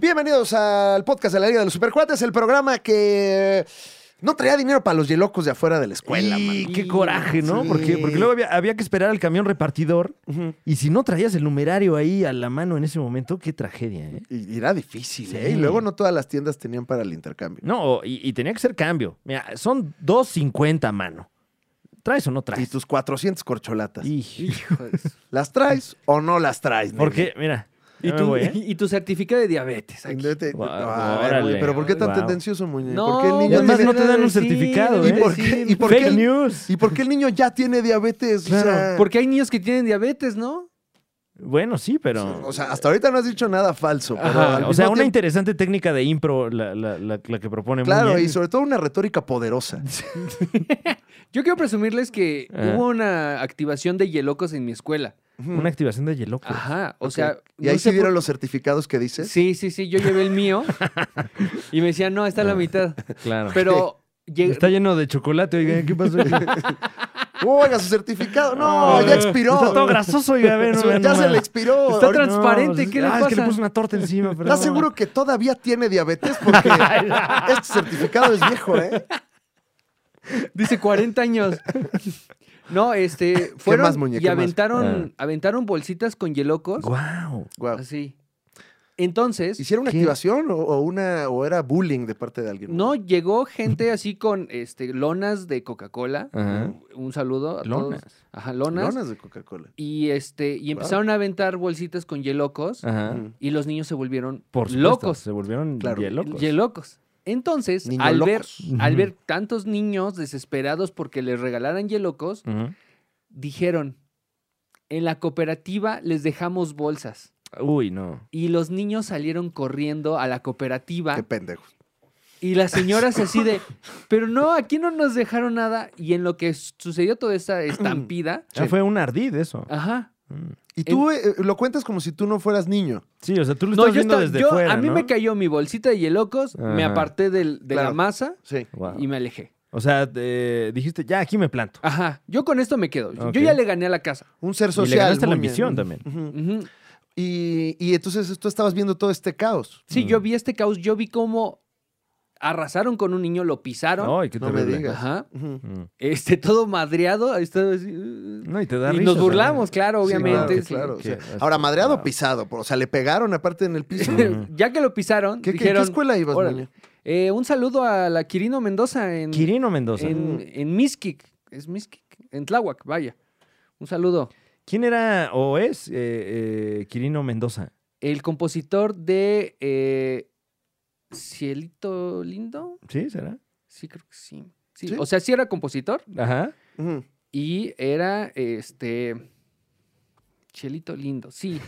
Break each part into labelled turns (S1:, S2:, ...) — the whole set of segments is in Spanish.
S1: Bienvenidos al podcast de la Liga de los Supercuates, el programa que no traía dinero para los yelocos de afuera de la escuela,
S2: y
S1: man.
S2: qué coraje, ¿no?
S1: Sí.
S2: Porque, porque luego había, había que esperar al camión repartidor.
S1: Ujú.
S2: Y si no traías el numerario ahí a la mano en ese momento, qué tragedia, ¿eh?
S1: Y y era difícil,
S2: Sí.
S1: ¿eh? Y luego no todas las tiendas tenían para el intercambio.
S2: No, o- y, y tenía que ser cambio. Mira, son 2.50 mano. ¿Traes o no
S1: Y
S2: traes?
S1: tus 400 corcholatas.
S2: Hij-
S1: ¿Las traes o no las traes?
S2: Porque, mira.
S3: Y
S2: ya me
S3: tu,
S2: voy, ¿eh?
S3: y tu certificado de diabetes. aquí.
S1: nene? Te-
S2: Guau,
S1: Ah, a ver,
S2: órale.
S1: güey, pero ¿por qué tan
S2: Guau.
S1: tendencioso, muñe?
S3: No,
S1: ¿Por qué el
S2: Y
S1: niño
S2: además
S1: tiene-
S2: no te dan un certificado,
S1: ¿Y
S2: ¿eh?
S1: por qué? ¿Y por
S2: Fake
S1: qué? el-
S2: news.
S1: ¿Y por qué el niño ya tiene diabetes? O
S2: Claro.
S1: sea-
S3: Porque hay niños que tienen diabetes, ¿no?
S2: Bueno, sí, pero.
S1: O sea, hasta ahorita no has dicho nada falso. pero
S3: Ajá,
S1: al
S2: O sea,
S1: mismo
S2: una
S1: tiempo-
S2: interesante técnica de impro, la, la- la- la que propone
S1: Claro,
S2: Muñe.
S1: y sobre todo una retórica poderosa.
S3: Yo quiero presumirles que
S2: Ah.
S3: hubo una activación de hielocos en mi escuela.
S2: Una activación de Yeloco.
S3: Ajá, o
S1: Ok.
S3: sea...
S1: Y
S3: no
S1: ahí
S3: sé
S1: sí dieron
S3: por-
S1: los certificados que dices.
S3: Sí, sí, sí, yo llevé el mío y me decían, no, está a la mitad.
S2: Claro.
S3: Pero... lleg-
S2: Ah. Está lleno de chocolate, oiga, ¿qué pasó?
S1: Oiga, su certificado. No,
S3: Ah,
S1: ya expiró.
S2: Ah, Está todo grasoso, oiga, a ver,
S1: Su-
S2: no,
S1: ya
S2: no,
S1: se le
S2: no.
S1: expiró.
S3: Está
S1: Ahorita-
S3: trans- transparente,
S2: pues,
S3: ¿qué le
S2: ah, Es que le
S3: pasa?
S2: puse una torta encima, pero
S1: ¿Estás
S2: no.
S1: seguro que todavía tiene diabetes? Porque este certificado es viejo, ¿eh?
S3: Dice 40 años. No, este, fueron
S1: más, muñe?
S3: y
S1: ¿Qué más?
S3: aventaron,
S2: Ah.
S3: aventaron bolsitas con hielocos.
S2: Guau.
S1: Guau.
S3: Así. Entonces,
S1: ¿Hicieron una
S2: ¿Qué?
S1: activación o, o una o era bullying de parte de alguien?
S3: no llegó gente así con este lonas de Coca-Cola.
S2: Ajá.
S3: Un saludo a
S2: Lonas.
S3: todos. Ajá, lonas.
S1: Lonas de Coca-Cola.
S3: Y este, y empezaron a aventar bolsitas con hielocos
S2: Ajá.
S1: Mm.
S3: y los niños se volvieron
S2: Ah. Por supuesto,
S3: locos.
S2: Se volvieron
S1: Claro.
S2: locos.
S3: Hielocos. Entonces,
S1: Niño
S3: al ver,
S1: locos.
S3: al
S2: Ujú.
S3: ver tantos niños desesperados porque les regalaran hielocos,
S2: Mm.
S3: dijeron, en la cooperativa les dejamos bolsas.
S2: Uy, no.
S3: Y los niños salieron corriendo a la cooperativa.
S1: Qué pendejo.
S3: Y las señoras así de, pero no, aquí no nos dejaron nada. Y en lo que sucedió toda esta estampida,
S2: Ya
S1: Sí.
S2: Ah, fue un ardid eso.
S3: ajá.
S2: Mm.
S1: Y tú eh, lo cuentas como si tú no fueras niño.
S2: Sí, o sea, tú lo
S3: No,
S2: estás
S3: yo,
S2: viendo
S3: estaba-
S2: desde
S3: yo-
S2: fuera,
S3: a mí
S2: ¿no?
S3: me cayó mi bolsita de hielocos, me
S2: Ajá.
S3: aparté del- de la
S1: Claro.
S3: masa
S1: Sí.
S2: Guau.
S3: y me Ah, alejé.
S2: O sea, eh, dijiste, ya aquí me planto.
S3: Ajá, yo con esto me quedo.
S2: Ok.
S3: Yo ya le gané a la casa.
S1: Un ser
S2: y
S1: social.
S2: le ganaste la
S1: Muñe.
S2: ambición también.
S1: Ujú.
S3: Ujú.
S1: Y, y entonces tú estabas viendo todo este caos.
S3: Sí, yo
S2: Mm.
S3: vi este caos, yo vi cómo arrasaron con un niño, lo pisaron.
S2: Ay, qué
S1: No me
S2: terrible.
S1: digas.
S3: Ajá.
S1: Ujú.
S2: Mm.
S3: Este, todo madreado. ahí estaba así, uh,
S2: No, y te da
S3: Y
S2: risa,
S3: nos
S2: ¿no?
S3: burlamos, claro, este,
S1: Sí, claro,
S3: obviamente.
S1: que
S3: sí.
S1: claro, o
S2: que-
S1: sea, ahora, madreado o pisado, por- o sea, le pegaron aparte en el piso. ¿Qué,
S2: Ujú.
S3: ya que lo pisaron,
S1: qué- qué
S3: dijeron,
S1: escuela ibas,
S3: "Órale".
S1: Muñe?
S3: eh, un saludo a la Quirino Mendoza en,
S2: Quirino Mendoza.
S3: en, en Mixquic, es Mixquic, en Tláhuac, vaya. Un saludo.
S2: ¿Quién era o es eh, eh, Quirino Mendoza?
S3: El compositor de eh, Cielito Lindo,
S2: ¿Sí? ¿Será?
S3: sí creo que sí. Sí,
S1: Sí.
S3: O sea, sí era compositor
S2: Ajá.
S1: Ujú.
S3: y era este Cielito Lindo, sí.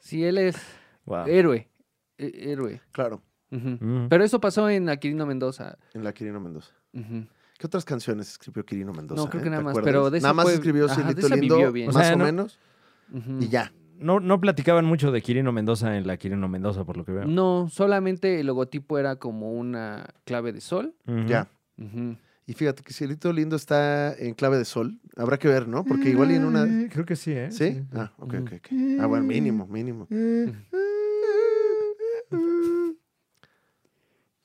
S3: Sí, él es
S2: Wow.
S3: héroe, eh, héroe.
S1: Claro,
S3: Ujú.
S2: Mm.
S3: Pero eso pasó en Aquirino Mendoza.
S1: en la Quirino Mendoza.
S3: Ujú.
S1: ¿Qué otras canciones escribió Quirino Mendoza?
S3: No, creo
S1: eh?
S3: que nada
S1: ¿Te
S3: más,
S1: acuerdas?
S3: pero de
S1: Nada
S3: esa
S1: más
S3: fue-
S1: escribió
S3: Ajá, de
S1: Cielito
S3: esa vivió
S1: Lindo,
S3: bien.
S1: más
S2: O sea,
S1: o
S2: no-
S1: menos,
S3: Ujú.
S1: y ya.
S2: no, no platicaban mucho de Quirino Mendoza en la Quirino Mendoza, por lo que veo.
S1: Mm.
S3: No, solamente el logotipo era como una clave de sol.
S2: Ujú.
S1: Ya.
S3: Ujú.
S1: Y fíjate que Cielito Lindo está en clave de sol. Habrá que ver, ¿no? Porque igual y en una...
S2: Eh, Creo que sí, ¿eh?
S1: ¿Sí? Ah, ok, ok, ok. Ah, bueno, mínimo, mínimo.
S3: Mm.
S2: Eh,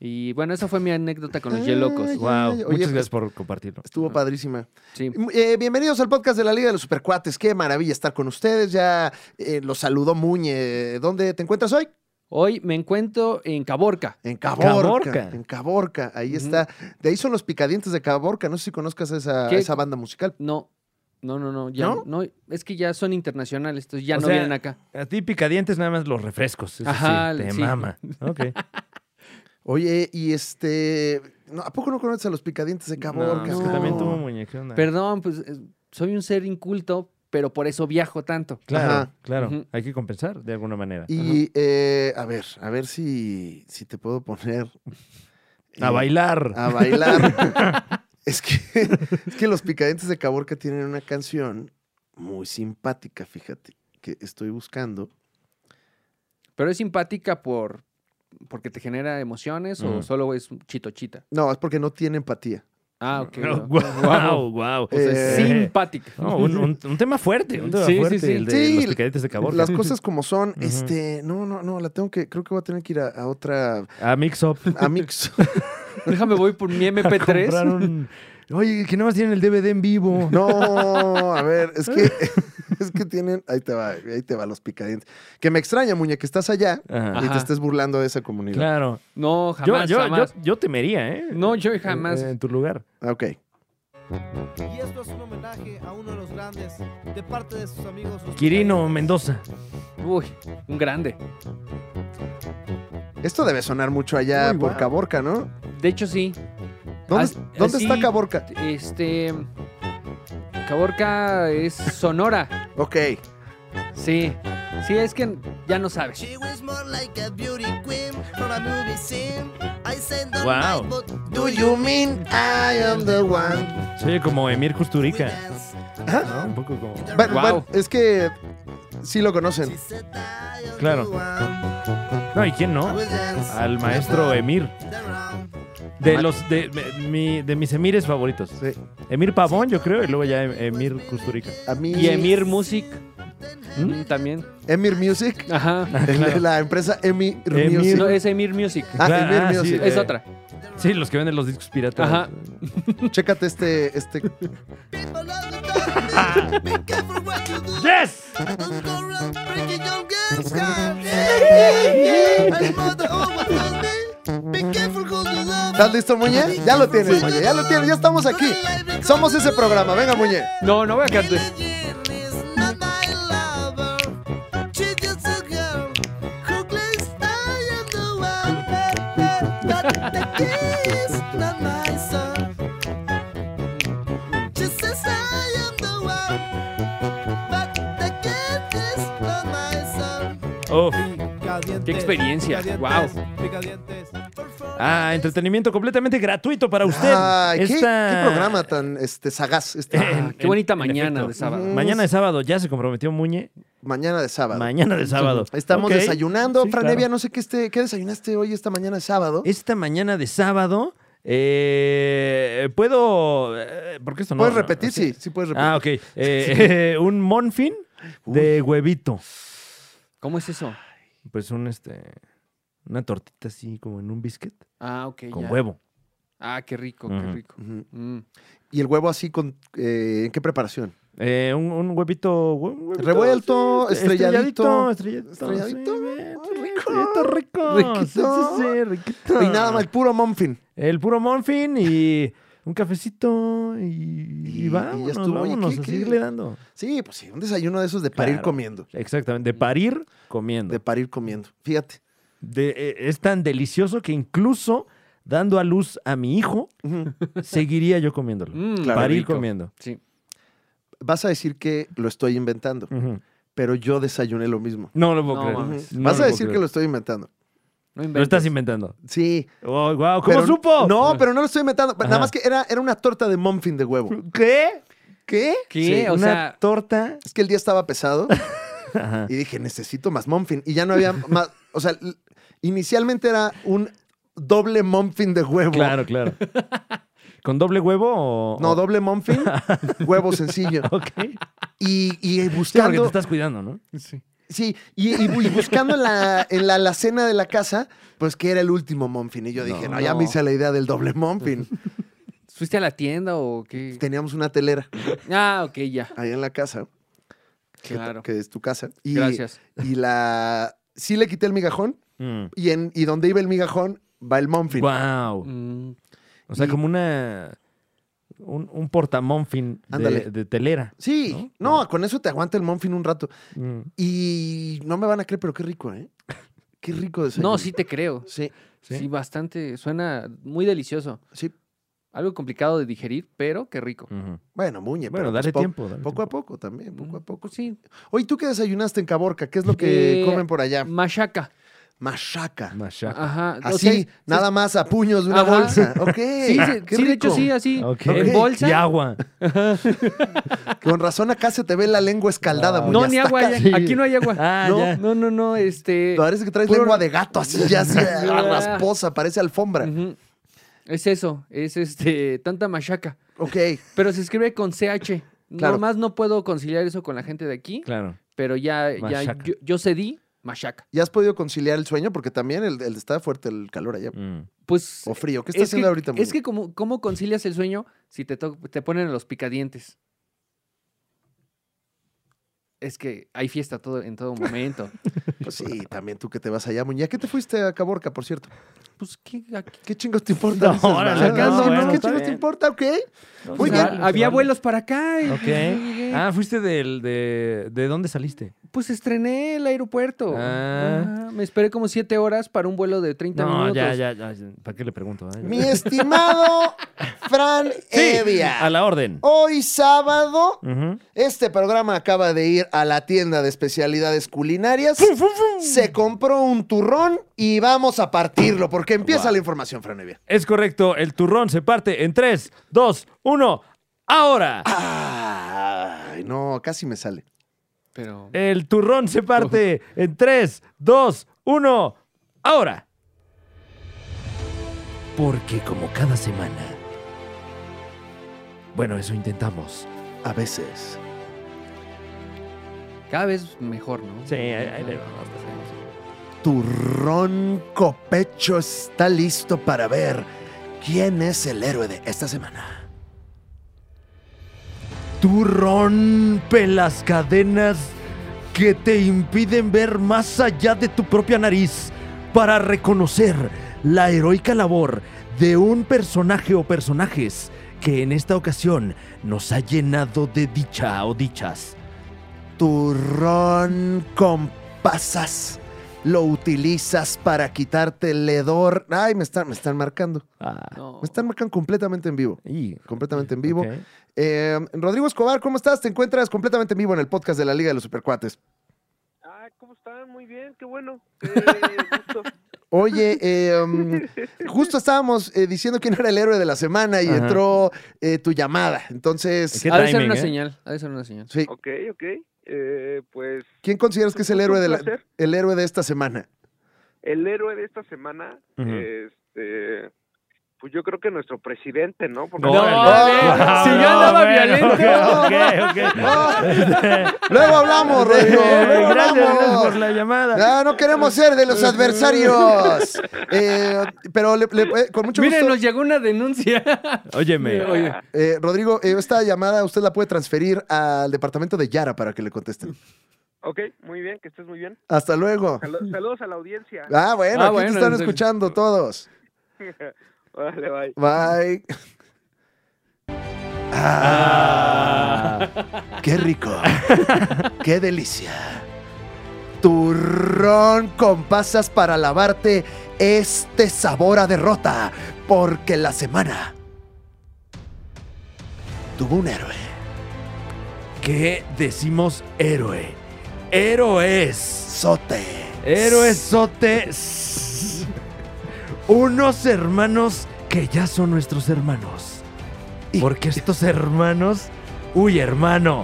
S3: Y bueno, esa fue mi anécdota con los
S1: Ah,
S3: Yelocos.
S1: ya.
S2: Wow.
S1: Oye,
S2: Muchas
S1: pues-
S2: gracias por compartirlo.
S1: Estuvo padrísima.
S3: Sí.
S1: Eh, bienvenidos al podcast de la Liga de los Supercuates. Qué maravilla estar con ustedes. Ya eh, los saludó Muñe. ¿Dónde te encuentras hoy?
S3: Hoy me encuentro en Caborca.
S1: En Caborca.
S2: Caborca.
S1: En Caborca. Ahí
S3: Ujú.
S1: está. De ahí son los picadientes de Caborca. No sé si conozcas a esa,
S3: ¿Qué?
S1: esa banda musical.
S3: No, no, no, no. Ya,
S1: ¿No?
S3: ¿No? es que ya son internacionales, entonces ya
S2: O
S3: no
S2: sea,
S3: vienen acá.
S2: A ti picadientes nada más los refrescos. Eso
S3: Ajá,
S2: sí, te
S3: sí.
S2: mama. Ok.
S1: Oye, y este. no, ¿A poco no conoces a los picadientes de Caborca?
S2: No, es que
S3: no.
S2: también tuvo muñequona.
S3: Perdón, pues eh, soy un ser inculto, pero por eso viajo tanto.
S2: Claro,
S1: Ajá.
S2: claro.
S3: Ujú.
S2: Hay que compensar de alguna manera.
S1: Y eh, a ver, a ver si, si te puedo poner.
S2: A
S1: eh,
S2: bailar.
S1: A bailar. es, que, es que los picadientes de Caborca tienen una canción muy simpática, fíjate, que estoy buscando.
S3: Pero es simpática por porque te genera emociones
S2: Ujú.
S3: o solo es chito chita.
S1: No, es porque no tiene empatía.
S3: Ah, ok.
S2: Wow,
S3: wow.
S2: wow.
S3: O
S1: Eh,
S3: sea, simpático.
S2: No, un, un- un tema fuerte, un tema
S3: Sí, sí,
S2: fuerte,
S3: sí.
S2: el de
S1: Sí,
S2: los picadetes de caborca.
S1: Las cosas como son,
S2: Ujú.
S1: este, no, no, no, la tengo que, creo que voy a tener que ir a, a otra,
S2: A Mix Up.
S1: a Mix.
S3: Déjame voy por mi MP3.
S2: Compraron- Oye, que nada más tienen el DVD en vivo.
S1: No, a ver, es que, es que tienen, ahí te va, ahí te va los picadientes. Que me extraña, muña, que estás allá
S2: Ajá.
S1: y te
S3: Ajá.
S1: estés burlando de esa comunidad.
S2: Claro.
S3: No,
S2: Yo-
S3: jamás,
S2: yo, yo,
S3: jamás.
S2: yo temería, ¿eh?
S3: No, yo
S2: En-
S3: jamás.
S2: En, tu lugar.
S1: Ah, Ok.
S4: Y esto es un homenaje a uno de los grandes de parte de sus amigos. los
S2: Quirino
S4: Picayetes.
S2: Mendoza.
S3: Uy, un grande.
S1: Esto debe sonar mucho allá
S2: Uy,
S1: por
S2: guau. Ah,
S1: Caborca, ¿no?
S3: De hecho, sí.
S1: ¿Dónde,
S3: As-
S1: dónde
S3: así-
S1: está Caborca?
S3: Este. Caborca es Sonora.
S1: Ok.
S3: Sí. Sí, es que ya no sabes.
S4: She was more like a beauty queen from a movie scene. I said don't
S2: Wow.
S4: mind, but
S1: Do you mean I am the one?
S2: Se oye como Emir
S4: we
S2: Kusturica.
S4: dance?
S2: ¿no? Un poco como.
S1: Bueno,
S3: Guau.
S1: bueno, es que sí lo conocen.
S4: She said I am
S2: Claro.
S4: the one.
S2: No, ¿y quién no?
S4: We dance
S2: Al maestro Emir.
S4: around.
S2: De
S3: Ma-
S2: los de, de- mi- de mis emires favoritos.
S1: Sí.
S2: Emir Pavón, yo creo, y luego ya Em- Emir Kusturica.
S1: A mí,
S3: Y Emir Music. mm, También.
S1: Emir Music,
S3: Ajá.
S1: el de la empresa Emir,
S2: Emir- eh.
S1: Music.
S3: No, es Emir Music.
S1: Ah,
S2: Claro,
S1: Emir Music.
S3: Es
S2: eh,
S3: otra.
S2: Sí, los que venden los discos piratas.
S3: Ajá.
S1: Chécate este, este.
S4: People love you, darling. Be careful what you do.
S2: ¡Yes!
S4: Don't go around breaking your girl's heart. Yeah, yeah, yeah. My mother always told me, Be careful who you love.
S1: ¿Estás listo, Muñe? Ya lo tienes, Muñe, ya lo tienes, ya estamos aquí. Somos ese programa, venga, Muñe.
S3: No, no voy a cantar.
S2: Uf.
S3: Qué experiencia. Wow.
S2: Ah, entretenimiento completamente gratuito para usted.
S1: Ay, ¿qué,
S2: Esta- Eh,
S1: qué programa tan este, sagaz. Este,
S2: En-
S3: Qué bonita
S2: en
S3: mañana
S2: efecto.
S3: de sábado.
S1: Ujú.
S2: Mañana de sábado, ya se comprometió Muñe.
S1: mañana de sábado.
S2: Mañana de sábado.
S1: Estamos
S2: Ok.
S1: desayunando.
S2: Sí,
S1: Franevia,
S2: claro. Eh,
S1: no sé qué, este, qué desayunaste hoy esta mañana de sábado.
S2: Esta mañana de sábado, eh, puedo. eh, ¿Por qué esto no?
S1: puedes
S2: no,
S1: repetir,
S2: no sé.
S1: sí, sí puedes repetir.
S2: Ah, ok. Eh, eh, un monfin de huevito.
S3: ¿Cómo es eso?
S2: Pues un este. Una tortita así como en un biscuit
S3: Ah, ok.
S2: con
S3: ya.
S2: huevo.
S3: Ah, qué rico, qué
S2: Ujú.
S3: rico.
S1: Ujú.
S3: Mm.
S1: Y el huevo así con eh, ¿en qué preparación?
S2: Eh, un, un huevito, hue- un huevito,
S1: Revuelto,
S2: sí,
S1: estrelladito.
S2: estrelladito,
S1: Estrelladito,
S2: sí, bien,
S1: ah,
S2: sí,
S1: rico,
S2: estrellito rico,
S1: riquito.
S2: sí, sí, sí, riquito.
S1: Y nada más, puro muffin.
S2: El puro Monfin y un cafecito y,
S1: Y- y
S2: y
S1: ya
S2: vámonos,
S1: estuvo. Oye,
S2: vámonos
S1: ¿qué-
S2: a
S1: qué?
S2: seguirle dando.
S1: Sí, pues sí, un desayuno de esos de parir
S2: Claro.
S1: comiendo.
S2: Exactamente, de parir comiendo.
S1: De parir comiendo. Fíjate.
S2: De- eh, es tan delicioso que incluso dando a luz a mi hijo,
S1: Ujú.
S2: seguiría yo comiéndolo.
S3: Mm,
S1: Claro,
S2: parir
S3: rico.
S2: comiendo.
S3: Sí.
S1: Vas a decir que lo estoy inventando,
S2: Ujú.
S1: pero yo desayuné lo mismo.
S2: No lo puedo
S3: No
S2: creer.
S1: Ujú.
S3: mames.
S2: No
S1: Vas a
S2: puedo
S1: decir que
S2: creer.
S1: lo estoy inventando.
S3: No
S2: Lo estás
S3: inventes.
S2: inventando.
S1: Sí.
S2: Oh, wow, ¿Cómo
S1: pero-
S2: supo?
S1: No, pero no lo estoy inventando. Nada
S2: Ajá.
S1: más que era, era una torta de muffin de huevo.
S2: ¿Qué?
S1: ¿Qué?
S3: ¿Qué?
S2: Sí,
S3: o
S2: una
S3: sea,
S2: torta.
S1: Es que el día estaba pesado
S2: Ajá.
S1: y dije, necesito más muffin. Y ya no había más. O sea, l- inicialmente era un doble muffin de huevo.
S2: Claro, claro. ¿Con doble huevo o.?
S1: No,
S2: o-
S1: doble muffin, huevo sencillo.
S2: Ok.
S1: Y, y
S2: Sí, porque te
S1: buscando.
S2: estás cuidando, ¿no?
S1: Sí, y, y bu- y buscando en la, en la alacena de la casa, pues que era el último muffin. Y yo dije, no,
S3: No.
S1: ya me hice la idea del doble muffin.
S3: ¿Fuiste a la tienda o qué?
S1: Teníamos una telera
S3: Ah, ok, ya.
S1: ahí en la casa, que,
S3: Claro.
S1: que es tu casa. Y,
S3: Gracias.
S1: Y la. Sí le quité el migajón
S2: Mm.
S1: y, en, y donde iba el migajón va el muffin.
S2: Wow.
S3: Mm,
S2: O sea,
S1: Y-
S2: como una. Un, un portamónfin
S1: Ándale.
S2: de, de telera.
S1: Sí, ¿No? con eso te aguanta el muffin un rato.
S2: Mm.
S1: Y no me van a creer, pero qué rico, ¿eh? Qué rico desayuno.
S3: No, sí te creo.
S1: Sí,
S2: ¿Sí?
S3: ¿Sí? bastante. Suena muy delicioso.
S1: sí.
S3: Algo complicado de digerir, pero qué rico.
S2: Ujú.
S1: Bueno, muñe. pero,
S2: Bueno,
S1: pues,
S2: dale
S1: po-
S2: tiempo. dale
S1: Poco a
S2: tiempo.
S1: poco también, poco a poco.
S3: Sí.
S1: Oye, ¿tú qué desayunaste en Caborca? ¿Qué es lo que
S3: Eh,
S1: comen por allá?
S3: Machaca.
S1: Machaca.
S2: Machaca.
S3: Ajá. o
S1: Así,
S3: sea, es-
S1: nada más a puños de una
S3: Ajá.
S1: bolsa. Ok.
S3: Sí, sí,
S1: qué
S3: sí, de hecho
S1: rico.
S3: sí, así.
S2: Ok.
S3: En bolsa.
S2: Y agua.
S1: Con razón acá se te ve la lengua escaldada,
S2: Ah.
S1: muñe.
S3: No, ni
S1: hasta
S3: agua.
S1: acá.
S3: ya. Aquí no hay agua.
S2: Ah,
S3: no,
S2: ya.
S3: no, no, no, este...
S1: Parece que traes
S3: Puro-
S1: lengua de gato así, ya así,
S3: Ah.
S1: rasposa, parece alfombra.
S3: ujú. Es eso, es este, tanta machaca.
S1: Ok,
S3: Pero se escribe con CH.
S1: Claro.
S3: Nomás no puedo conciliar eso con la gente de aquí,
S2: Claro.
S3: pero ya, ya
S2: Machaca.
S3: yo, yo cedí machaca.
S1: ¿ya has podido conciliar el sueño? Porque también el, el- está fuerte el calor allá.
S2: Mm.
S3: Pues
S1: O frío. ¿Qué estás
S3: es que,
S1: haciendo ahorita?
S3: es
S1: Muñe?
S3: que como, ¿cómo concilias el sueño si te, to- te ponen los picadientes? Es que hay fiesta todo, en todo momento.
S1: Pues sí, también tú que te vas allá, Muñe. ¿A qué te fuiste a Caborca, por cierto?
S3: pues, ¿qué, a qué?
S1: ¿Qué chingos te importa?
S2: No,
S1: Dices, ¿verdad?
S2: órale,
S1: Sacando,
S3: no,
S1: ¿no?
S3: bueno,
S1: ¿Qué
S2: está
S1: chingos te
S2: bien.
S1: importa? ¿Ok?
S2: No,
S1: Muy
S2: se
S3: O sea,
S1: bien.
S2: se
S3: había
S2: vale.
S3: vuelos para acá. y-
S2: Ok. Ah, fuiste del, de, ¿de dónde saliste?
S3: Pues estrené el aeropuerto.
S2: Ah.
S3: Ajá, me esperé como siete horas para un vuelo de 30
S2: No,
S3: minutos.
S2: ya, ya, ya. ¿Para qué le pregunto? eh?
S5: Mi estimado Fran
S2: Sí,
S5: Evia.
S2: a la orden.
S1: Oh.
S5: Hoy sábado,
S2: Ujú.
S5: este programa acaba de ir a la tienda de especialidades culinarias. Se compró un turrón y vamos a partirlo porque empieza la información, Fran Evia.
S2: Es correcto, el turrón se parte en 3, 2, 1, ahora.
S1: Ay, no, casi me sale.
S3: Pero
S2: El turrón se parte en 3, 2, 1, ahora. Porque como cada semana... Bueno, eso intentamos.
S1: A veces.
S3: cada vez mejor, ¿no?
S2: Sí, ahí- ahí le vamos.
S1: Tu ronco pecho está listo para ver quién es el héroe de esta semana.
S2: Tú rompe las cadenas que te impiden ver más allá de tu propia nariz para reconocer la heroica labor de un personaje o personajes que en esta ocasión nos ha llenado de dicha o dichas.
S1: Turrón con pasas. Lo utilizas para quitarte el hedor. Ay, me están, me están marcando.
S3: No.
S2: Pues
S1: Me están marcando completamente en vivo.
S2: Ah, y
S1: Completamente en vivo. Eh, Rodrigo Escobar, ¿cómo estás? Te encuentras completamente en vivo en el podcast de la Liga de los Supercuates.
S6: Ah, ¿cómo están? Muy bien, qué bueno. Eh, gusto.
S1: Oye, eh, mm, justo estábamos eh, diciendo quién era el héroe de la semana y
S2: Ajá.
S1: entró eh, tu llamada. Entonces,
S2: ¿Qué
S3: ha de ser
S2: timing,
S3: una
S2: eh?
S3: señal, ha de ser una señal.
S1: sí,
S6: Ok, ok. Eh, pues
S1: ¿quién consideras que es el
S6: Un
S1: héroe de, la,
S6: placer.
S1: el héroe de esta semana?
S6: el héroe de esta semana,
S2: Ujú.
S6: este, pues yo creo que nuestro presidente, ¿no? Porque
S2: No,
S6: Órale.
S2: no,
S3: Si yo
S2: no,
S3: andaba
S2: bueno,
S3: violento.
S2: ok, ok, ok.
S1: Luego hablamos, Rodrigo. Luego
S2: Este, Gracias, gracias por
S1: hablamos.
S2: la llamada.
S1: Ah, no queremos ser de los adversarios. Eh, pero le- le- eh, con mucho
S3: Miren,
S1: gusto,
S3: nos llegó una denuncia.
S2: Óyeme.
S3: Oye,
S1: eh, Rodrigo, eh, esta llamada usted la puede transferir al departamento de Yara para que le contesten.
S6: Ok, muy bien, que estés muy bien.
S1: Hasta luego.
S6: Salo- saludos a la audiencia.
S1: Ah, bueno,
S3: Ah,
S1: aquí
S3: bueno,
S1: te están
S3: entonces-
S1: escuchando todos.
S6: Órale, bye.
S1: Bye. Ah, ¡Qué rico! ¡Qué delicia! Turrón con pasas para lavarte este sabor a derrota, porque la semana tuvo un héroe.
S2: ¿Qué decimos héroe? Héroes.
S1: Sote.
S2: Héroesote. s- Unos hermanos que ya son nuestros hermanos. Porque estos hermanos, uy hermano,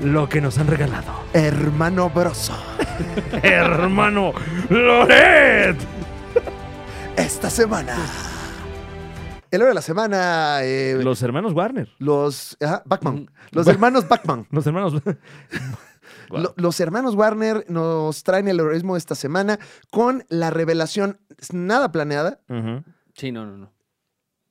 S2: lo que nos han regalado.
S1: Hermano Broso.
S2: Hermano Loret.
S1: Esta semana. El héroe de la semana. eh,
S2: Los hermanos Warner.
S1: los. ajá, Backman. Los hermanos Backman.
S2: Los hermanos. Guau.
S1: Lo- los hermanos Warner nos traen el heroísmo esta semana con la revelación nada planeada.
S2: Ujú.
S3: Sí, no, no, no.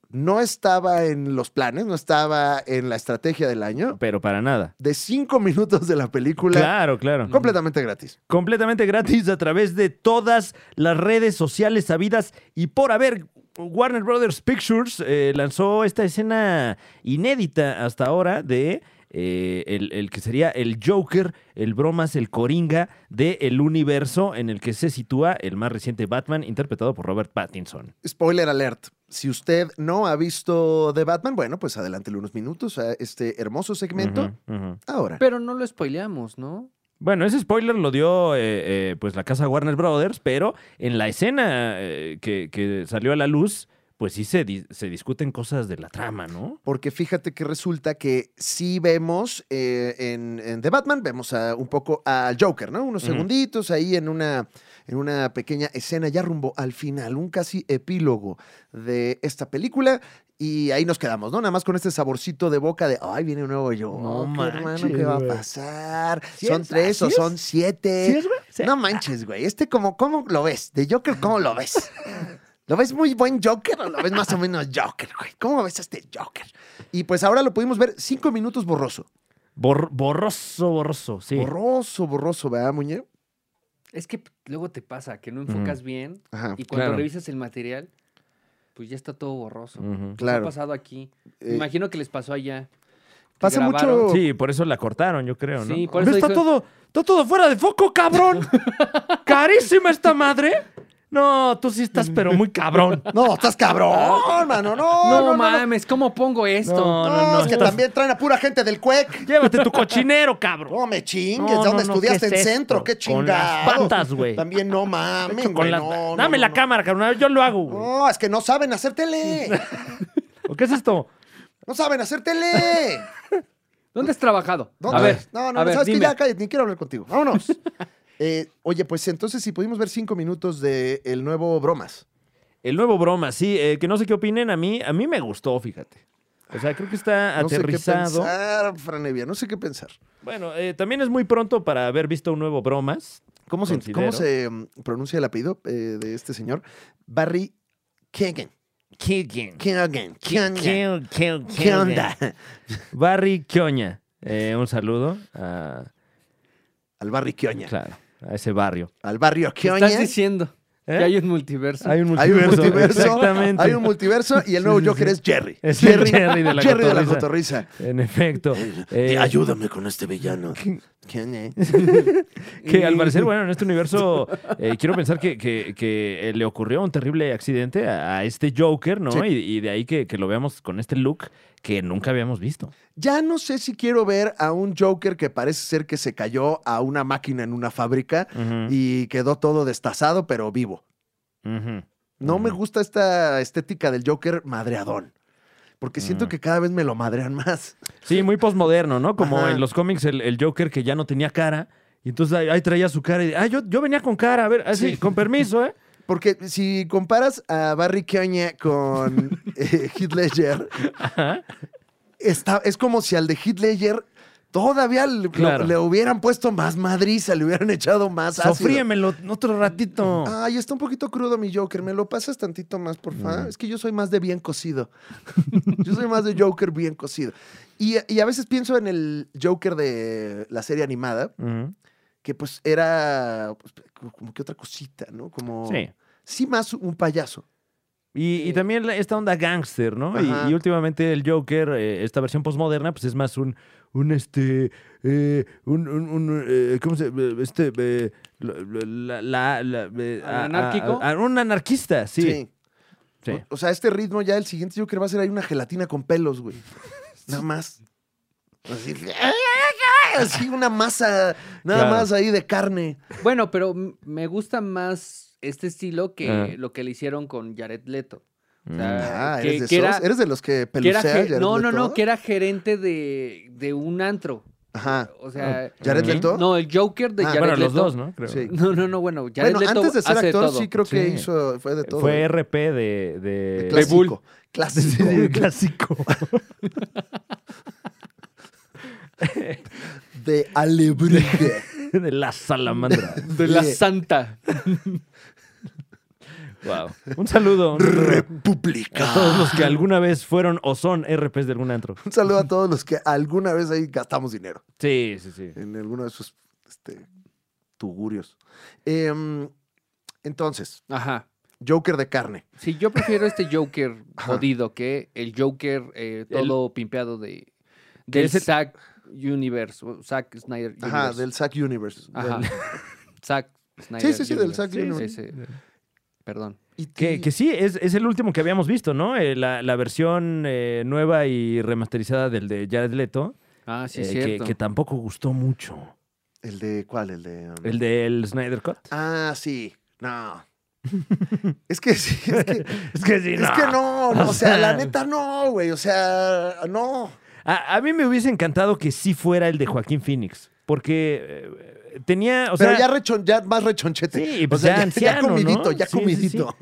S1: No estaba en los planes, no estaba en la estrategia del año.
S2: Pero para nada.
S1: De cinco minutos de la película,
S2: Claro, claro.
S1: completamente gratis.
S2: completamente gratis a través de todas las redes sociales sabidas y por haber. Warner Brothers Pictures eh, lanzó esta escena inédita hasta ahora de eh, el, el que sería el Joker, el bromas, el Coringa del el universo en el que se sitúa el más reciente Batman interpretado por Robert Pattinson.
S1: Spoiler alert. Si usted no ha visto The Batman, bueno, pues adelántele unos minutos a este hermoso segmento.
S2: Ujú, ujú.
S1: Ahora,
S3: Pero no lo spoileamos, ¿no?
S2: Bueno, ese spoiler lo dio eh, eh, pues la casa Warner Brothers, pero en la escena eh, que, que salió a la luz, pues sí se, di- se discuten cosas de la trama, ¿no?
S1: Porque fíjate que resulta que sí vemos eh, en, en The Batman, vemos a- un poco al Joker, ¿no? Unos
S2: Ujú.
S1: segunditos ahí en una, en una pequeña escena ya rumbo al final, un casi epílogo de esta película. Y ahí nos quedamos, ¿no? Nada más con este saborcito de boca de, ay, viene un nuevo Joker,
S2: No
S1: hermano,
S2: manches,
S1: ¿qué va a
S2: güey.
S1: pasar?
S2: ¿Sí
S1: ¿Son
S2: es?
S1: tres o
S2: ¿Sí es?
S1: son siete?
S2: Sí.
S1: No manches, güey. Este, como, ¿cómo lo ves? De Joker, ¿cómo lo ves? ¿Lo ves muy buen Joker o lo ves más o menos Joker, güey? ¿Cómo ves a este Joker? Y pues ahora lo pudimos ver cinco minutos borroso.
S2: Bor- borroso, borroso, sí.
S1: Borroso, borroso, ¿verdad, Muñe?
S3: Es que luego te pasa que no enfocas bien
S1: Ajá.
S3: y cuando
S2: claro. Mm,
S3: revisas el material, pues ya está todo borroso.
S2: Ujú.
S3: ¿Qué ha
S1: Claro.
S3: pasado aquí? Me
S1: Eh,
S3: Imagino que les pasó allá. que
S1: Pasa
S3: grabaron.
S1: mucho-
S2: Sí, por eso la cortaron, yo creo, ¿no?
S3: Sí, por eso
S2: está
S3: dijo-
S2: todo, está todo fuera de foco, cabrón. Carísima esta madre. No, tú sí estás, pero muy cabrón.
S1: No, estás cabrón, mano. No,
S3: No,
S1: no, no, no.
S3: mames, ¿cómo pongo esto?
S1: No,
S2: No, no, no.
S1: es que
S2: estás-
S1: también traen a pura gente del CUEC.
S2: Llévate tu cochinero, cabrón.
S1: No me chingues,
S2: No,
S1: ¿de dónde
S2: no, no,
S1: estudiaste?
S2: ¿qué
S1: en
S2: es
S1: centro,
S2: esto?
S1: qué
S2: Con las
S1: chingado.
S2: patas, güey.
S1: También no mames,
S2: Con
S1: güey,
S2: la-
S1: no, no,
S2: Dame
S1: no,
S2: la
S1: no.
S2: cámara, carnal. Yo lo hago, güey.
S1: No, es que no saben hacer tele.
S2: ¿O qué es esto?
S1: No saben hacer tele.
S3: ¿Dónde has trabajado?
S1: ¿Dónde?
S3: a ver,
S1: no, no, no,
S3: a ver,
S1: sabes que
S3: dime.
S1: ya cállate, ni quiero hablar contigo. Vámonos. Eh, oye, pues entonces si pudimos ver cinco minutos de el nuevo Bromas.
S2: El nuevo broma, sí, eh, que no sé qué opinen. A mí, a mí me gustó, fíjate. O sea, creo que está
S1: No sé qué
S2: aterrizado.
S1: pensar, Franevia, no sé qué pensar.
S2: bueno, eh, también es muy pronto para haber visto un nuevo bromas.
S1: ¿Cómo se,
S2: Considero.
S1: cómo se, mm, pronuncia el apellido eh, de este señor? Barry Keoghan.
S2: Keegan.
S1: Keoghan. Keoghan.
S2: Keoghan. Keoghan.
S1: ¿Qué onda?
S2: Barry Kioña. Eh, un saludo a,
S1: Al Barry Keoghan.
S2: claro, a ese barrio.
S1: Al barrio
S3: ¿Qué
S1: Keoghan.
S3: estás diciendo?
S2: ¿Eh?
S3: Que hay un multiverso.
S2: Hay un
S1: Hay un multiverso.
S2: Exactamente.
S1: Hay un multiverso y el nuevo
S2: Sí, sí,
S1: Joker
S2: sí.
S1: es Jerry.
S2: Es el
S1: Jerry,
S2: Jerry de la
S1: Jerry de la
S2: cotorriza.
S1: cotorriza.
S2: En efecto. Eh,
S1: Eh, Ayúdame con este villano. ¿Quién es?
S2: Que al parecer, bueno, en este universo eh, quiero pensar que, que- que, eh, le ocurrió un terrible accidente a, a este Joker, ¿no?
S1: Sí.
S2: Y, y de ahí que, que lo veamos con este look que nunca habíamos visto.
S1: Ya no sé si quiero ver a un Joker que parece ser que se cayó a una máquina en una fábrica
S2: Ujú,
S1: y quedó todo destazado, pero vivo.
S2: ujú.
S1: No me
S2: Ujú.
S1: gusta esta estética del Joker madreadón. Porque siento
S2: Ujú.
S1: que cada vez me lo madrean más.
S2: Sí, muy posmoderno, ¿no? Como
S1: Ajá.
S2: en los cómics el, el Joker que ya no tenía cara. Y entonces ahí, ahí traía su cara y ah, yo, yo venía con cara, a ver, así, con permiso, ¿eh?
S1: Porque si comparas a Barry Keoghan con eh, Heath Ledger,
S2: Ajá.
S1: está, es como si al de Heath Ledger todavía le,
S2: Claro.
S1: le hubieran puesto más madriza, le hubieran echado más ácido.
S2: Sofríemelo otro ratito.
S1: Ay, está un poquito crudo mi Joker. ¿Me lo pasas tantito más, por favor?
S2: Mm.
S1: Es que yo soy más de bien cocido. yo soy más de Joker bien cocido. Y, y a veces pienso en el Joker de la serie animada,
S2: Ujú.
S1: que pues era pues, como- como que otra cosita, ¿no? Como...
S2: Sí.
S1: Sí, más un payaso.
S2: Y, y también la- esta onda gángster, ¿no?
S1: Ajá.
S2: Y, y últimamente el Joker, eh, esta versión postmoderna, pues es más un, un este, eh, un, un, un, eh, ¿cómo se, eh, este, eh, la, la- la- eh,
S3: ¿Al anárquico?
S2: a- a- un anarquista, sí. sí.
S1: O, o sea, este ritmo ya, el siguiente Joker va a ser ahí una gelatina con pelos, güey. Nada más. Así, así una masa, nada
S2: Claro.
S1: más ahí de carne.
S3: Bueno, pero m- me gusta más este estilo que
S2: Ah.
S3: lo que le hicieron con Jared Leto. O
S2: Mm.
S3: sea,
S1: Ah,
S3: que-
S1: ¿eres de,
S3: que era-
S1: esos? ¿Eres de los que
S3: que era
S1: pelucea
S3: ge-
S1: Jared
S3: no, no,
S1: Leto?
S3: no, que era gerente de, de un antro.
S1: Ajá.
S3: O sea,
S1: Ah, oh, ¿Jared
S2: Ok.
S1: Leto?
S3: no, el Joker de
S1: Ah,
S3: Jared
S2: Bueno,
S3: Leto.
S2: los dos, ¿no? Creo. Eh,
S1: Sí.
S3: No, no, no, bueno, Jared
S1: bueno,
S3: Leto
S1: antes de ser
S3: hace
S1: actor,
S3: todo.
S1: sí creo que
S2: Sí.
S1: hizo, fue de todo.
S2: Fue
S1: ¿no?
S2: RP de...
S1: De
S2: de, de
S1: clásico. Clásico.
S2: Bull. Clásico.
S1: De alebrije.
S2: de la salamandra.
S3: De la santa.
S2: wow. Un saludo. un saludo A
S1: República.
S2: todos los que alguna vez fueron o son RPs de algún antro.
S1: Un saludo a todos los que alguna vez ahí gastamos dinero
S2: Sí, sí, sí.
S1: en alguno de esos este, tugurios. Em, entonces,
S3: Ajá.
S1: Joker de carne.
S3: Sí, yo prefiero este Joker
S1: Ajá.
S3: jodido que el Joker eh,
S2: El-
S3: todo pimpeado de del
S2: es el-
S3: Zack Universe, o Zack Snyder Universe.
S1: Ajá, del Zack Universe.
S3: Ajá.
S1: Del-
S3: Zack Snyder.
S1: sí, sí, del
S3: Universe.
S1: Zack Universe.
S3: Sí, sí. Perdón.
S1: y-
S2: Que,
S1: y-
S2: que sí, es, es el último que habíamos visto, ¿no? Eh, la, la versión eh, nueva y remasterizada del de Jared Leto,
S3: Ah, sí,
S2: eh, que,
S3: cierto.
S2: que tampoco gustó mucho.
S1: ¿El de cuál? El de. um,
S2: El del Snyder Cut.
S1: Ah, sí. No. Es que sí, es que,
S2: Es que sí,
S1: es que no, no, o sea, la neta no, güey, o sea, no.
S2: A, a mí me hubiese encantado que sí fuera el de Joaquín Phoenix, porque eh, tenía, o
S1: Pero
S2: sea,
S1: ya, rechon, ya más rechonchete.
S2: Sí,
S1: o
S2: pues
S1: sea,
S2: ya anciano,
S1: comidito,
S2: ¿no?
S1: ya
S2: Sí, sí,
S1: comidito.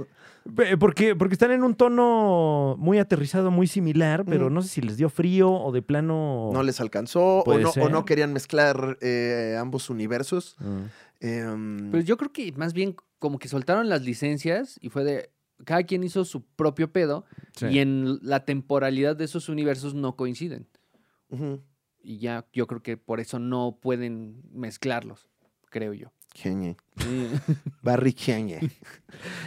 S2: pe- porque, porque están en un tono muy aterrizado, muy similar, pero no sé si les dio frío o de plano...
S1: No les alcanzó o
S2: Puede
S1: no,
S2: ser.
S1: o no querían mezclar eh, ambos universos.
S2: Mm.
S1: Em,
S2: Pues,
S3: Pero yo creo que más bien como que soltaron las licencias y fue de cada quien hizo su propio pedo
S2: Sí.
S3: y en la temporalidad de esos universos no coinciden.
S1: ujú.
S3: Y ya yo creo que por eso no pueden mezclarlos, creo yo.
S1: Ñe.
S2: Mm.
S1: Barry Ñe.
S2: Eh,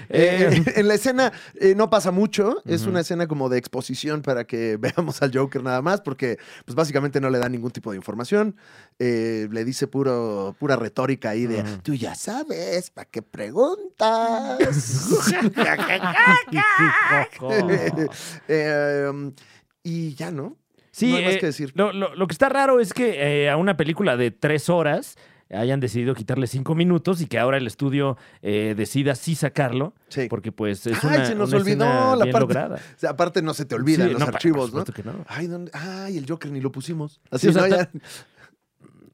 S1: Eh, en la escena eh, no pasa mucho, es
S2: Ujú.
S1: una escena como de exposición para que veamos al Joker nada más, porque pues básicamente no le da ningún tipo de información, eh, le dice puro, pura retórica ahí de,
S2: Ujú.
S1: tú ya sabes, ¿para qué preguntas? ¡Ah,
S2: Oh.
S1: Eh, y ya, ¿no?
S2: Sí,
S1: no hay más
S2: eh,
S1: que decir.
S2: Lo, lo- lo que está raro es que eh, a una película de tres horas hayan decidido quitarle cinco minutos y que ahora el estudio eh, decida sí sacarlo,
S1: Sí.
S2: porque pues es
S1: Ay,
S2: una,
S1: se nos
S2: una
S1: olvidó
S2: escena
S1: la
S2: bien
S1: parte-
S2: lograda.
S1: O sea, aparte no se te olvidan
S2: Sí,
S1: los
S2: no, por-
S1: archivos,
S2: por
S1: ¿no?
S2: supuesto que no.
S1: Ay, ¿dónde? Ay, el Joker ni lo pusimos. Así
S2: o sea,
S1: ¿no? Ya-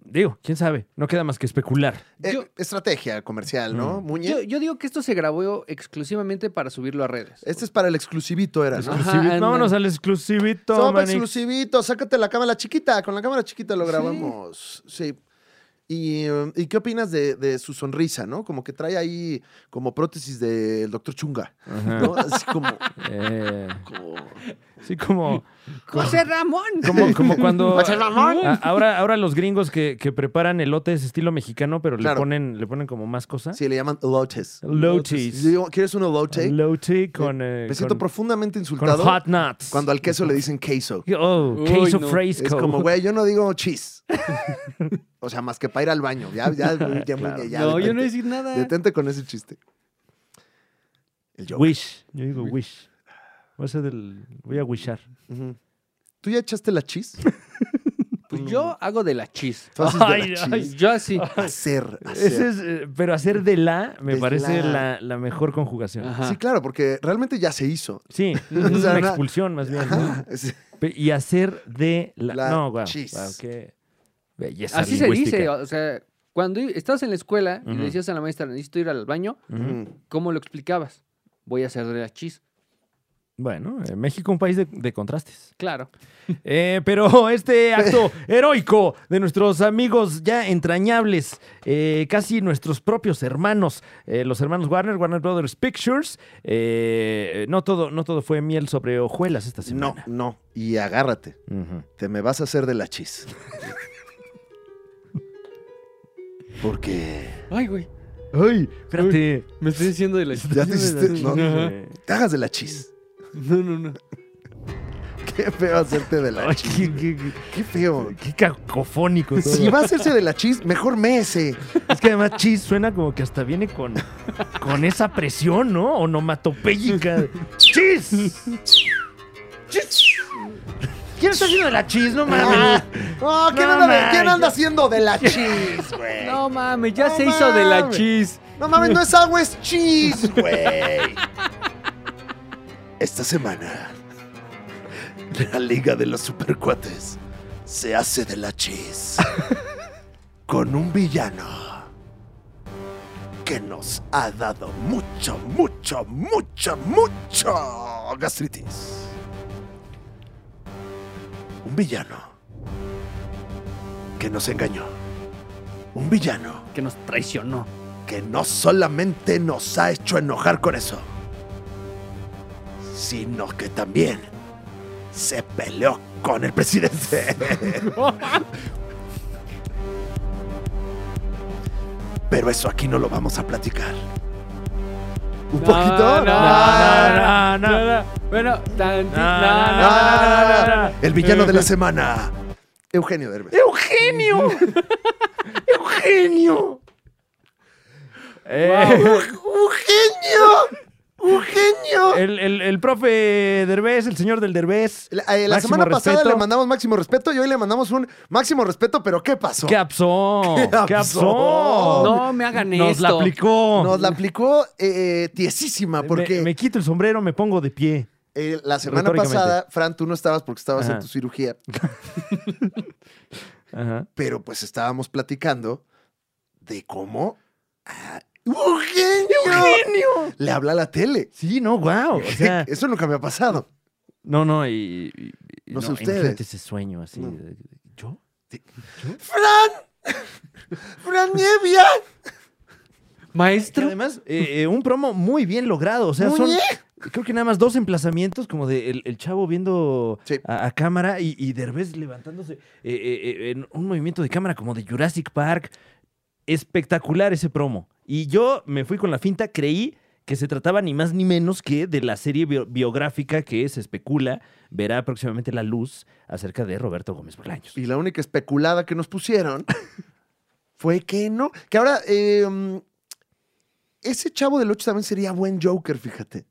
S2: Digo, quién sabe, no queda más que especular.
S1: eh,
S3: Yo-
S1: estrategia comercial, ¿no?
S2: Mm.
S1: Muñe.
S3: Yo, yo digo que esto se grabó exclusivamente para subirlo a redes.
S1: Este es para el exclusivito, era, ¿no?
S3: Ajá,
S2: Exclusivi-
S3: ándale.
S2: Vámonos al exclusivito,
S1: Toma,
S2: Manix.
S1: exclusivito, sácate la cámara chiquita. Con la cámara chiquita lo grabamos. Sí. Y, um, ¿y qué opinas de, de su sonrisa, no? Como que trae ahí como prótesis del doctor Chunga,
S2: Ajá.
S1: ¿no? Así como...
S2: Eh,
S1: como-
S2: sí, como,
S3: José Ramón.
S2: como, como cuando... Ah,
S3: Ramón.
S2: a- ahora, ahora los gringos que, que preparan elotes estilo mexicano, pero le
S1: Claro.
S2: ponen, le ponen como más cosas.
S1: Sí, le llaman lotes.
S2: Lotes.
S1: Yo digo, ¿Quieres un elote?
S2: Low-tea con, eh,
S1: Me siento
S2: con-
S1: profundamente
S2: con
S1: insultado
S2: hot nuts.
S1: cuando al queso le dicen queso.
S2: Oh,
S3: Uy,
S2: queso
S3: no.
S2: fresco.
S1: Es como, güey, yo no digo cheese. o sea, más que para ir al baño. Ya, ya, ya, Muñe, ya,
S3: no, yo
S1: detente.
S3: no he decir nada.
S1: Detente con ese chiste. El Joker.
S2: Wish. Yo digo wish. Voy a, hacer del- voy a wishar.
S1: Ujú. ¿Tú ya echaste la chis?
S3: Pues yo hago de la chis.
S1: Tú haces de la
S2: Ay, ay.
S1: chis.
S3: Yo así.
S1: Hacer, hacer.
S2: Ese es, eh, pero hacer de la me
S1: De
S2: parece la,
S1: la.
S2: la mejor conjugación.
S3: Ajá.
S1: Sí, claro, porque realmente ya se hizo.
S2: Sí,
S1: O
S2: es
S1: sea,
S2: una
S1: na-
S2: expulsión más bien. ¿no?
S1: Ajá. Es-
S2: Pe- Y hacer de la.
S1: La
S2: no, guau.
S1: chis.
S2: guau, qué belleza.
S3: Así se
S2: lingüística.
S3: dice. O sea, cuando i- estabas en la escuela y
S2: Ujú.
S3: le decías a la maestra, necesito ir al baño,
S2: Ujú.
S1: Ujú.
S3: ¿cómo lo explicabas? Voy a hacer de la chis.
S2: Bueno, eh, México, un país de- de contrastes.
S3: Claro.
S2: Eh, pero este acto heroico de nuestros amigos ya entrañables, eh, casi nuestros propios hermanos, eh, los hermanos Warner, Warner Brothers Pictures, eh, no, todo, no todo fue miel sobre hojuelas esta
S1: No,
S2: semana.
S1: no. Y agárrate.
S2: Ujú.
S1: Te me vas a hacer de la chis. Porque
S3: Ay, güey.
S2: Ay, espérate.
S3: Me estoy diciendo de la chis.
S1: ya te hiciste. No,
S3: Ajá.
S2: Eh,
S1: te hagas de la chis.
S3: No, no, no.
S1: Qué feo hacerte de la
S2: ay,
S1: chis.
S2: qué, qué- qué-
S1: Qué feo.
S2: qué cacofónico. todo.
S1: Si va a hacerse de la chis, mejor mece.
S2: Es que además chis suena como que hasta viene con, con esa presión, ¿no? Onomatopéyica. ¡Chis! ¡Chis! ¿Quién está haciendo de la chis? No mames.
S1: No, ¿quién,
S2: No,
S1: anda, de-
S2: man,
S1: ¿quién anda
S2: yo-
S1: haciendo de la chis, güey?
S3: No mames, ya
S1: No
S3: se hizo de la
S1: mames.
S3: chis.
S1: No mames, no es agua, es cheese, güey. Esta semana, la Liga de los Supercuates se hace de la cheese con un villano que nos ha dado mucho, mucho, mucho, mucho gastritis. Un villano que nos engañó. Un villano
S3: Que nos traicionó.
S1: que no solamente nos ha hecho enojar con eso, sino que también se peleó con el presidente. Pero eso aquí no lo vamos a platicar. ¿Un
S3: No,
S1: poquito?
S3: no,
S1: Ah,
S2: No, no, no.
S3: No, no. Bueno, tantito.
S2: No, no,
S3: no, no,
S1: ah,
S3: no, no, no, Eh, no.
S1: El villano de la semana. Eugenio Derbez.
S2: ¡Eugenio! ¡Eugenio! Eh,
S1: ¡Eugenio! ¡Eugenio! mío!
S2: El, el- el profe Derbez, el señor del Derbez.
S1: La, eh, la
S2: Máximo
S1: semana pasada
S2: respeto.
S1: le mandamos máximo respeto y hoy le mandamos un máximo respeto, pero ¿qué pasó?
S2: ¿Qué absó? ¿Qué
S1: absó?
S2: absó?
S3: No me hagan
S2: Nos
S3: esto.
S2: la aplicó.
S1: Nos la aplicó eh, eh, tiesísima
S2: Me-
S1: porque
S2: me, quito el sombrero, me pongo de pie.
S1: eh, la semana
S2: retóricamente.
S1: pasada, Fran, tú no estabas porque estabas
S2: Ajá.
S1: en tu cirugía,
S2: Ajá.
S1: pero pues estábamos platicando de cómo a Eugenio le habla a la tele.
S2: Sí, no, wow. O sea,
S1: Eso nunca me ha pasado.
S2: no, no, y. y- y-
S1: No sé ustedes.
S2: imagínate ese sueño así.
S1: No.
S2: de- ¿Yo?
S1: ¡Fran! ¡Fran Nievia!
S2: Que
S3: Maestro.
S2: además, eh, eh, un promo muy bien logrado. O sea, son.
S1: Muñe.
S2: Creo que nada más dos emplazamientos, como de el, el chavo viendo
S1: Sí.
S2: a, a cámara y, y Derbez levantándose eh, eh, eh, en un movimiento de cámara como de Jurassic Park. Espectacular ese promo. Y yo me fui con la finta, creí que se trataba ni más ni menos que de la serie bio- biográfica que se especula verá próximamente la luz acerca de Roberto Gómez Bolaños.
S1: Y la única especulada que nos pusieron fue que no. Que ahora, eh, mm, ese chavo del 8 también sería buen Joker, fíjate.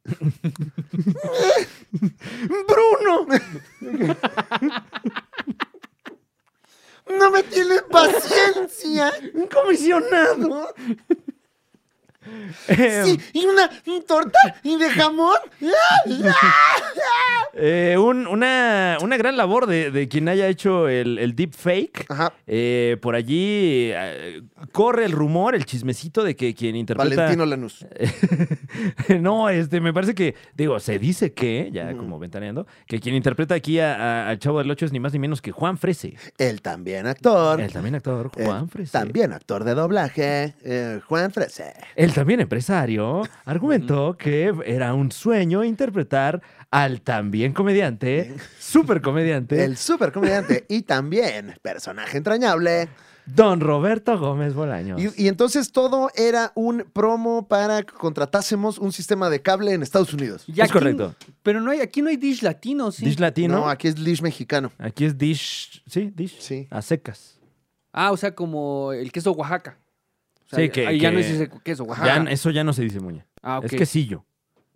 S2: ¡Bruno!
S1: ¡No me tiene paciencia!
S2: ¡Un comisionado! Em,
S1: Sí, y una torta y de jamón.
S2: Eh, un- una, una gran labor de, de quien haya hecho el, el deepfake.
S1: Ajá.
S2: Eh, por allí eh, corre el rumor, el chismecito de que quien interpreta.
S1: Valentino Lanús.
S2: no, este, me parece que, digo, se dice que, ya como ventaneando, que quien interpreta aquí a- a- al Chavo del Ocho es ni más ni menos que Juan Frese.
S1: Él también actor.
S2: El también actor
S1: Él
S2: Juan Frese.
S1: Eh, También actor de doblaje. eh, Juan Frese.
S2: El también empresario argumentó que era un sueño interpretar al también comediante, supercomediante,
S1: El super comediante y también personaje entrañable.
S2: don Roberto Gómez Bolaños.
S1: Y, y entonces todo era un promo para que contratásemos un sistema de cable en Estados Unidos.
S3: Y
S2: es
S3: aquí-
S2: correcto.
S3: Pero no hay, aquí no hay dish latino, sí.
S2: Dish latino.
S1: No, aquí es Lish mexicano.
S2: Aquí es dish. Sí, dish.
S1: Sí.
S2: A secas.
S3: Ah, o sea, como el queso Oaxaca. O sea,
S2: Sí, que-
S3: ahí ya
S2: que-
S3: no es ese queso Oaxaca.
S2: Ya, eso ya no se dice muña.
S3: Ah, ok.
S2: Es quesillo.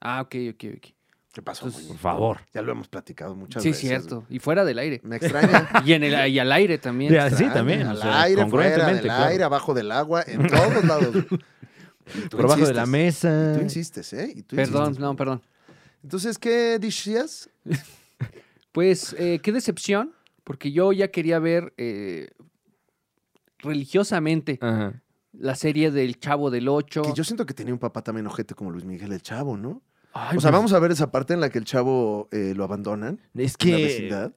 S3: Ah, ok, ok, ok.
S1: ¿Qué pasó?
S3: Entonces,
S2: Por
S1: Muñe?
S2: favor.
S1: Ya lo hemos platicado muchas
S3: sí,
S1: veces.
S3: cierto. Y fuera del aire.
S1: Me extraña.
S3: Y, en el, y al aire también.
S2: Ya, sí, también. o
S1: Al
S2: sea,
S1: aire, fuera,
S2: congruentemente,
S1: del
S2: claro.
S1: aire, abajo del agua, en todos lados. Y tú
S2: Por abajo de
S1: insistes.
S2: la mesa.
S1: Tú insistes, ¿eh? Y tú
S3: Perdón,
S1: insistes.
S3: no, perdón.
S1: Entonces, ¿qué decías?
S3: Pues eh, qué decepción, porque yo ya quería ver eh, religiosamente
S2: Ajá.
S3: la serie del Chavo del Ocho.
S1: Que yo siento que tenía un papá también ojete como Luis Miguel el Chavo, ¿no?
S2: Ay,
S1: o sea,
S2: pues,
S1: vamos a ver esa parte en la que el Chavo eh, lo abandonan
S2: Es
S1: en la
S2: que
S1: vecindad.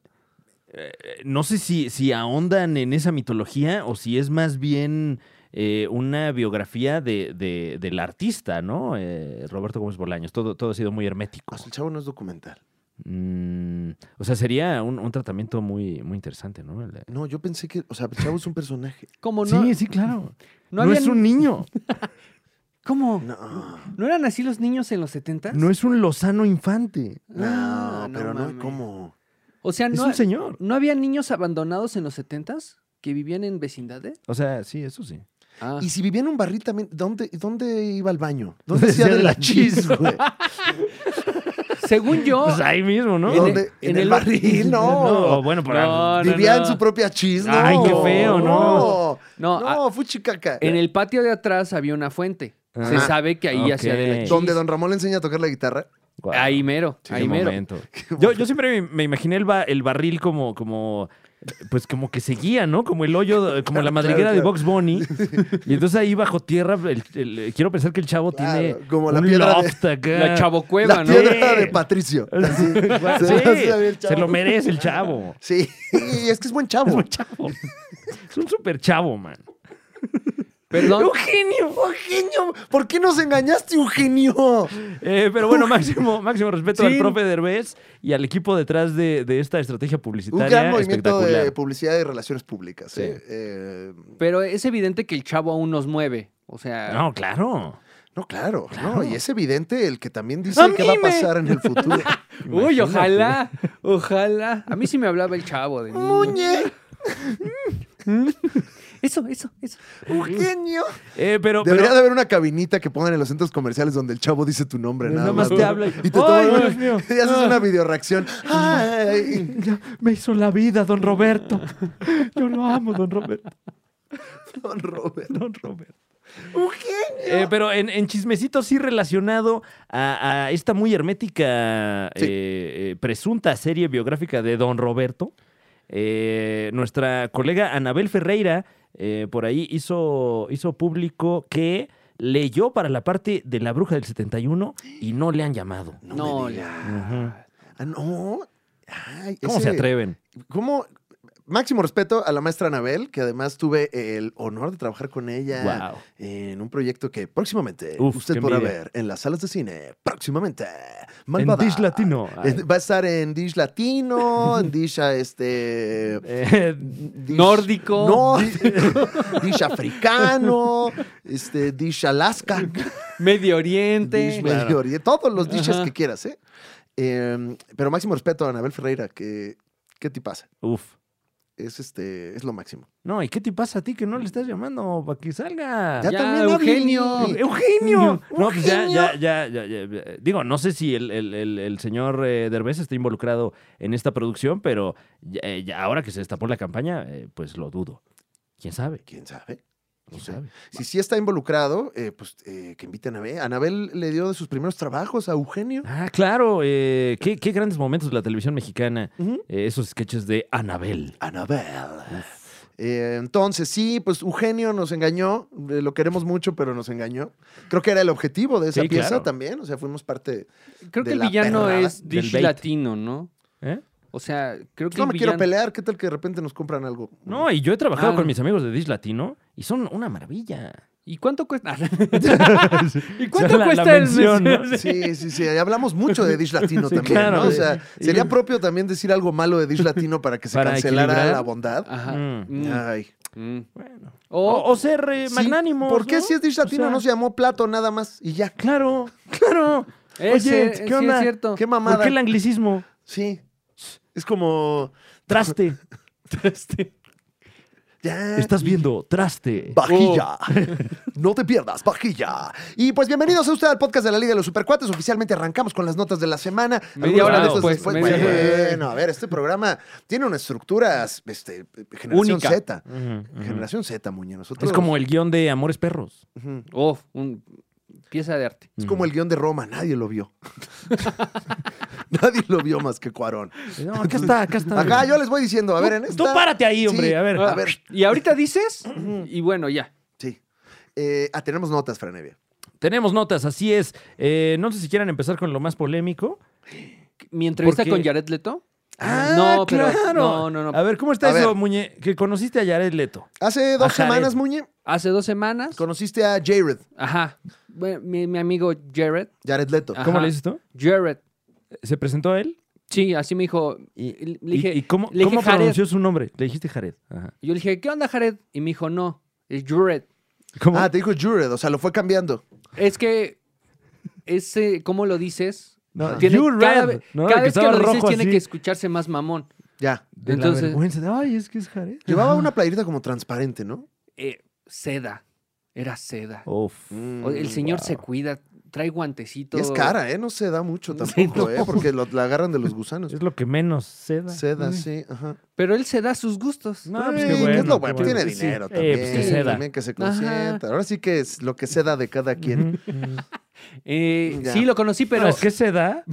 S2: eh, no sé si, si ahondan en esa mitología o si es más bien eh, una biografía de, de- del artista, ¿no? Eh, Roberto Gómez Bolaños. Todo, todo ha sido muy hermético.
S1: O sea, el Chavo no es documental.
S2: Mm, o sea, sería un, un tratamiento muy, muy interesante, ¿no? El-
S1: No, yo pensé que, o sea, el Chavo es un personaje.
S3: Como no,
S2: Sí, sí, claro. No,
S3: no habían-
S2: es un niño.
S3: ¿Cómo?
S1: No,
S3: ¿No eran así los niños en los 70?
S2: No es un Lozano Infante.
S1: no,
S3: Ah, no
S1: pero no, hay
S3: mames.
S1: ¿cómo?
S3: O sea,
S2: Es
S3: no,
S2: un señor.
S3: ¿no había niños abandonados en los 70 que vivían en vecindades?
S2: O sea, sí, eso sí.
S3: Ah.
S1: Y si vivía en un barril también, ¿dónde, dónde iba al baño? ¿Dónde
S2: ¿Dónde
S1: hacía
S2: hacía
S1: de la
S2: la
S1: chis, güey?
S3: Según yo,
S2: Pues ahí mismo, ¿no?
S3: En el-
S1: ¿Dónde?
S3: en
S1: En, el,
S3: el-
S1: barril, no.
S2: No, bueno, para.
S3: No, no,
S1: Vivía
S3: no.
S1: en su propia chis, no.
S2: Ay, qué feo, no.
S3: no,
S1: No,
S3: a-
S1: no fuchicaca.
S3: en el patio de atrás había una fuente. Se
S2: Ah.
S3: sabe que ahí
S2: Ok.
S3: hacía de la chis.
S1: Donde Don Ramón le enseña a tocar la guitarra.
S2: Guau,
S3: Ahí mero,
S2: qué
S3: ahí mero.
S2: momento. Yo, yo siempre me, me imaginé el, ba- el barril como, como. Pues como que seguía, ¿no? Como el hoyo, como la madriguera de
S1: claro.
S2: Box Bunny. Y entonces ahí bajo tierra, el- el- quiero pensar que el chavo
S1: Claro,
S2: tiene.
S1: como la
S2: un
S1: piedra de-
S2: loft acá.
S3: La chavocueva,
S1: La
S3: ¿no?
S1: piedra de Patricio.
S2: Sí,
S1: Se lo hace bien,
S2: se
S1: chavo.
S2: lo merece el chavo.
S1: Sí, es que es buen chavo.
S2: Es un chavo. Es un super chavo, man.
S3: Perdón.
S1: Eugenio, Eugenio, ¿por qué nos engañaste, Eugenio?
S2: Eh, pero bueno, máximo, máximo respeto
S3: Sí.
S2: al profe Derbez y al equipo detrás de, de esta estrategia
S1: Un
S2: publicitaria
S1: gran movimiento
S2: espectacular.
S1: de publicidad y relaciones públicas.
S2: Sí.
S1: ¿eh? Eh,
S3: Pero es evidente que el chavo aún nos mueve. O sea,
S2: No, claro.
S1: no, claro,
S2: Claro.
S1: No, y es evidente el que también dice
S2: ¡A
S1: qué
S2: mí
S1: va a
S2: me-
S1: pasar en el futuro.
S3: uy,
S2: Imagínate.
S3: ojalá, ojalá. A mí sí me hablaba el chavo de niño.
S1: Muñe.
S3: Eso, eso, eso.
S1: ¡Un genio!
S2: Eh, pero, pero-
S1: Debería de haber una cabinita que pongan en los centros comerciales donde el chavo dice tu nombre. Nada,
S2: nada más te habla y,
S1: Y te
S2: ¡Ay,
S1: toma-
S2: Dios mío! Ah.
S1: Y haces una videoreacción. ¡Ay!
S2: Me hizo la vida, don Roberto. Yo lo amo, don Roberto.
S1: Don Robert.
S2: Don Roberto.
S1: ¡Un genio!
S2: Eh, pero en, en chismecito sí relacionado a, a esta muy hermética
S1: Sí.
S2: eh, eh, presunta serie biográfica de Don Roberto. eh, nuestra colega Anabel Ferreira eh, por ahí hizo, hizo público que leyó para la parte de la bruja del 71 y no le han llamado.
S1: No,
S3: No,
S1: me digas. Ah, no. Ay,
S2: ¿Cómo
S1: ese-
S2: se atreven?
S1: ¿Cómo? Máximo respeto a la maestra Anabel, que además tuve el honor de trabajar con ella
S2: Wow.
S1: en un proyecto que próximamente
S2: Uf, qué
S1: usted podrá
S2: envidia.
S1: ver en las salas de cine. Próximamente.
S2: En
S1: Malvada.
S2: Dish Latino. Ay.
S1: Es- Va a estar en Dish Latino, en Dish ah, este.
S2: Eh,
S1: Dish-
S3: Nórdico.
S1: No, Dish Africano, este, Dish Alaska,
S3: Medio Oriente.
S1: Dish Medio Oriente, todos los dishes
S3: Ajá.
S1: que quieras, ¿eh? Eh, Pero máximo respeto a Anabel Ferreira, que ¿qué te pasa?
S2: uf.
S1: Es este, es lo máximo.
S2: No, ¿y qué te pasa a ti que no le estás llamando para que salga?
S1: Ya,
S3: Ya,
S1: también háblenle.
S3: Eugenio.
S2: ¡Eugenio! No, pues ya,
S1: Eugenio.
S2: ya, ya, ya, ya, ya. Digo, no sé si el, el- el- el señor eh, Derbez está involucrado en esta producción, pero ya- eh, ya ahora que se destapó la campaña, eh, pues lo dudo. ¿Quién sabe?
S1: ¿Quién sabe?
S2: ¿Quién
S1: No sé.
S2: sabe?
S1: Si sí está involucrado, eh, pues eh, que inviten a ver. Anabel le dio de sus primeros trabajos a Eugenio.
S2: Ah, claro. eh, qué, qué grandes momentos de la televisión mexicana.
S1: Ujú.
S2: eh, esos sketches de Anabel.
S1: Anabel. Eh, entonces, sí, pues Eugenio nos engañó, eh, lo queremos mucho, pero nos engañó. Creo que era el objetivo de esa
S2: Sí,
S1: pieza
S2: claro.
S1: también, o sea, fuimos parte...
S3: Creo que
S1: De
S3: el
S1: la
S3: villano
S1: perrada.
S3: es
S2: Del
S3: Dish
S2: bait.
S3: Latino, ¿no?
S2: ¿Eh?
S3: O sea, creo que.
S1: pues, no
S3: el
S1: me quiero
S3: villano-
S1: pelear, ¿qué tal que de repente nos compran algo?
S2: No, y yo he trabajado
S3: Ah.
S2: con mis amigos de Dish Latino y son una maravilla.
S3: ¿Y cuánto cuesta? ¿Y
S2: O sea,
S3: cuánto
S2: la- la
S3: cuesta el
S2: mención, ¿no?
S1: Sí, sí, sí, hablamos mucho de Dish Latino
S2: Sí,
S1: también,
S2: claro.
S1: ¿no? O sea,
S2: Y-
S1: sería propio también decir algo malo de Dish Latino para que se
S2: Para
S1: cancelara
S2: equilibrar.
S1: la bondad.
S3: Ajá.
S2: Mm.
S3: Mm,
S1: Ay.
S3: mm. Oh,
S2: Bueno.
S1: Oh,
S3: O,
S2: O, o ser eh,
S1: Sí,
S2: magnánimos,
S1: ¿Por qué
S2: ¿no?
S1: si es Dish Latino
S2: O sea,
S1: no se llamó Plato nada más y ya?
S2: Claro, claro.
S3: ese,
S2: Oye,
S3: eh,
S2: ¿qué
S3: sí,
S2: onda?
S3: es cierto.
S1: ¿Qué
S2: ¿Por
S1: mamada?
S2: qué el anglicismo?
S1: Sí. Es como...
S2: Traste.
S1: Ya.
S2: Estás viendo, traste.
S1: Vajilla. No te pierdas, vajilla. Y pues bienvenidos a usted al podcast de la Liga de los Supercuates. Oficialmente arrancamos con las notas de la semana.
S3: Media hora
S1: Algunas notas
S3: después,
S1: después.
S3: media hora.
S1: Bueno, a ver, este programa tiene una estructura este, generación
S3: Única.
S1: Z.
S2: Ujú, ujú.
S1: Generación Z, Muñe. Nosotros,
S2: Es como el guión de Amores Perros.
S1: Ujú.
S3: Oh, un- pieza de arte.
S1: Es como el guión de Roma. Nadie lo vio. Nadie lo vio más que Cuarón.
S2: No, acá está, acá está.
S1: Acá yo les voy diciendo, a ver, en
S2: Tú-
S1: esta...
S2: Tú párate ahí, hombre,
S1: Sí,
S2: a ver.
S1: A ver,
S3: Ah, Y ahorita dices, y bueno, ya.
S1: sí. Eh, ah, tenemos notas, Franevia.
S2: Tenemos notas, así es. Eh, no sé si quieran empezar con lo más polémico.
S3: ¿Mi entrevista
S2: qué?
S3: con Jared Leto?
S2: Ah,
S3: no, pero-
S2: claro.
S3: no, no, no.
S2: A ver, ¿cómo está
S1: A
S2: eso,
S1: ver.
S2: Muñe? Que conociste a Jared Leto.
S1: Hace dos
S2: A Jared.
S1: semanas, Muñe,
S3: Hace dos semanas.
S1: conociste a Jared,
S3: Ajá. Bueno, mi, mi amigo Jared.
S1: Jared Leto.
S3: Ajá.
S2: ¿Cómo le dices tú?
S3: Jared.
S2: ¿Se presentó a él?
S3: Sí, así me dijo.
S2: ¿Y,
S3: Le
S2: y-
S3: dije-
S2: y cómo,
S3: le dije
S2: cómo
S3: Jared.
S2: pronunció su nombre? Le dijiste Jared. Ajá.
S3: Yo le dije, ¿qué onda, Jared? Y me dijo, no, es Jared.
S2: ¿Cómo?
S1: Ah, te dijo Jared, o sea, lo fue cambiando.
S3: Es que ese, ¿cómo lo dices?
S2: No,
S3: Tiene-
S2: you
S3: cada
S2: red,
S3: ve-
S2: ¿no?
S3: cada
S2: Que
S3: vez que
S2: estaba
S3: lo dices
S2: rojo
S3: tiene
S2: así.
S3: que escucharse más mamón.
S1: Ya.
S2: De
S3: Entonces-
S2: la vergüenza de, ay, es que es Jared.
S1: Llevaba una playerita como transparente, ¿no?
S3: Eh, seda. Era seda.
S2: Uf.
S3: O- El señor se cuida, trae guantecito.
S1: Mm. Y es cara, ¿eh? No se da mucho
S3: Sí,
S1: tampoco,
S3: no.
S1: ¿eh? Porque lo- la agarran de los gusanos.
S2: Es lo que menos seda.
S1: Seda,
S2: Mm.
S1: sí, ajá.
S3: Pero él se da sus gustos.
S2: No,
S1: Ay,
S2: pues qué
S1: que
S2: bueno.
S1: es lo
S2: qué
S1: bueno,
S2: bueno.
S1: tiene
S2: Sí.
S1: dinero
S2: Eh,
S1: también.
S2: pues que seda.
S1: También que se
S3: Ajá.
S1: consienta. Ahora sí que es lo que seda de cada quien.
S3: Eh,
S1: Ya.
S3: sí, lo conocí, pero.
S2: Mm, Pero es que seda.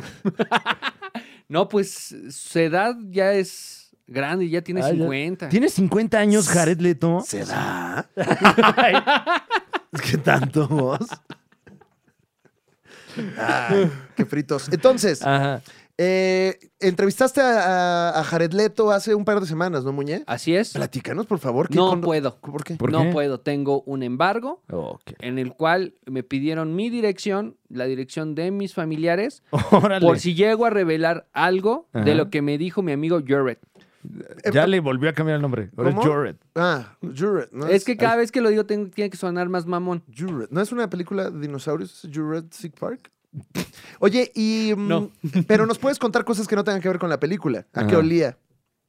S3: No, pues su edad ya es grande, ya tiene
S2: Ah, ya.
S3: 50.
S2: Tiene 50 años Jared Leto.
S1: ¿Seda? ¿Qué tanto vos? Ay, qué fritos. Entonces,
S2: Ajá.
S1: eh, entrevistaste a, a- a Jared Leto hace un par de semanas, ¿no, Muñe?
S3: Así es.
S1: Platícanos, por favor. ¿qué
S3: No
S1: con-
S3: puedo.
S1: ¿Por qué?
S2: ¿Por
S3: no
S2: qué?
S3: puedo. Tengo un embargo
S2: Ok.
S3: en el cual me pidieron mi dirección, la dirección de mis familiares,
S2: Órale.
S3: por si llego a revelar algo
S2: Ajá.
S3: de lo que me dijo mi amigo Jared.
S2: Ya le volvió a cambiar el nombre. Ahora es
S1: ¿Cómo?
S2: Jared.
S1: Ah, Jared. ¿no?
S3: Es que cada vez que lo digo tengo- tiene que sonar más mamón.
S1: Jurassic- ¿No es una película de dinosaurios? Jurassic Park. Oye, y. mm,
S3: No.
S1: Pero nos puedes contar cosas que no tengan que ver con la película. ¿A qué
S2: Ajá.
S1: olía?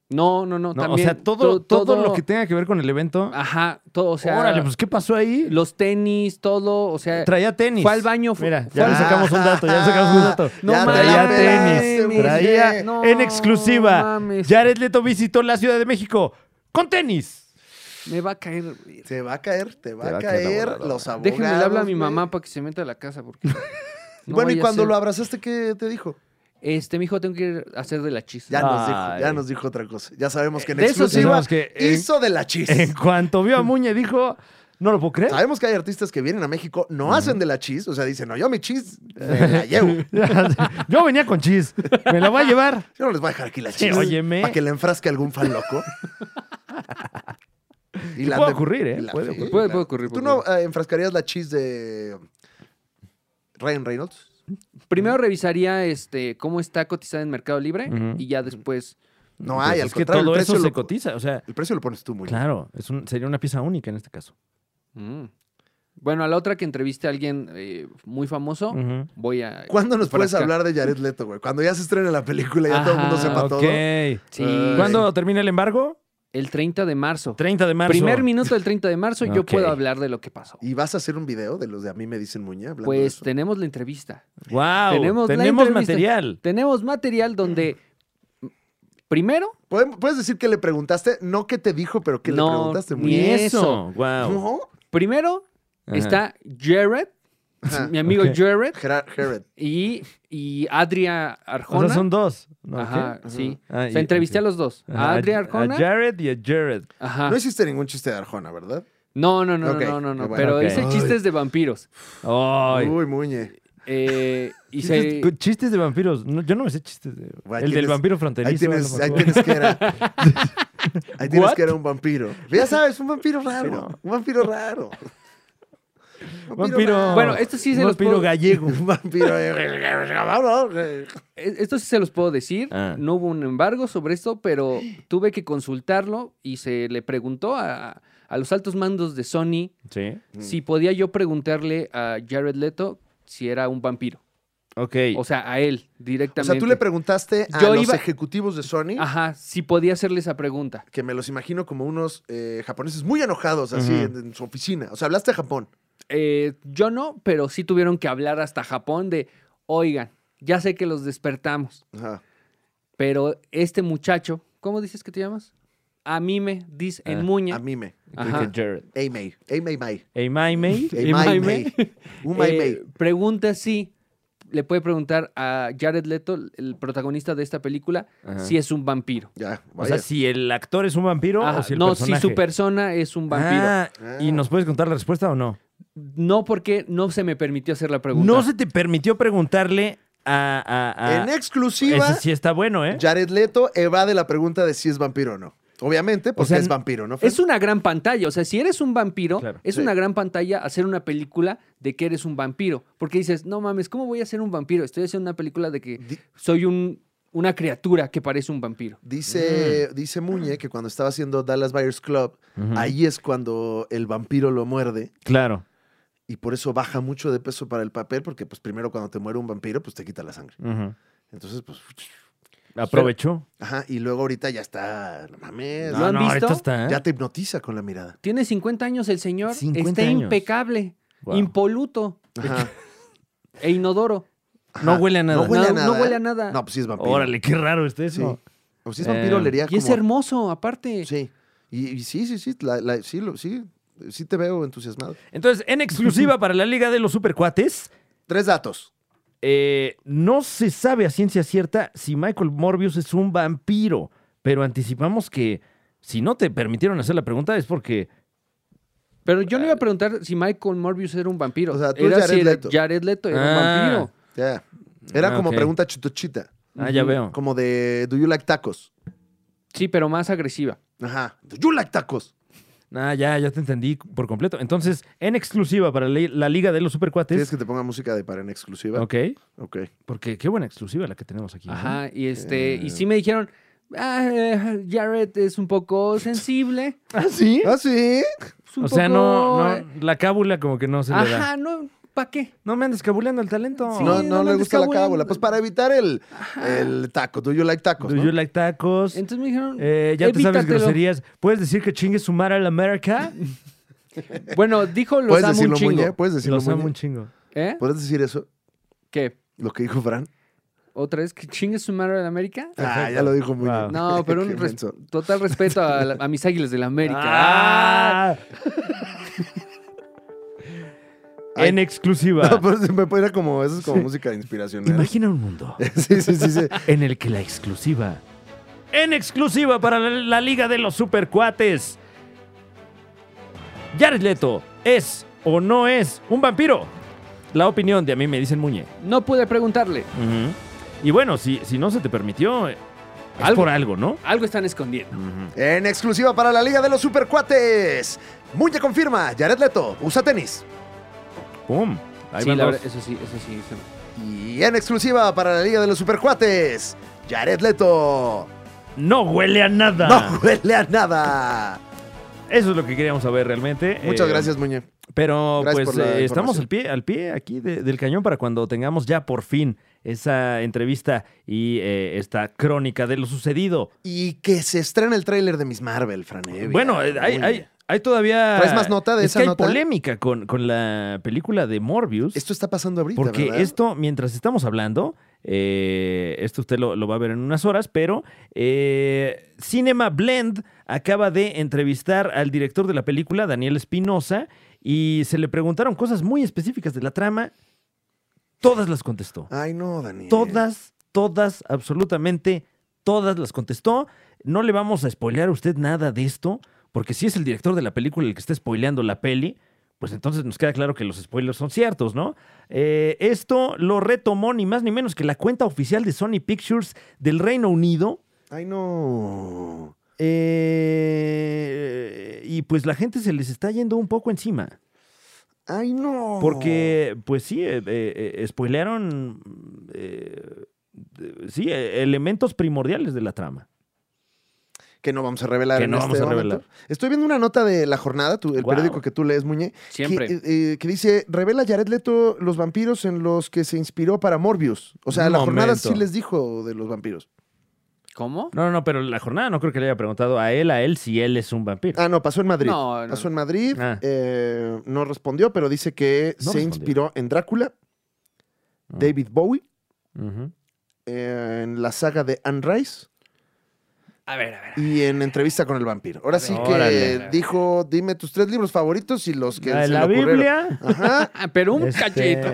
S3: No, no, no.
S2: No,
S3: también,
S2: o sea, todo,
S3: to-
S2: todo, lo que tenga que ver con el evento.
S3: Ajá, todo, o sea.
S2: Órale, pues ¿qué pasó ahí?
S3: Los tenis, todo, o sea.
S2: Traía tenis.
S3: Fue al baño. fu-
S2: Mira,
S3: fue
S2: ya
S3: al-
S2: le sacamos un dato, ya le sacamos
S1: Ah,
S2: un dato.
S3: No
S1: Ya
S2: traía
S3: mames,
S2: tenis,
S3: güey.
S2: traía
S3: No
S2: en exclusiva.
S3: mames.
S2: Jared Leto visitó la Ciudad de México con tenis.
S3: Me va a caer. güey.
S1: Te va a caer, te va,
S2: Te
S1: a caer los abogados.
S3: Déjenme le habla a mi
S1: güey.
S3: mamá para que se meta a la casa. Porque no
S1: bueno, ¿y
S3: vaya a
S1: cuando
S3: ser-
S1: lo abrazaste qué te dijo?
S3: Este, mijo, tengo que ir a hacer de la chis.
S1: Ya nos dijo,
S2: Ay.
S1: ya nos dijo otra cosa. Ya sabemos que en
S3: De eso sí
S1: exclusiva
S2: sabemos que en-
S1: hizo de la chis.
S2: En cuanto
S1: "Mm".
S2: vio a Muñe dijo, no lo puedo creer.
S1: Sabemos que hay artistas que vienen a México, no hacen de la chis, o sea, dicen, no, yo mi chis me la llevo.
S2: Yo venía con chis, me la voy a llevar.
S1: Yo no les voy a dejar aquí la
S2: Sí,
S1: chis.
S2: óyeme.
S1: Para que la enfrasque algún fan loco. y
S2: Puede
S1: anden-
S2: ocurrir, ¿eh?
S1: y la-
S2: Puede
S1: sí,
S2: ocurrir.
S3: Puede,
S1: claro.
S3: puede ocurrir.
S1: ¿Tú
S3: puede
S1: no
S3: ocurrir.
S1: eh, enfrascarías la chis de Ryan Reynolds?
S3: Primero revisaría este, cómo está cotizada en Mercado Libre
S2: Ujú.
S3: y ya después.
S1: No
S2: Pues
S1: hay, al
S2: es que
S1: contrario,
S2: todo
S1: el
S2: eso
S1: precio,
S2: se
S1: lo,
S2: cotiza, o sea,
S1: el precio lo pones tú muy
S2: claro, es un- sería una pieza única en este caso.
S3: mm. Bueno, a la otra que entreviste a alguien eh, muy famoso,
S2: Ujú.
S3: voy a.
S1: ¿Cuándo nos puedes
S3: Enfrasca.
S1: hablar de Jared Leto, güey? Cuando ya se estrene la película y ya todo el mundo
S3: Ajá,
S1: sepa todo.
S2: Ok.
S3: Sí.
S1: Ay.
S2: ¿Cuándo termina el embargo?
S3: El 30 de marzo.
S2: 30 de marzo.
S3: Primer minuto del 30 de marzo, yo
S2: Ok.
S3: puedo hablar de lo que pasó.
S1: ¿Y vas a hacer un video de los de a mí me dicen muña? hablando de
S3: Pues
S1: eso?
S3: tenemos la entrevista.
S2: Wow, tenemos,
S3: Tenemos la entrevista.
S2: material.
S3: Tenemos material donde. Primero,
S1: ¿Pueden- ¿Puedes decir que le preguntaste? No que te dijo, pero que
S3: No,
S1: le preguntaste
S3: ni
S1: muña.
S3: eso.
S2: Wow.
S1: ¿No?
S3: primero está Jared,
S1: Ajá.
S3: mi amigo
S2: Ok.
S3: Jared,
S1: Gerard- Jared.
S3: y, y Adria Arjona.
S2: O sea, son dos. ¿no?
S3: Ajá,
S1: Ajá.
S3: sí.
S2: Ah,
S3: O
S2: y-
S3: sea, entrevisté
S2: ok.
S3: a los dos.
S2: Ajá,
S3: A Adria
S2: A
S3: Arjona.
S2: Jared y a Jared.
S3: Ajá.
S1: No hiciste ningún chiste de Arjona, ¿verdad?
S3: No, no, no,
S1: Ok,
S3: no, no, no.
S1: qué bueno.
S3: pero
S2: Ok.
S3: hice chistes de vampiros.
S2: Ay.
S1: Uy, muñe.
S3: Eh, hice...
S2: Chistes, con chistes de vampiros. No, yo no me sé chistes de.
S1: Guay,
S2: el del
S1: tienes-
S2: vampiro fronterizo.
S1: Ahí
S2: a
S1: tienes,
S2: lo
S1: ahí
S2: mejor.
S1: tienes que era. Ahí tienes
S2: What?
S1: que era un vampiro. Ya sabes, un vampiro raro. Un vampiro raro.
S2: Vampiro.
S1: raro.
S3: Bueno, esto sí se los
S2: Vampiro
S3: puedo-
S2: gallego.
S1: Un vampiro. eh, vámonos, eh.
S3: Eh, Esto sí se los puedo decir.
S2: Ah.
S3: No hubo un embargo sobre esto, pero tuve que consultarlo y se le preguntó a, a los altos mandos de Sony
S2: Sí.
S3: si podía yo preguntarle a Jared Leto si era un vampiro.
S2: Ok.
S3: O sea, a él
S1: O
S3: directamente.
S1: sea, tú le preguntaste a
S3: Yo
S1: los
S3: iba-
S1: ejecutivos de Sony,
S3: Ajá, si podía hacerle esa pregunta.
S1: que me los imagino como unos eh, japoneses muy enojados, así,
S2: Ujú.
S1: en, en su oficina. O sea, hablaste a Japón.
S3: Eh, yo no, pero sí tuvieron que hablar hasta Japón de, oigan, ya sé que los despertamos,
S1: Ajá.
S3: pero este muchacho, ¿cómo dices que te llamas? A mí me dice en
S2: Ah,
S3: Muña.
S1: A mime.
S3: Ajá.
S2: Creo que Jared.
S1: Eimei. Eimei Mai.
S2: Ey, May, May.
S1: Ey, May, May. Un Mai
S3: Eh,
S1: Mai.
S3: Pregunta si le puede preguntar a Jared Leto, el protagonista de esta película,
S2: Ajá.
S3: si es un vampiro.
S1: Ya,
S2: O
S1: vaya.
S2: sea, si el actor es un vampiro
S3: Ajá,
S2: o si el
S3: no,
S2: personaje.
S3: si su persona es un vampiro.
S2: Ah, ¿Y
S1: Ah.
S2: nos puedes contar la respuesta o no?
S3: No porque no se me permitió hacer la pregunta.
S2: No se te permitió preguntarle a. a- a-
S1: en exclusiva,
S2: ah, Ese sí está bueno, ¿eh?
S1: Jared Leto evade la pregunta de si es vampiro o no. Obviamente, porque
S2: sea,
S1: es vampiro, ¿no? Fer?
S3: Es una gran pantalla, o sea, si eres un vampiro,
S2: Claro.
S3: es
S1: Sí.
S3: una gran pantalla hacer una película de que eres un vampiro, porque dices, no mames, ¿cómo voy a ser un vampiro? Estoy haciendo una película de que
S1: Di-
S3: soy un, una criatura que parece un vampiro.
S1: Dice, dice Muñe que cuando estaba haciendo Dallas Buyers Club,
S2: Mm. Ujú.
S1: ahí es cuando el vampiro lo muerde
S2: Claro.
S1: y por eso baja mucho de peso para el papel, porque pues primero cuando te muere un vampiro, pues te quita la sangre.
S2: Ujú.
S1: Entonces, pues,
S2: Aprovechó.
S1: ajá, y luego ahorita ya está, no mames,
S3: ¿Lo
S2: No,
S3: han
S2: no,
S3: visto?
S2: ahorita está. ¿eh?
S1: ya te hipnotiza con la mirada.
S3: Tiene 50 años el señor,
S2: 50
S3: está
S2: años.
S3: impecable,
S2: Guau.
S3: impoluto
S1: Ajá,
S3: e inodoro.
S2: No huele a nada.
S1: No huele a
S3: no,
S1: nada.
S3: no huele a
S1: ¿eh?
S3: nada.
S1: No, pues sí es vampiro.
S2: Órale, qué raro este
S1: Sí.
S2: eso.
S1: O si es vampiro,
S2: Eh,
S1: olería
S3: y es
S1: como-
S3: hermoso, aparte.
S1: Sí. Y, y sí, sí, sí, la- la- sí, lo- sí, sí te veo entusiasmado.
S2: Entonces, en exclusiva para la Liga de los Supercuates,
S1: Tres datos.
S2: eh, no se sabe a ciencia cierta si Michael Morbius es un vampiro, pero anticipamos que si no te permitieron hacer la pregunta es porque
S3: Pero yo no iba a preguntar si Michael Morbius era un vampiro.
S1: Eh. O sea, tú
S3: era
S1: Jared
S3: si era
S1: Leto.
S3: Jared Leto era
S2: Ah.
S3: un vampiro.
S1: Ya. Era
S2: Ah,
S1: como
S2: ok.
S1: pregunta chutochita.
S2: Ah, ya veo.
S1: Como de, ¿do you like tacos?
S3: Sí, pero más agresiva.
S1: Ajá. ¿Do you like tacos?
S2: Ah, ya, ya te entendí por completo. Entonces, en exclusiva para la, la Liga de los
S1: ¿Quieres
S2: Supercuates.
S1: que te ponga música de para en exclusiva?
S2: Ok.
S1: Ok.
S2: Porque qué buena exclusiva la que tenemos aquí. ¿no?
S3: Ajá, y este, y sí me dijeron, "Ah, eh, Jared es un poco sensible.
S2: ¿Ah, sí?
S1: ¿Ah, sí?
S3: es un
S2: o sea,
S3: poco,
S2: no,
S3: eh,
S2: no, la cábula como que no se le da.
S3: Ajá, no, ¿Para qué?
S2: No me andes cabuleando el talento.
S3: Sí,
S1: no, no,
S3: no me
S1: le
S3: andes
S1: gusta la
S3: cabuleando.
S1: cábula. Pues para evitar el, el taco. Do you like tacos?
S2: Do
S1: no?
S2: you like tacos?
S3: Entonces me dijeron,
S2: Eh, ya te sabes
S3: "Evítatelo".
S2: groserías. ¿Puedes decir que chingue su madre a la América?
S1: Pues
S3: Bueno, dijo los
S1: ¿Puedes
S3: amo un
S1: decirlo,
S3: chingo.
S1: Muñe? ¿Puedes decirlo,
S2: Los amo
S1: Muñe?
S2: un chingo.
S3: ¿Eh?
S1: ¿Puedes decir eso?
S3: ¿Qué?
S1: Lo que dijo Fran.
S3: ¿Otra vez que chingue su madre de la América?
S1: Ah,
S2: Perfecto.
S1: ya lo dijo Muñe.
S2: Wow.
S3: No, pero un
S1: Qué
S3: res-
S1: menso.
S3: total respeto a, la- a mis águilas de la América.
S2: Ah.
S1: Ay.
S2: en exclusiva.
S1: No, pues, pero se me era como, eso es como música inspiracional.
S2: Imagina un mundo
S1: sí, sí, sí, sí.
S2: en el que la exclusiva, en exclusiva para la, la Liga de los Supercuates, Jared Leto es o no es un vampiro. La opinión de a mí me dicen Muñe.
S3: No pude preguntarle.
S2: Ujú. Y bueno, si, si no se te permitió, es
S3: Algo.
S2: por algo, ¿no?
S3: Algo están escondiendo.
S2: Ujú.
S1: En exclusiva para la Liga de los Supercuates. Muñe confirma, Jared Leto usa tenis.
S2: ¡Pum! Ahí
S3: sí,
S2: van
S3: la
S2: dos.
S3: verdad, eso sí, eso sí. se-
S1: Y en exclusiva para la Liga de los Supercuates, Jared Leto
S2: No huele a nada.
S1: no huele a nada.
S2: Eso es lo que queríamos saber realmente.
S1: Muchas
S2: Eh,
S1: gracias, Muñe.
S2: Pero
S1: Gracias
S2: pues
S1: por la
S2: eh, estamos
S1: información.
S2: al pie, al pie aquí de- del cañón para cuando tengamos ya por fin esa entrevista y eh, esta crónica de lo sucedido.
S1: Y que se estrena el tráiler de Miss Marvel, Fran Evia.
S2: bueno, eh, hay,
S1: Uy.
S2: hay, hay todavía.
S1: ¿Traes más nota de
S2: es
S1: esa
S2: que hay
S1: nota?
S2: polémica con, con la película de Morbius.
S1: Esto está pasando ahorita,
S2: porque
S1: ¿verdad?
S2: esto, mientras estamos hablando, eh, esto usted lo, lo va a ver en unas horas, pero eh, Cinema Blend acaba de entrevistar al director de la película, Daniel Espinosa, y se le preguntaron cosas muy específicas de la trama. Todas las contestó.
S1: Ay, no, Daniel.
S2: Todas, todas, absolutamente todas las contestó. No le vamos a spoilear a usted nada de esto, porque si es el director de la película el que está spoileando la peli, pues entonces nos queda claro que los spoilers son ciertos, ¿no? Eh, esto lo retomó ni más ni menos que la cuenta oficial de Sony Pictures del Reino Unido.
S1: Ay, no.
S2: eh, y pues la gente se les está yendo un poco encima.
S1: Ay, no.
S2: Porque, pues sí, eh, eh, eh, spoilearon, eh, de- sí, eh, elementos primordiales de la trama.
S1: Que no vamos a revelar.
S2: Que
S1: en
S2: no
S1: este
S2: vamos a
S1: momento.
S2: revelar.
S1: Estoy viendo una nota de La Jornada, tú- el
S2: Wow.
S1: periódico que tú lees, Muñe.
S3: Siempre.
S1: Que, eh, eh, que dice, revela Jared Leto los vampiros en los que se inspiró para Morbius. O sea,
S2: Un
S1: La Jornada
S2: momento.
S1: sí les dijo de los vampiros.
S3: ¿Cómo?
S2: No, no, no, pero la jornada no creo que le haya preguntado a él, a él, si él es un vampiro.
S1: Ah, no, pasó en Madrid.
S3: No, no.
S1: Pasó en Madrid,
S2: Ah.
S1: eh, no respondió, pero dice que
S2: No
S1: se
S2: respondió.
S1: inspiró en Drácula,
S2: Mm.
S1: David Bowie,
S2: Ujú.
S1: eh, en la saga de Anne Rice
S3: A ver, a ver.
S1: y en Entrevista con el Vampiro. Ahora sí que
S2: Órale.
S1: dijo, dime tus tres libros favoritos y los que
S2: La de
S1: se
S2: la
S1: le ocurrieron.
S2: Biblia.
S1: Ajá,
S3: Ah, pero un
S2: este,
S3: cachito.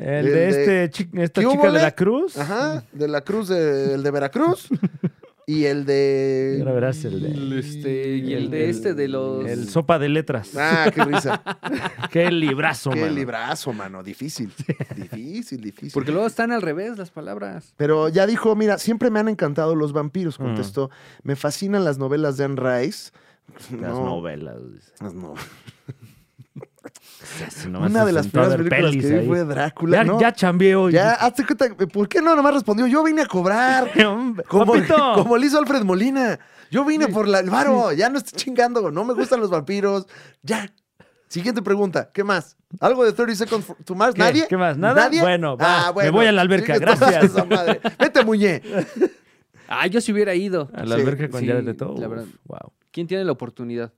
S2: El
S1: El
S2: de
S1: de-
S2: este, chi- esta
S1: ¿Qué
S2: chica de
S1: húbole?
S2: la cruz.
S1: ajá, de la cruz, de- el de Veracruz y el de...
S2: Y ahora verás el de-
S3: Este, y el de este de los.
S2: El sopa de letras.
S1: Ah, qué risa.
S2: Qué librazo,
S1: Qué
S2: mano.
S1: librazo, mano. Difícil. Difícil, difícil.
S3: Porque luego están al revés las palabras.
S1: Pero ya dijo, mira, siempre me han encantado los vampiros,
S2: Mm.
S1: contestó. Me fascinan las novelas de Anne Rice.
S2: Las
S1: No,
S2: novelas. dice.
S1: las no-
S2: Así nomás
S1: Una
S2: se
S1: de las
S2: sentó a
S1: primeras
S2: ver
S1: películas que
S2: pelis
S1: vi
S2: ahí.
S1: fue Drácula.
S2: Ya,
S1: ¿no?
S2: ya chambeé hoy.
S1: Ya, hazte cuenta, ¿por qué no nomás respondió? Yo vine a cobrar. Como,
S2: Papito.
S1: como lo hizo Alfred Molina. Yo vine por la, el varo. Ya no estoy chingando. No me gustan los vampiros. Ya. Siguiente pregunta. ¿Qué más? ¿Algo de 30 Seconds for- to Mars?
S2: ¿Qué?
S1: ¿Nadie? Ah,
S2: ¿Qué más? ¿Nada? Bueno, va. Me voy a la alberca.
S1: Chingue tu
S2: Gracias.
S1: esa madre. Vete, Muñe.
S3: Ah, yo si hubiera ido.
S2: A la
S1: Sí,
S2: alberca con
S3: sí,
S2: Jared Leto.
S3: la
S2: Uf,
S3: verdad.
S2: Wow.
S3: ¿Quién tiene la oportunidad?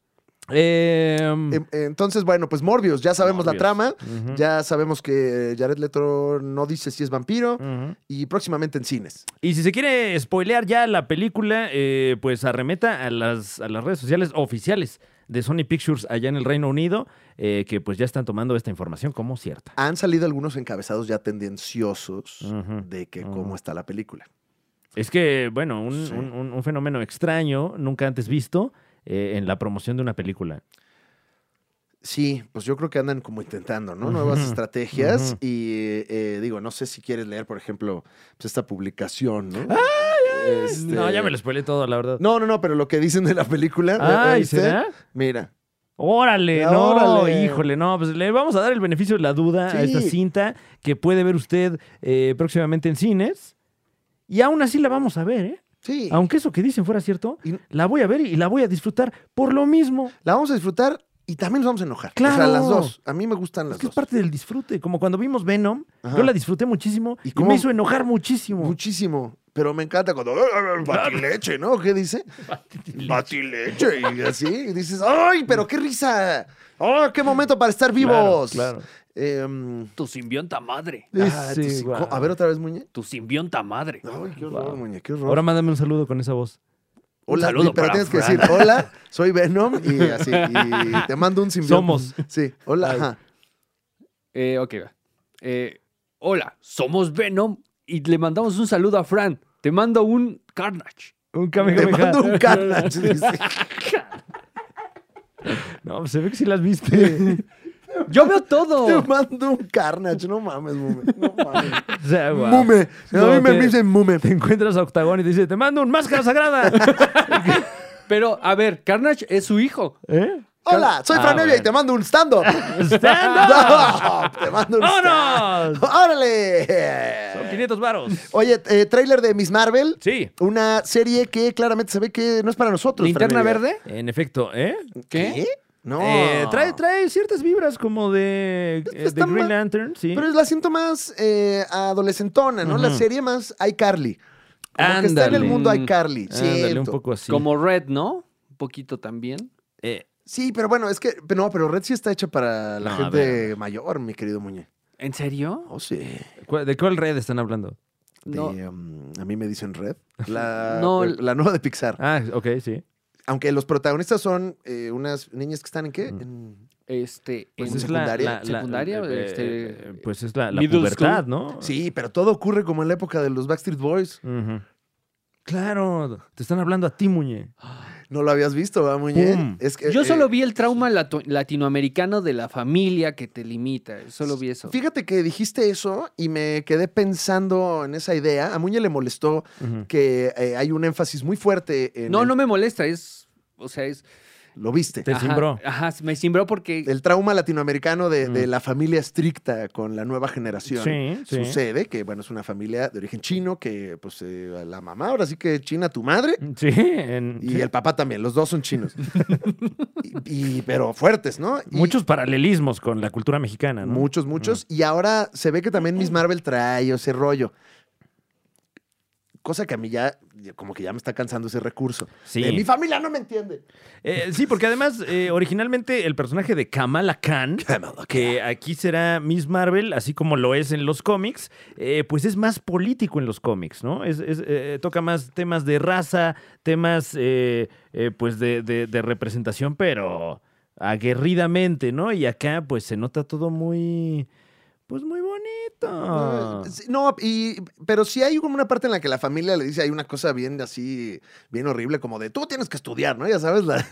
S2: Em,
S1: Em- Entonces, bueno, pues Morbius. Ya sabemos la
S2: Morbius.
S1: trama.
S2: ujú,
S1: Ya sabemos que Jared Leto no dice si es vampiro.
S2: ujú.
S1: Y próximamente en cines.
S2: Y si se quiere spoilear ya la película, eh, pues arremeta a las, a las redes sociales oficiales de Sony Pictures allá en el Reino Unido, eh, que pues ya están tomando esta información como cierta.
S1: Han salido algunos encabezados ya tendenciosos
S2: Ujú,
S1: de que
S2: ujú.
S1: cómo está la película.
S2: Es que, bueno, un,
S1: Sí.
S2: un- un- un fenómeno extraño, nunca antes visto, eh, en la promoción de una película.
S1: Sí, pues yo creo que andan como intentando, ¿no? Nuevas
S2: Ujú,
S1: estrategias.
S2: ujú.
S1: Y eh, digo, no sé si quieres leer, por ejemplo, pues, esta publicación, ¿no? Este-
S2: No, ya me lo spoileé todo, la verdad.
S1: No, eh, este, no, no, pero lo que dicen de la película.
S2: Ay,
S1: ¿viste?
S2: ¿será?
S1: Mira.
S2: Órale,
S1: Ah,
S2: no,
S1: órale.
S2: híjole, no, pues le vamos a dar el beneficio de la duda
S1: Sí.
S2: a esta cinta que puede ver usted eh, próximamente en cines. Y aún así la vamos a ver, ¿eh?
S1: Sí.
S2: Aunque eso que dicen fuera cierto,
S1: Y-
S2: la voy a ver y la voy a disfrutar por lo mismo.
S1: La vamos a disfrutar Y también nos vamos a enojar. O sea,
S2: Claro.
S1: las dos. A mí me gustan las
S2: Es que es
S1: dos.
S2: parte del disfrute. Como cuando vimos Venom,
S1: Ajá.
S2: yo la disfruté muchísimo
S1: ¿Y
S2: y,
S1: cómo?
S2: me hizo enojar muchísimo.
S1: Muchísimo. Pero me encanta cuando. "Ah, Batileche, ¿no? ¿Qué dice? Batileche. Y así. Y dices, ¡ay, pero qué risa! ¡Oh, qué momento para estar vivos!
S2: Claro,
S1: Em,
S3: Tu simbionta madre.
S1: ah,
S2: Sí,
S1: tu cinco-
S2: guau.
S1: A ver otra vez, Muñe.
S3: Tu simbionta madre.
S1: Ay, qué horror,
S2: Guau.
S1: Muñe, qué horror.
S2: Ahora mándame un saludo con esa voz.
S1: hola,
S3: saludo
S1: pero
S3: para
S1: tienes que
S3: Fran.
S1: decir, hola, soy Venom y así. Y te mando un simbionte.
S2: Somos.
S1: Sí, hola. ajá.
S3: Eh, ok, va. Eh, hola, somos Venom y le mandamos un saludo a Fran. Te mando un Carnage.
S2: Un cameja,
S1: Te
S2: meja.
S1: mando un carnage. dice.
S2: No, pues se ve que sí las viste.
S3: Yo veo
S1: Te
S3: todo.
S1: mando un carnage. No mames, Mume. No mames.
S2: o sea, guau.
S1: Mume.
S2: No,
S1: a mí me
S2: te-
S1: dicen Mume.
S2: Te encuentras a Octagón y te dice, te mando un máscara sagrada.
S3: Pero, a ver, Carnage es su hijo.
S2: ¿Eh?
S1: Hola, soy
S2: Ah,
S1: Fran Evia y
S2: bueno.
S1: te mando un stand-up.
S2: ¡Stand up!
S1: ¡No! Te mando un
S2: ¡Vámonos!
S1: stand-up. ¡Órale!
S2: 500 varos.
S1: Oye, eh, tráiler de Miss Marvel.
S2: Sí.
S1: Una serie que claramente se ve que no es para nosotros.
S3: ¿Linterna
S1: Fran Evia.
S3: verde?
S2: En efecto, ¿eh?
S3: ¿Qué?
S1: ¿Qué? No.
S2: Eh, trae, trae ciertas vibras como de, eh, de
S1: está
S2: Green
S1: mal.
S2: Lantern, sí.
S1: Pero la siento más eh, adolescentona, ¿no? La
S2: Ujú.
S1: serie más iCarly. Como que está en el
S2: Ándale.
S1: mundo iCarly.
S2: Ándale,
S1: siento.
S2: un poco así.
S3: Como Red, ¿no? Un poquito también.
S2: Eh,
S1: Sí, pero bueno, es que. pero No, pero Red sí está hecha para la
S2: No, a
S1: gente mayor, mi querido Muñe.
S3: ¿En serio?
S1: Oh, sí.
S2: ¿cuál- ¿De cuál red están hablando?
S1: De,
S3: No.
S1: um, a mí me dicen Red. La,
S3: No,
S1: la- la nueva de Pixar.
S2: Ah, ok, sí.
S1: Aunque los protagonistas son eh, unas niñas que están en qué? En-
S3: Este,
S1: Pues
S3: en-
S1: es la- secundaria?
S3: ¿Secundaria?
S2: eh,
S3: Este,
S2: eh, pues es la, la
S3: middle
S2: pubertad,
S3: school.
S2: ¿no?
S1: Sí, pero todo ocurre como en la época de los Backstreet Boys.
S2: Ujú. Claro, te están hablando a ti, Muñe.
S1: No lo habías visto, ¿verdad, Muñe?
S2: ¡Pum!
S1: Es que,
S3: Ah, Yo
S1: eh,
S3: solo vi el trauma lato- latinoamericano de la familia que te limita. Solo vi eso.
S1: Fíjate que dijiste eso y me quedé pensando en esa idea. A Muñe le molestó
S2: Ujú.
S1: que eh, hay un énfasis muy fuerte en.
S3: No,
S1: el-
S3: no me molesta. Es. O sea, es.
S1: Lo viste.
S2: Te
S3: ajá,
S2: cimbró.
S3: Ajá, me cimbró porque.
S1: El trauma latinoamericano de, de
S2: Mm.
S1: la familia estricta con la nueva generación.
S2: Sí, sí.
S1: Sucede que, bueno, es una familia de origen chino que, pues, eh, la mamá, ahora sí que China, tu madre,
S2: Sí, en-
S1: Y
S2: Mm, sí.
S1: el papá también, los dos son chinos. y, y- pero fuertes, ¿no? Y
S2: muchos paralelismos con la cultura mexicana, ¿no? Mm.
S1: Muchos, muchos. Y ahora se ve que también Miss Marvel trae ese rollo. Cosa que a mí ya, como que ya me está cansando ese recurso.
S2: Sí.
S1: De mi familia no me entiende.
S2: Eh, sí, porque además, eh, originalmente el personaje de Kamala Khan, que aquí será Miss Marvel, así como lo es en los cómics, eh, pues es más político en los cómics, ¿no? Es, es, eh, toca más temas de raza, temas eh, eh, pues de, de- de representación, pero aguerridamente, ¿no? Y acá pues se nota todo muy, pues muy bonito.
S1: Eh, Sí, No, y, pero sí hay como una parte en la que la familia le dice, hay una cosa bien así, bien horrible, como de tú tienes que estudiar, ¿no? Ya sabes, la,
S2: sí,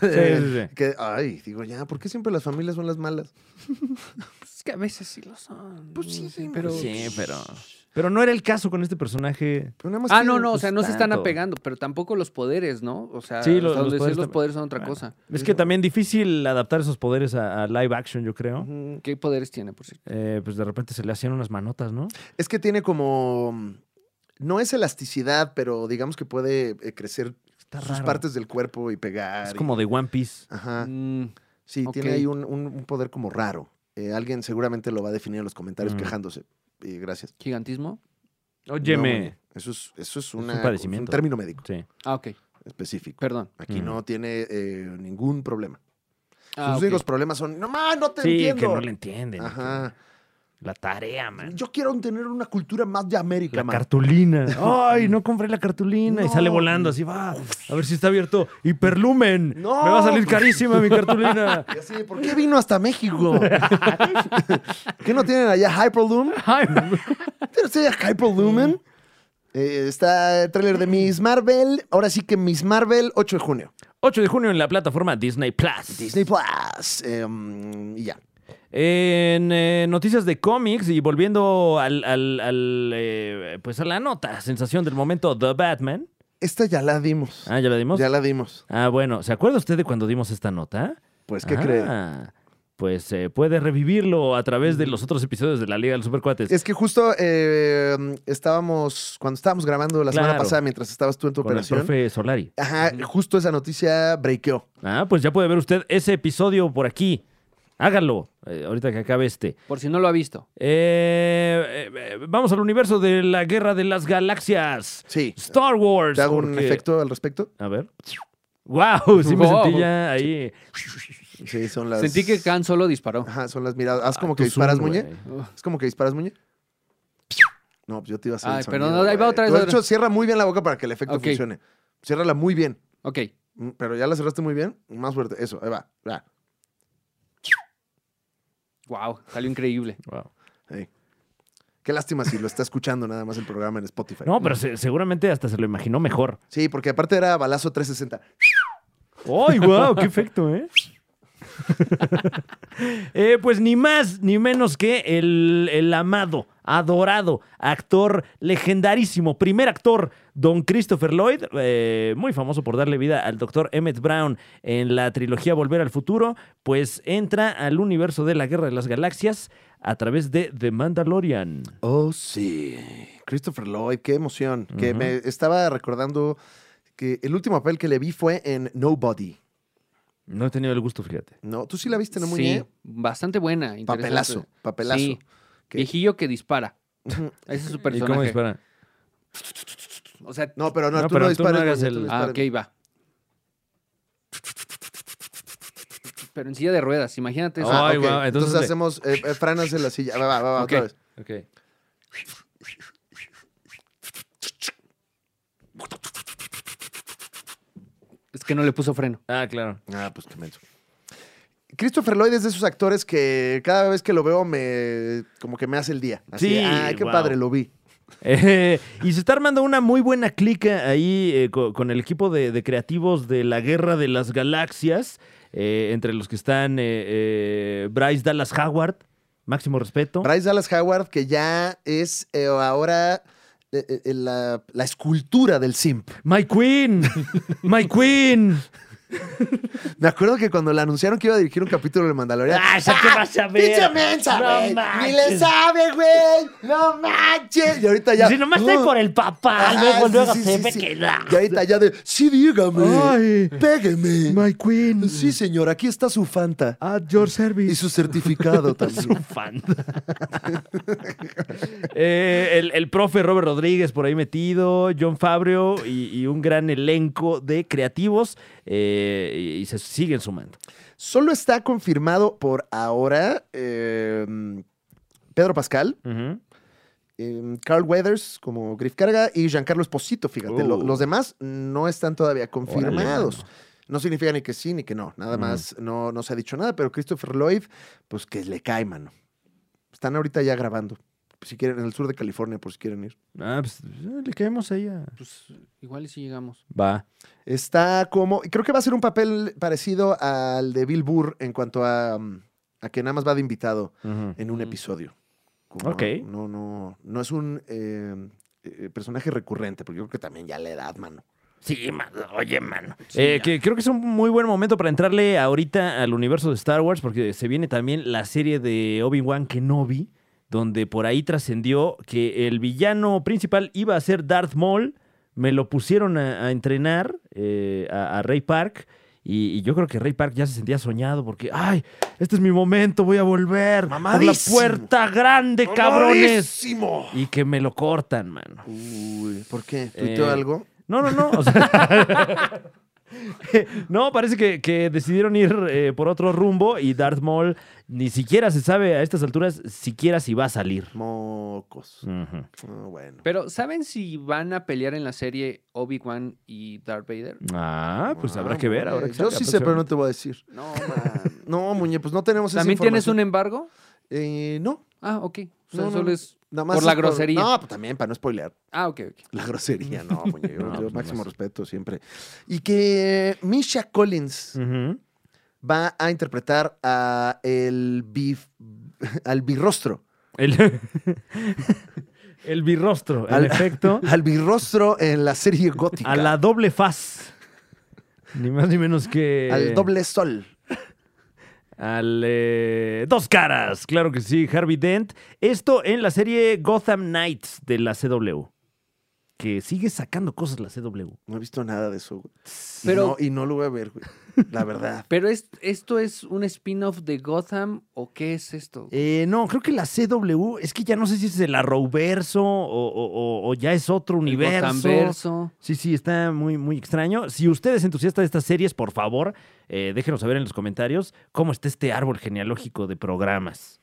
S2: sí.
S1: que, ay, digo, ya, ¿por qué siempre las familias son las malas?
S3: Pues, que a veces sí lo son.
S1: Pues sí,
S3: pero.
S2: Sí, pero... Pero no era el caso con este personaje.
S1: Pero nada más
S3: Ah,
S1: quieren-
S3: no, no, o sea, no se están
S2: tanto.
S3: apegando, pero tampoco los poderes, ¿no? O sea,
S2: Sí, lo-
S3: hasta
S2: los
S3: donde sé,
S2: poderes
S3: los
S2: tam-
S3: poderes son otra
S2: Bueno.
S3: cosa.
S2: Es que también difícil adaptar esos poderes a, a live action, yo creo.
S1: Ujú.
S3: ¿Qué poderes tiene, por cierto?
S2: Eh, pues de repente se le hacían unas manotas, ¿no?
S1: Es que tiene como. mm, No es elasticidad, pero digamos que puede eh, crecer
S2: Está
S1: sus
S2: raro.
S1: partes del cuerpo y pegar.
S2: Es
S1: y-
S2: como de One Piece.
S1: Ajá.
S3: Mm,
S1: Sí,
S3: ok.
S1: tiene ahí un, un- un poder como raro. Eh, alguien seguramente lo va a definir en los comentarios
S2: Mm.
S1: quejándose. Eh, gracias.
S3: ¿Gigantismo?
S1: No,
S2: Óyeme.
S1: Muñe, eso es, eso es, una-
S2: padecimiento.
S1: un término médico
S2: sí.
S3: Ah, ok,
S1: específico.
S3: perdón.
S1: Aquí
S2: Mm.
S1: no tiene eh, ningún problema.
S3: Ah,
S1: Sus
S3: ok.
S1: únicos problemas son, no, ma, no te
S2: Sí,
S1: entiendo.
S2: que no le entienden.
S1: Ajá.
S2: La tarea, man.
S1: Yo quiero tener una cultura más de América,
S2: La
S1: man.
S2: cartulina. Ay, no compré la cartulina. Y sale
S1: No.
S2: volando así, va. A ver si está abierto. Hiperlumen.
S1: No.
S2: Me va a salir carísima mi cartulina.
S1: Y así, ¿por qué vino hasta México? ¿Qué no tienen allá? Hyperloom.
S2: Ay,
S1: ¿Tienen ustedes
S2: Mm.
S1: Hyperlumen? Eh, está el tráiler de Miss Marvel. Ahora sí que Miss Marvel, 8 de junio.
S2: 8 de junio en la plataforma Disney Plus.
S1: Disney Plus. Em, y ya.
S2: En eh, noticias de cómics y volviendo al, al- al, eh, pues a la nota, sensación del momento, The Batman.
S1: Esta ya la dimos.
S2: Ah, ya la dimos.
S1: Ya la dimos.
S2: Ah, bueno, ¿se acuerda usted de cuando dimos esta nota?
S1: Pues, ¿qué cree?
S2: creen? pues eh, puede revivirlo a través
S1: Mm.
S2: de los otros episodios de la Liga de los Supercuates.
S1: Es que justo eh, estábamos, cuando estábamos grabando la semana
S2: Claro.
S1: pasada, mientras estabas tú en tu
S2: con el
S1: operación,
S2: profe Solari.
S1: ajá, justo esa noticia breakeó.
S2: Ah, pues ya puede ver usted ese episodio por aquí. Hágalo, eh, ahorita que acabe este.
S3: Por si no lo ha visto.
S2: Eh, eh, eh, vamos al universo de la Guerra de las Galaxias.
S1: Sí.
S2: Star Wars.
S1: ¿Te hago un
S2: porque-
S1: efecto al respecto?
S2: A ver. ¡Wow! Sí me
S3: Wow.
S2: sentí ya ahí.
S1: Sí, son las...
S3: Sentí que Khan solo disparó.
S1: Ajá, son las miradas. Haz
S2: Ah,
S1: como que
S2: tu
S1: disparas,
S2: zoom,
S1: Muñe.
S2: güey.
S1: Es como que disparas, Muñe. No, pues yo te iba a hacer el
S3: Ay, pero
S1: sonido,
S3: no, ahí va
S1: güey.
S3: otra
S1: Pero,
S3: vez,
S1: De
S3: otra
S1: hecho,
S3: vez.
S1: cierra muy bien la boca para que el efecto
S3: Ok.
S1: funcione. Ciérrala muy bien.
S3: Ok.
S1: Mm, Pero ya la cerraste muy bien. Más fuerte. Eso, ahí va. va.
S3: Wow, salió increíble.
S2: Wow.
S1: Qué lástima si lo está escuchando nada más el programa en Spotify.
S2: No, pero se- seguramente hasta se lo imaginó mejor.
S1: Sí, porque aparte era balazo 360.
S2: ¡Ay, wow! ¡Qué efecto, eh! Eh, pues ni más ni menos que el, el amado, adorado, actor legendarísimo, primer actor, don Christopher Lloyd, eh, muy famoso por darle vida al doctor Emmett Brown en la trilogía Volver al Futuro, pues entra al universo de la Guerra de las Galaxias a través de The Mandalorian.
S1: Oh, sí. Christopher Lloyd, qué emoción. Que
S2: Ujú.
S1: me estaba recordando que el último papel que le vi fue en Nobody.
S2: No he tenido el gusto, fíjate.
S1: ¿No? ¿Tú sí la viste, no, muy
S3: Sí, bastante buena. interesante.
S1: Papelazo, papelazo.
S3: Sí.
S1: Que-
S3: Viejillo que dispara. Ese es su
S2: ¿Y cómo
S3: personaje.
S2: dispara?
S3: O sea,
S1: No, pero no,
S2: No,
S1: tú
S2: pero
S1: no
S2: tú no
S1: dispares.
S2: hagas
S1: Muñe, tú
S2: el-
S1: no
S3: ah,
S1: dispares.
S3: ok, va. Pero en silla de ruedas, imagínate eso.
S2: Ay,
S1: Ah, ok.
S2: guau,
S1: Entonces,
S2: entonces le-
S1: hacemos. Eh, eh, Fran hace la silla. Va, va, va, va, otra
S3: Ok.
S1: vez.
S2: Ok.
S3: Es que no le puso freno.
S2: Ah, claro.
S1: Ah, pues qué menso. Christopher Lloyd es de esos actores que cada vez que lo veo me como que me hace el día. Así,
S2: Sí,
S1: ay, qué
S2: wow.
S1: padre, lo vi.
S2: Eh, y se está armando una muy buena clica ahí eh, co- con, el equipo de, de creativos de la Guerra de las Galaxias, eh, entre los que están eh, eh, Bryce Dallas Howard, máximo respeto.
S1: Bryce Dallas Howard, que ya es eh, ahora eh, eh, la, la escultura del simp.
S2: My Queen, My Queen.
S1: Me acuerdo que cuando le anunciaron que iba a dirigir un capítulo de Mandalorian.
S2: Ah, ¿esa qué vas a ver?
S1: ¡Pinche mensa,
S2: No
S1: güey! ¡Ni le
S2: manches.
S1: sabe, güey! ¡No manches! Y ahorita ya...
S2: si nomás está
S1: ¡Oh!
S2: por el papá,
S1: Ah,
S2: luego,
S1: sí,
S2: luego
S1: sí,
S2: se
S1: sí,
S2: ve
S1: sí.
S2: que da.
S1: Y ahorita ya de... ¡Sí, dígame!
S2: Ay,
S1: ¡Pégueme!
S2: My Queen.
S1: Sí, señor, aquí está su Fanta.
S2: At your service.
S1: Y su certificado
S2: Es un
S1: también.
S2: fan. Eh, el, el profe Robert Rodríguez por ahí metido, John Fabrio y, y un gran elenco de creativos eh, y, y se siguen sumando.
S1: Solo está confirmado por ahora eh, Pedro Pascal, eh, Carl Weathers como Griff Carga y Giancarlo Esposito, fíjate. Lo-
S2: Oh.
S1: los demás no están todavía confirmados.
S2: Órale,
S1: no significa ni que sí ni que no. Nada
S2: Ujú.
S1: más no, no se ha dicho nada, pero Christopher Lloyd, pues que le cae, mano. Están ahorita ya grabando. pues, Si quieren, en el sur de California, por si quieren ir.
S2: Ah, pues, eh, le caemos a ella.
S3: Pues igual y si llegamos.
S2: Va.
S1: Está como. Creo que va a ser un papel parecido al de Bill Burr en cuanto a, mm, a que nada más va de invitado
S2: Ujú.
S1: en un
S3: Mm.
S1: episodio. Como,
S2: Ok.
S1: No, no, no es un eh, eh, personaje recurrente, porque yo creo que también ya la edad, mano.
S2: Sí, mano. Oye, mano.
S3: Sí,
S2: Eh,
S3: ya.
S2: que creo que es un muy buen momento para entrarle ahorita al universo de Star Wars, porque se viene también la serie de Obi-Wan Kenobi, donde por ahí trascendió que el villano principal iba a ser Darth Maul. Me lo pusieron a, a entrenar eh, a, a Ray Park. Y, y yo creo que Ray Park ya se sentía soñado porque, ay, este es mi momento, voy a volver. Por la
S1: Mamadísimo.
S2: puerta grande, cabrones.
S1: ¡Mamadísimo!
S2: Y que me lo cortan, mano.
S1: Uy, ¿por qué? ¿Tuiteó
S2: Eh,
S1: algo?
S2: No, no, no. o sea, no, parece que, que decidieron ir eh, por otro rumbo y Darth Maul ni siquiera se sabe a estas alturas siquiera si va a salir.
S1: Mocos.
S2: Ujú.
S1: Ah, bueno.
S3: Pero, ¿saben si van a pelear en la serie Obi-Wan y Darth Vader?
S2: Ah, pues
S1: Ah,
S2: habrá que ver
S1: muñe,
S2: ahora que
S1: Yo
S2: salga,
S1: sí sé, pero no
S2: próximamente.
S1: te voy a decir.
S3: No, man.
S1: No, Muñe, pues no tenemos esa
S3: ¿También tienes
S1: información.
S3: un embargo?
S2: e-
S1: Eh, no,
S3: Ah, ok. O sea,
S1: No, no,
S3: solo
S1: no.
S3: es.
S1: nada más.
S3: Por la
S1: es
S3: grosería.
S1: No, pues también, para no spoilear.
S3: Ah, ok, ok.
S1: La grosería, no, Muñe. Yo,
S2: No,
S1: yo
S2: pues,
S1: máximo
S2: nomás.
S1: respeto siempre. Y que Misha
S2: Mm.
S1: Collins
S2: Ujú.
S1: va a interpretar a el bif- al birrostro.
S2: El, el birrostro,
S1: Al-
S2: el efecto,
S1: Al birrostro en la serie gótica.
S2: a la doble faz. Ni más ni menos que.
S1: Al doble sol.
S2: al eh, Dos Caras, claro que sí, Harvey Dent. Esto en la serie Gotham Knights de la CW. Que sigue sacando cosas la CW.
S1: No he visto nada de eso, güey. Y
S3: Pero-
S1: no- y no lo voy a ver, güey. La verdad.
S3: Pero es- esto es un spin-off de Gotham o qué es esto?
S2: Eh, no, creo que la CW, es que ya no sé si es el Arrowverso o, o- o- o ya es otro universo.
S3: Gothamverso.
S2: Sí, sí, está muy, muy extraño. Si usted es entusiasta de estas series, por favor, eh, déjenos saber en los comentarios cómo está este árbol genealógico de programas.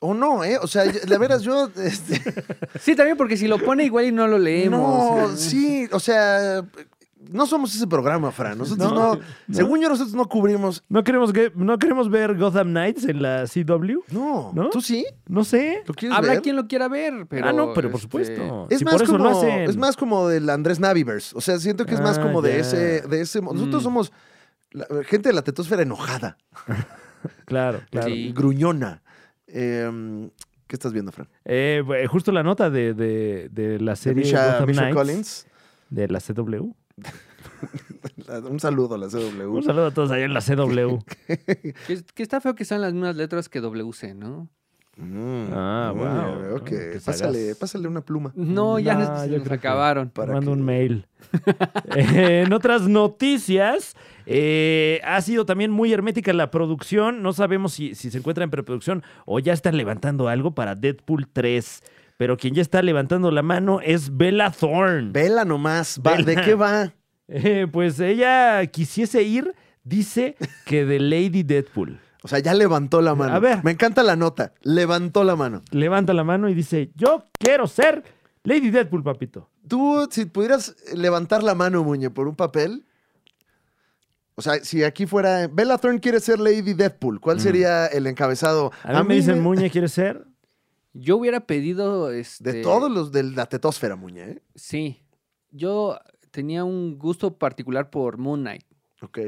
S1: O no, ¿eh? O sea, yo- la veras, yo. este,
S3: Sí, también porque si lo pone igual y no lo leemos.
S1: no, sí, o sea. No somos ese programa, Fran. Nosotros
S2: No,
S1: no. Según yo, nosotros no cubrimos.
S2: ¿No queremos, que- ¿No queremos ver Gotham Knights en la CW?
S1: No.
S2: ¿No?
S1: ¿Tú sí?
S2: No sé.
S1: ¿Lo quieres
S3: Habrá
S1: ver?
S3: quien lo quiera ver, pero...
S2: ah, no, pero por
S3: este,
S2: supuesto.
S1: Es,
S2: Si
S1: más
S2: por eso
S1: como,
S2: lo hacen.
S1: es más como del Andrés Naviverse. O sea, siento que es más
S2: Ah,
S1: como
S2: ya.
S1: de ese, de ese. mo- Nosotros
S3: Mm.
S1: somos la- gente de la tetosfera enojada,
S2: Claro, claro.
S3: Sí.
S1: gruñona. Em, ¿Qué estás viendo, Fran?
S2: Eh, bu- justo la nota de, de- de la
S1: De
S2: serie
S1: Misha,
S2: Gotham
S1: Misha
S2: Knights
S1: Collins.
S2: de la CW.
S1: La- Un saludo a la CW.
S2: Un saludo a todos allá en la CW.
S3: Que, que está feo que sean las mismas letras que WC, ¿no?
S1: Mm,
S2: Ah,
S1: mm,
S2: wow.
S1: ya veo
S2: Mm,
S1: que-
S2: qué sagaz.
S1: pásale, pásale una pluma.
S3: No, ya
S2: No,
S3: se
S2: Mm, yo
S3: nos
S2: creo que-
S3: acabaron.
S1: para
S2: Mando
S1: que-
S2: un mail. Eh, en otras noticias, eh, ha sido también muy hermética la producción. No sabemos si, si se encuentra en preproducción o ya están levantando algo para Deadpool 3. Pero quien ya está levantando la mano es Bella Thorne.
S1: Vela nomás. va- ¿De qué va?
S2: Eh, pues ella quisiese ir, dice que de Lady Deadpool.
S1: O sea, ya levantó la mano.
S2: A ver.
S1: Me encanta la nota. Levantó la mano.
S2: Levanta la mano y dice, yo quiero ser Lady Deadpool, papito.
S1: Tú, si pudieras levantar la mano, Muñe, por un papel. O sea, si aquí fuera. Bella Thorne quiere ser Lady Deadpool. ¿Cuál sería el encabezado?
S2: Mm. A mí, me dicen, Muñe, ¿quieres ser?
S3: Yo hubiera pedido... Este,
S1: De todos los de la tetosfera, Muñe. ¿eh?
S3: Sí. Yo tenía un gusto particular por Moon Knight.
S1: Ok.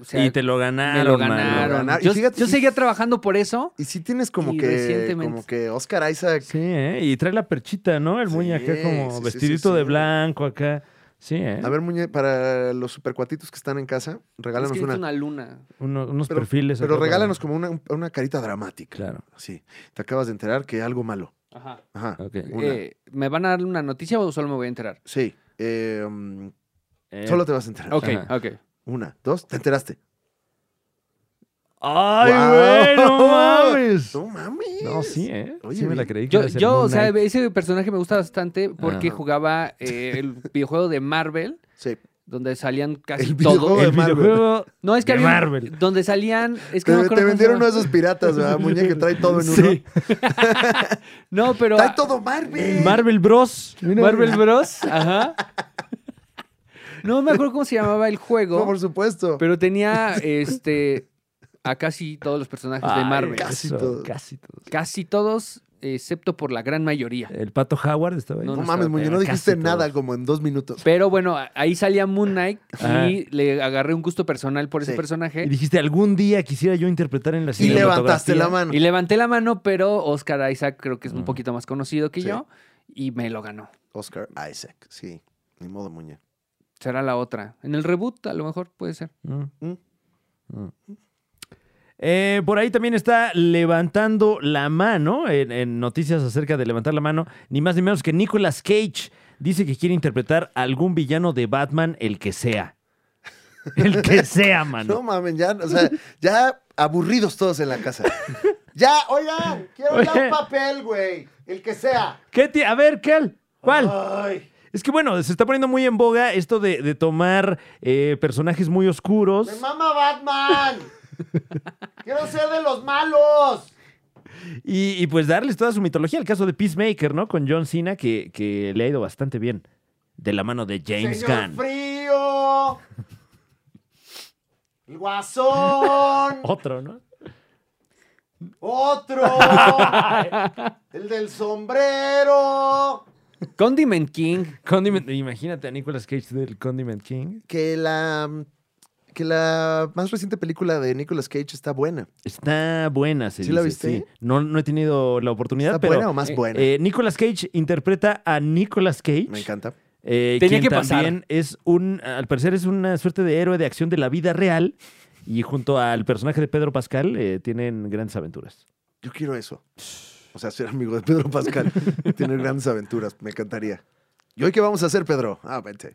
S3: O sea,
S2: y te lo ganaron.
S3: me lo
S2: mano.
S3: ganaron.
S1: ganaron. Y
S3: Yo,
S1: fíjate-
S3: yo seguía trabajando por eso.
S1: Y si tienes como
S3: Y
S1: que.
S3: recientemente.
S1: Como que Oscar Isaac.
S2: Sí, ¿eh? Y trae la perchita, ¿no? El
S1: Sí,
S2: Muñe acá como
S1: sí, sí,
S2: vestidito
S1: sí, sí.
S2: de blanco acá. Sí, ¿eh?
S1: A ver, Muñe, para los supercuatitos que están en casa,
S3: Es
S1: regálanos
S3: que
S1: una.
S3: una luna.
S2: Uno- unos
S1: Pero-
S2: perfiles.
S1: Pero
S2: acá para-
S1: regálanos como una, una carita dramática.
S2: Claro.
S1: Sí. Te acabas de enterar que algo malo.
S3: Ajá.
S1: Ajá.
S2: Ok.
S1: Una.
S3: Eh, ¿Me van a dar una noticia o solo me voy a enterar?
S1: Sí. eh, mm,
S2: Eh,
S1: solo te vas a enterar.
S3: Ok,
S2: Ajá.
S3: ok.
S1: Una, dos, te enteraste.
S2: ¡Ay,
S1: Wow.
S2: güey! ¡No mames!
S1: No mames.
S2: No, sí, ¿eh?
S1: Oye,
S2: sí me la
S1: bien.
S2: creí. que
S3: Yo,
S2: iba a ser
S3: yo, o
S2: Moon
S3: sea,
S2: Knight.
S3: ese personaje me gusta bastante porque
S2: Ajá.
S3: jugaba eh, el videojuego de Marvel,
S1: Sí.
S3: donde salían casi
S1: El videojuego
S3: todos.
S2: El
S1: de Marvel.
S2: videojuego...
S3: No, es que
S2: de
S3: había un-
S2: Marvel.
S3: donde salían, es
S1: Te,
S3: que no me
S1: te
S3: acuerdo cómo se
S1: vendieron uno
S3: llama.
S1: de esos piratas, ¿verdad? Muñe que trae todo en uno.
S2: Sí.
S3: No, pero
S1: Trae todo Marvel.
S2: Marvel Bros.
S3: Marvel Bros, ajá. No me acuerdo cómo se llamaba el
S1: No,
S3: juego,
S1: por supuesto.
S3: pero tenía este a casi todos los personajes de
S2: Ay,
S3: Marvel.
S1: casi
S2: eso,
S1: todos.
S2: Casi todos.
S3: Casi todos, excepto por la gran mayoría.
S2: El pato Howard estaba ahí.
S3: No,
S1: no,
S3: no
S1: mames,
S3: estaba-
S1: Muñe,
S2: era
S1: no dijiste
S2: casi todo.
S1: nada como en dos minutos.
S3: Pero bueno, a- ahí salía Moon Knight
S2: Ajá.
S3: y le agarré un gusto personal por ese
S1: Sí.
S2: Y
S3: personaje.
S2: dijiste, algún día quisiera yo interpretar en la
S1: Y
S2: cinematografía.
S1: levantaste la mano.
S3: Y levanté la mano, pero Oscar Isaac creo que es un
S2: Ujú.
S3: poquito más conocido que
S1: Sí.
S3: yo y me lo ganó.
S1: Oscar Isaac, sí. Ni modo, Muñe.
S3: Será la otra. En el reboot, a lo mejor puede ser.
S2: Mm.
S1: Mm.
S2: Mm. Eh, por ahí también está levantando la mano, en, en noticias acerca de levantar la mano, ni más ni menos que Nicolas Cage dice que quiere interpretar a algún villano de Batman, el que sea. El que sea,
S3: Ah,
S1: No
S2: mano.
S1: mames, ya, o sea, ya aburridos todos en la casa. ya, oigan, quiero ya
S2: Oye.
S1: un papel, güey. El que sea.
S2: ¿Qué ti- a ver, ¿qué? ¿Cuál?
S1: Ay.
S2: Es que bueno, se está poniendo muy en boga esto de, de tomar eh, personajes muy oscuros.
S1: ¡Me mama Batman! ¡Quiero ser de los malos!
S2: Y, y, pues darles toda su mitología. El caso de Peacemaker, ¿no? Con John Cena, que, que le ha ido bastante bien. De la mano de James
S1: ¡Señor
S2: Gunn.
S1: Frío! ¡El Guasón!
S2: Otro, ¿no?
S1: ¡Otro! ¡El del sombrero!
S3: Condiment King.
S2: Condiment- imagínate a Nicolas Cage del Condiment King.
S1: Que la... Que la más reciente película de Nicolas Cage está buena.
S2: Está buena, se
S1: ¿Sí la
S2: dice,
S1: viste?
S2: sí. No, no he tenido la oportunidad,
S1: ¿Está
S2: pero...
S1: buena o más
S3: eh,
S1: buena?
S2: eh, Nicolas Cage interpreta a Nicolas Cage.
S1: Me encanta.
S2: eh,
S3: Tenía
S2: quien
S3: que pasar.
S2: también es un, al parecer es una suerte de héroe de acción de la vida real y junto al personaje de Pedro Pascal eh, tienen grandes aventuras.
S1: Yo quiero eso. O sea, ser amigo de Pedro Pascal. Tener grandes aventuras. Me encantaría. ¿Y hoy qué vamos a hacer, Pedro? Ah, vente.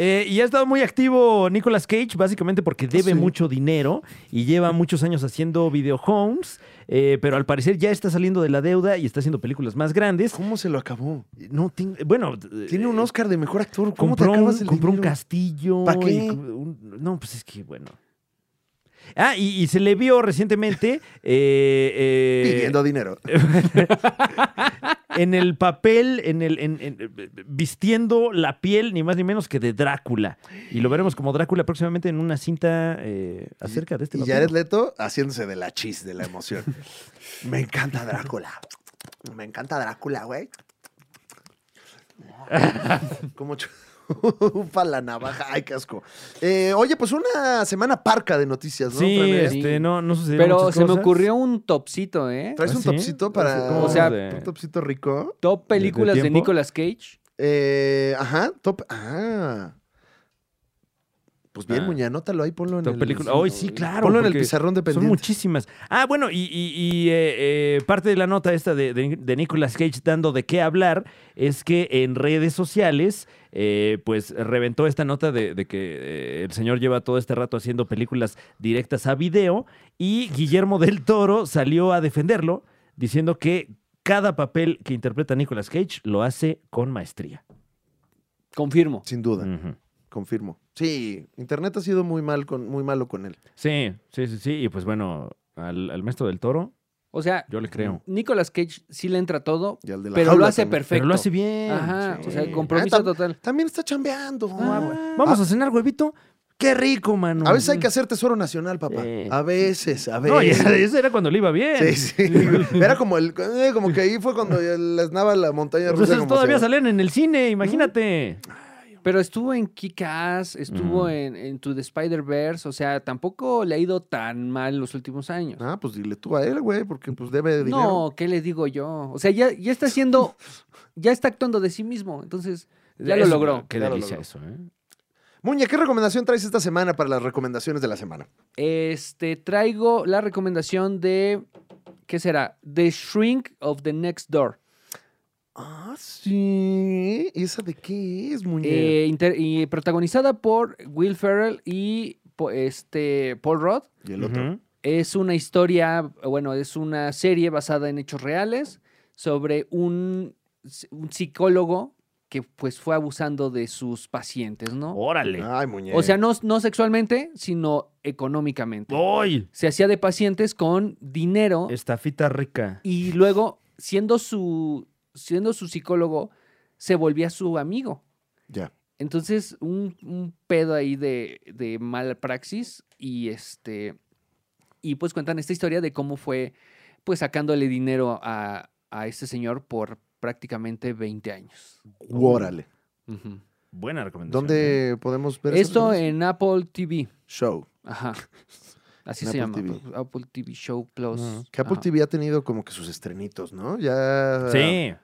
S2: Eh, y ha estado muy activo Nicolas Cage, básicamente porque debe mucho dinero y lleva muchos años haciendo videohomes, eh, pero al parecer ya está saliendo de la deuda y está haciendo películas más grandes.
S1: ¿Cómo se lo acabó?
S2: No, ten- bueno,
S1: Tiene un
S2: eh,
S1: Oscar de mejor actor. ¿Cómo
S2: compró,
S1: te acabas
S2: un,
S1: el
S2: compró un
S1: dinero?
S2: castillo.
S1: ¿Pa' qué?
S2: y com- un- no, pues es que, bueno. Ah, y, y se le vio recientemente eh, eh,
S1: Pidiendo dinero.
S2: en el papel, en el, en- en- vistiendo la piel, ni más ni menos que de Drácula. Y lo veremos como Drácula próximamente en una cinta eh, acerca de este
S1: Y
S2: papel.
S1: Jared Leto haciéndose de la chis, de la emoción. Me encanta Drácula. Me encanta Drácula, güey. Como chupa la navaja. Ay, qué asco. Eh, oye, pues una semana parca de noticias, ¿no?
S2: Sí,
S1: Fran?
S3: es-
S2: este, no, no sucedió.
S3: Pero se me ocurrió un topcito, ¿eh?
S1: ¿Traes
S2: ¿Ah,
S1: un
S2: sí?
S1: topsito para.
S3: ¿Cómo O sea,
S2: de-
S1: un topsito rico.
S3: Top películas de,
S2: tiempo?
S3: Nicolas Cage.
S1: Eh, ajá, top. Ah. Pues bien,
S2: Ah.
S1: Muñe, anótalo ahí, ponlo en el.
S2: Hoy sí, claro.
S1: ponlo en el
S2: porque
S1: pizarrón de
S2: Son
S1: pendiente.
S2: muchísimas. Ah, bueno, y, y- y, eh, eh, parte de la nota esta de, de, de Nicolas Cage dando de qué hablar es que en redes sociales, eh, pues reventó esta nota de, de que eh, el señor lleva todo este rato haciendo películas directas a video y Guillermo del Toro salió a defenderlo diciendo que cada papel que interpreta Nicolas Cage lo hace con maestría.
S3: Confirmo.
S1: Sin duda,
S2: Ujú.
S1: confirmo. Sí, internet ha sido muy mal con, muy malo con él.
S2: Sí, sí, sí, sí. Y pues bueno, al, al maestro del Toro,
S3: O sea,
S2: yo le creo.
S3: Nicolas Cage sí le entra todo,
S1: Y al de la
S3: pero lo
S1: jaula
S3: hace
S1: también.
S3: perfecto.
S2: Pero lo hace bien.
S3: Ajá,
S2: Sí.
S3: o sea,
S1: Ah,
S3: compromiso
S1: tam-
S3: total.
S1: También está chambeando.
S2: Ah, bueno. Vamos a cenar huevito. Qué rico, mano.
S1: a veces hay que hacer tesoro nacional, papá.
S2: Sí.
S1: A veces, a
S2: No, y
S1: veces.
S2: eso era cuando le iba bien.
S1: Sí, sí. Era como el, eh, como que ahí fue cuando les daba la montaña rusa.
S2: Entonces
S1: como
S2: Pues todavía
S1: se-
S2: salían en el cine, imagínate.
S3: Pero estuvo en Kick-Ass, estuvo
S2: Ujú.
S3: en, en To the Spider-Verse, o sea, tampoco le ha ido tan mal los últimos años.
S1: Ah, pues dile tú a él, güey, porque pues debe dinero.
S3: No, ¿qué le digo yo? O sea, ya, ya está haciendo, ya está actuando de sí mismo, entonces ya lo
S2: Eso,
S3: logró.
S2: Qué
S1: Ya lo
S2: delicia
S1: logró.
S2: eso, ¿eh?
S1: Muñe, ¿qué recomendación traes esta semana para las recomendaciones de la semana?
S3: Este, traigo la recomendación de, ¿qué será? The Shrink of the Next Door.
S1: Ah, sí. ¿Y esa de qué es, Muñe?
S3: Eh, inter- y protagonizada por Will Ferrell y po- este, Paul Rudd.
S1: y el otro.
S2: Ujú.
S3: Es una historia, bueno, es una serie basada en hechos reales sobre un, un psicólogo que pues fue abusando de sus pacientes, ¿no?
S2: Órale.
S1: Ay, Muñe.
S3: O sea, no, no sexualmente, sino económicamente.
S2: Oh. ¡Uy!
S3: Se hacía de pacientes con dinero
S2: Estafita rica.
S3: y luego, siendo su, siendo su psicólogo, se volvía su amigo.
S1: Ya.
S3: Entonces, un, un pedo ahí de, de mala praxis y este. Y pues cuentan esta historia de cómo fue pues sacándole dinero a, a este señor por prácticamente 20 años.
S1: Órale.
S3: Ujú.
S2: Buena recomendación. ¿eh?
S1: ¿Dónde podemos ver
S3: Esto
S1: es
S3: en Apple TV.
S1: Show.
S3: Ajá. Así
S1: En
S3: se
S1: Apple
S3: llama.
S1: TV.
S3: Apple TV Show Plus.
S1: Que Apple
S3: Ajá.
S1: TV ha tenido como que sus estrenitos, ¿no? Ya.
S2: Sí.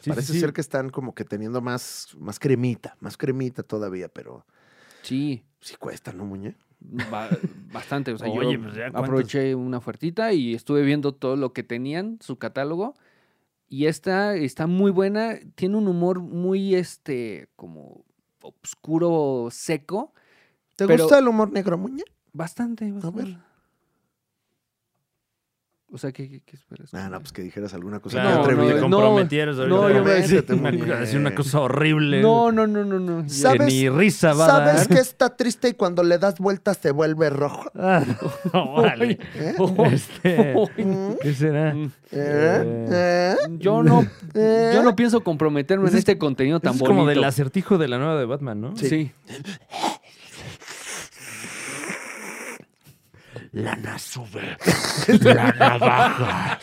S2: Sí,
S1: Ah, Parece
S2: sí, sí.
S1: ser que están como que teniendo más, más cremita, más cremita todavía, pero
S3: Sí.
S1: sí cuesta, ¿no, Muñe?
S3: ba- bastante. O sea,
S2: Oye,
S3: yo
S2: pues ya cuántas-
S3: aproveché una ofertita y estuve viendo todo lo que tenían, su catálogo. Y esta está muy buena. Tiene un humor muy, este, como oscuro, seco.
S1: ¿Te
S3: Pero-
S1: gusta el humor negro, Muñe?
S3: Bastante, bastante.
S1: ver.
S3: O sea, ¿qué, qué- qué esperas?
S1: Ah, no, pues que dijeras alguna cosa.
S2: Claro,
S1: que
S3: no,
S2: te
S1: atrevida.
S3: no,
S2: comprometieras. ahorita.
S3: no, yo me-
S1: Métete,
S2: Una-
S1: muñe.
S2: así una cosa horrible.
S3: no, no, no, no, no.
S1: Sa-
S2: Que
S1: ¿Sabes-
S2: ni risa va a dar.
S1: ¿Sabes que está triste y cuando le das vueltas se vuelve rojo?
S2: Ah, órale.
S1: ¿Eh?
S2: Este,
S1: ¿Mm?
S2: ¿Qué será?
S3: Mm,
S1: ¿Eh? ¿Eh?
S3: Yo no,
S1: ¿Eh?
S3: yo no pienso comprometerme en
S2: Ese es-
S3: este contenido tan
S2: es
S3: bonito.
S2: como del acertijo de la nueva de Batman, ¿no?
S3: Sí.
S2: Lana sube, lana baja.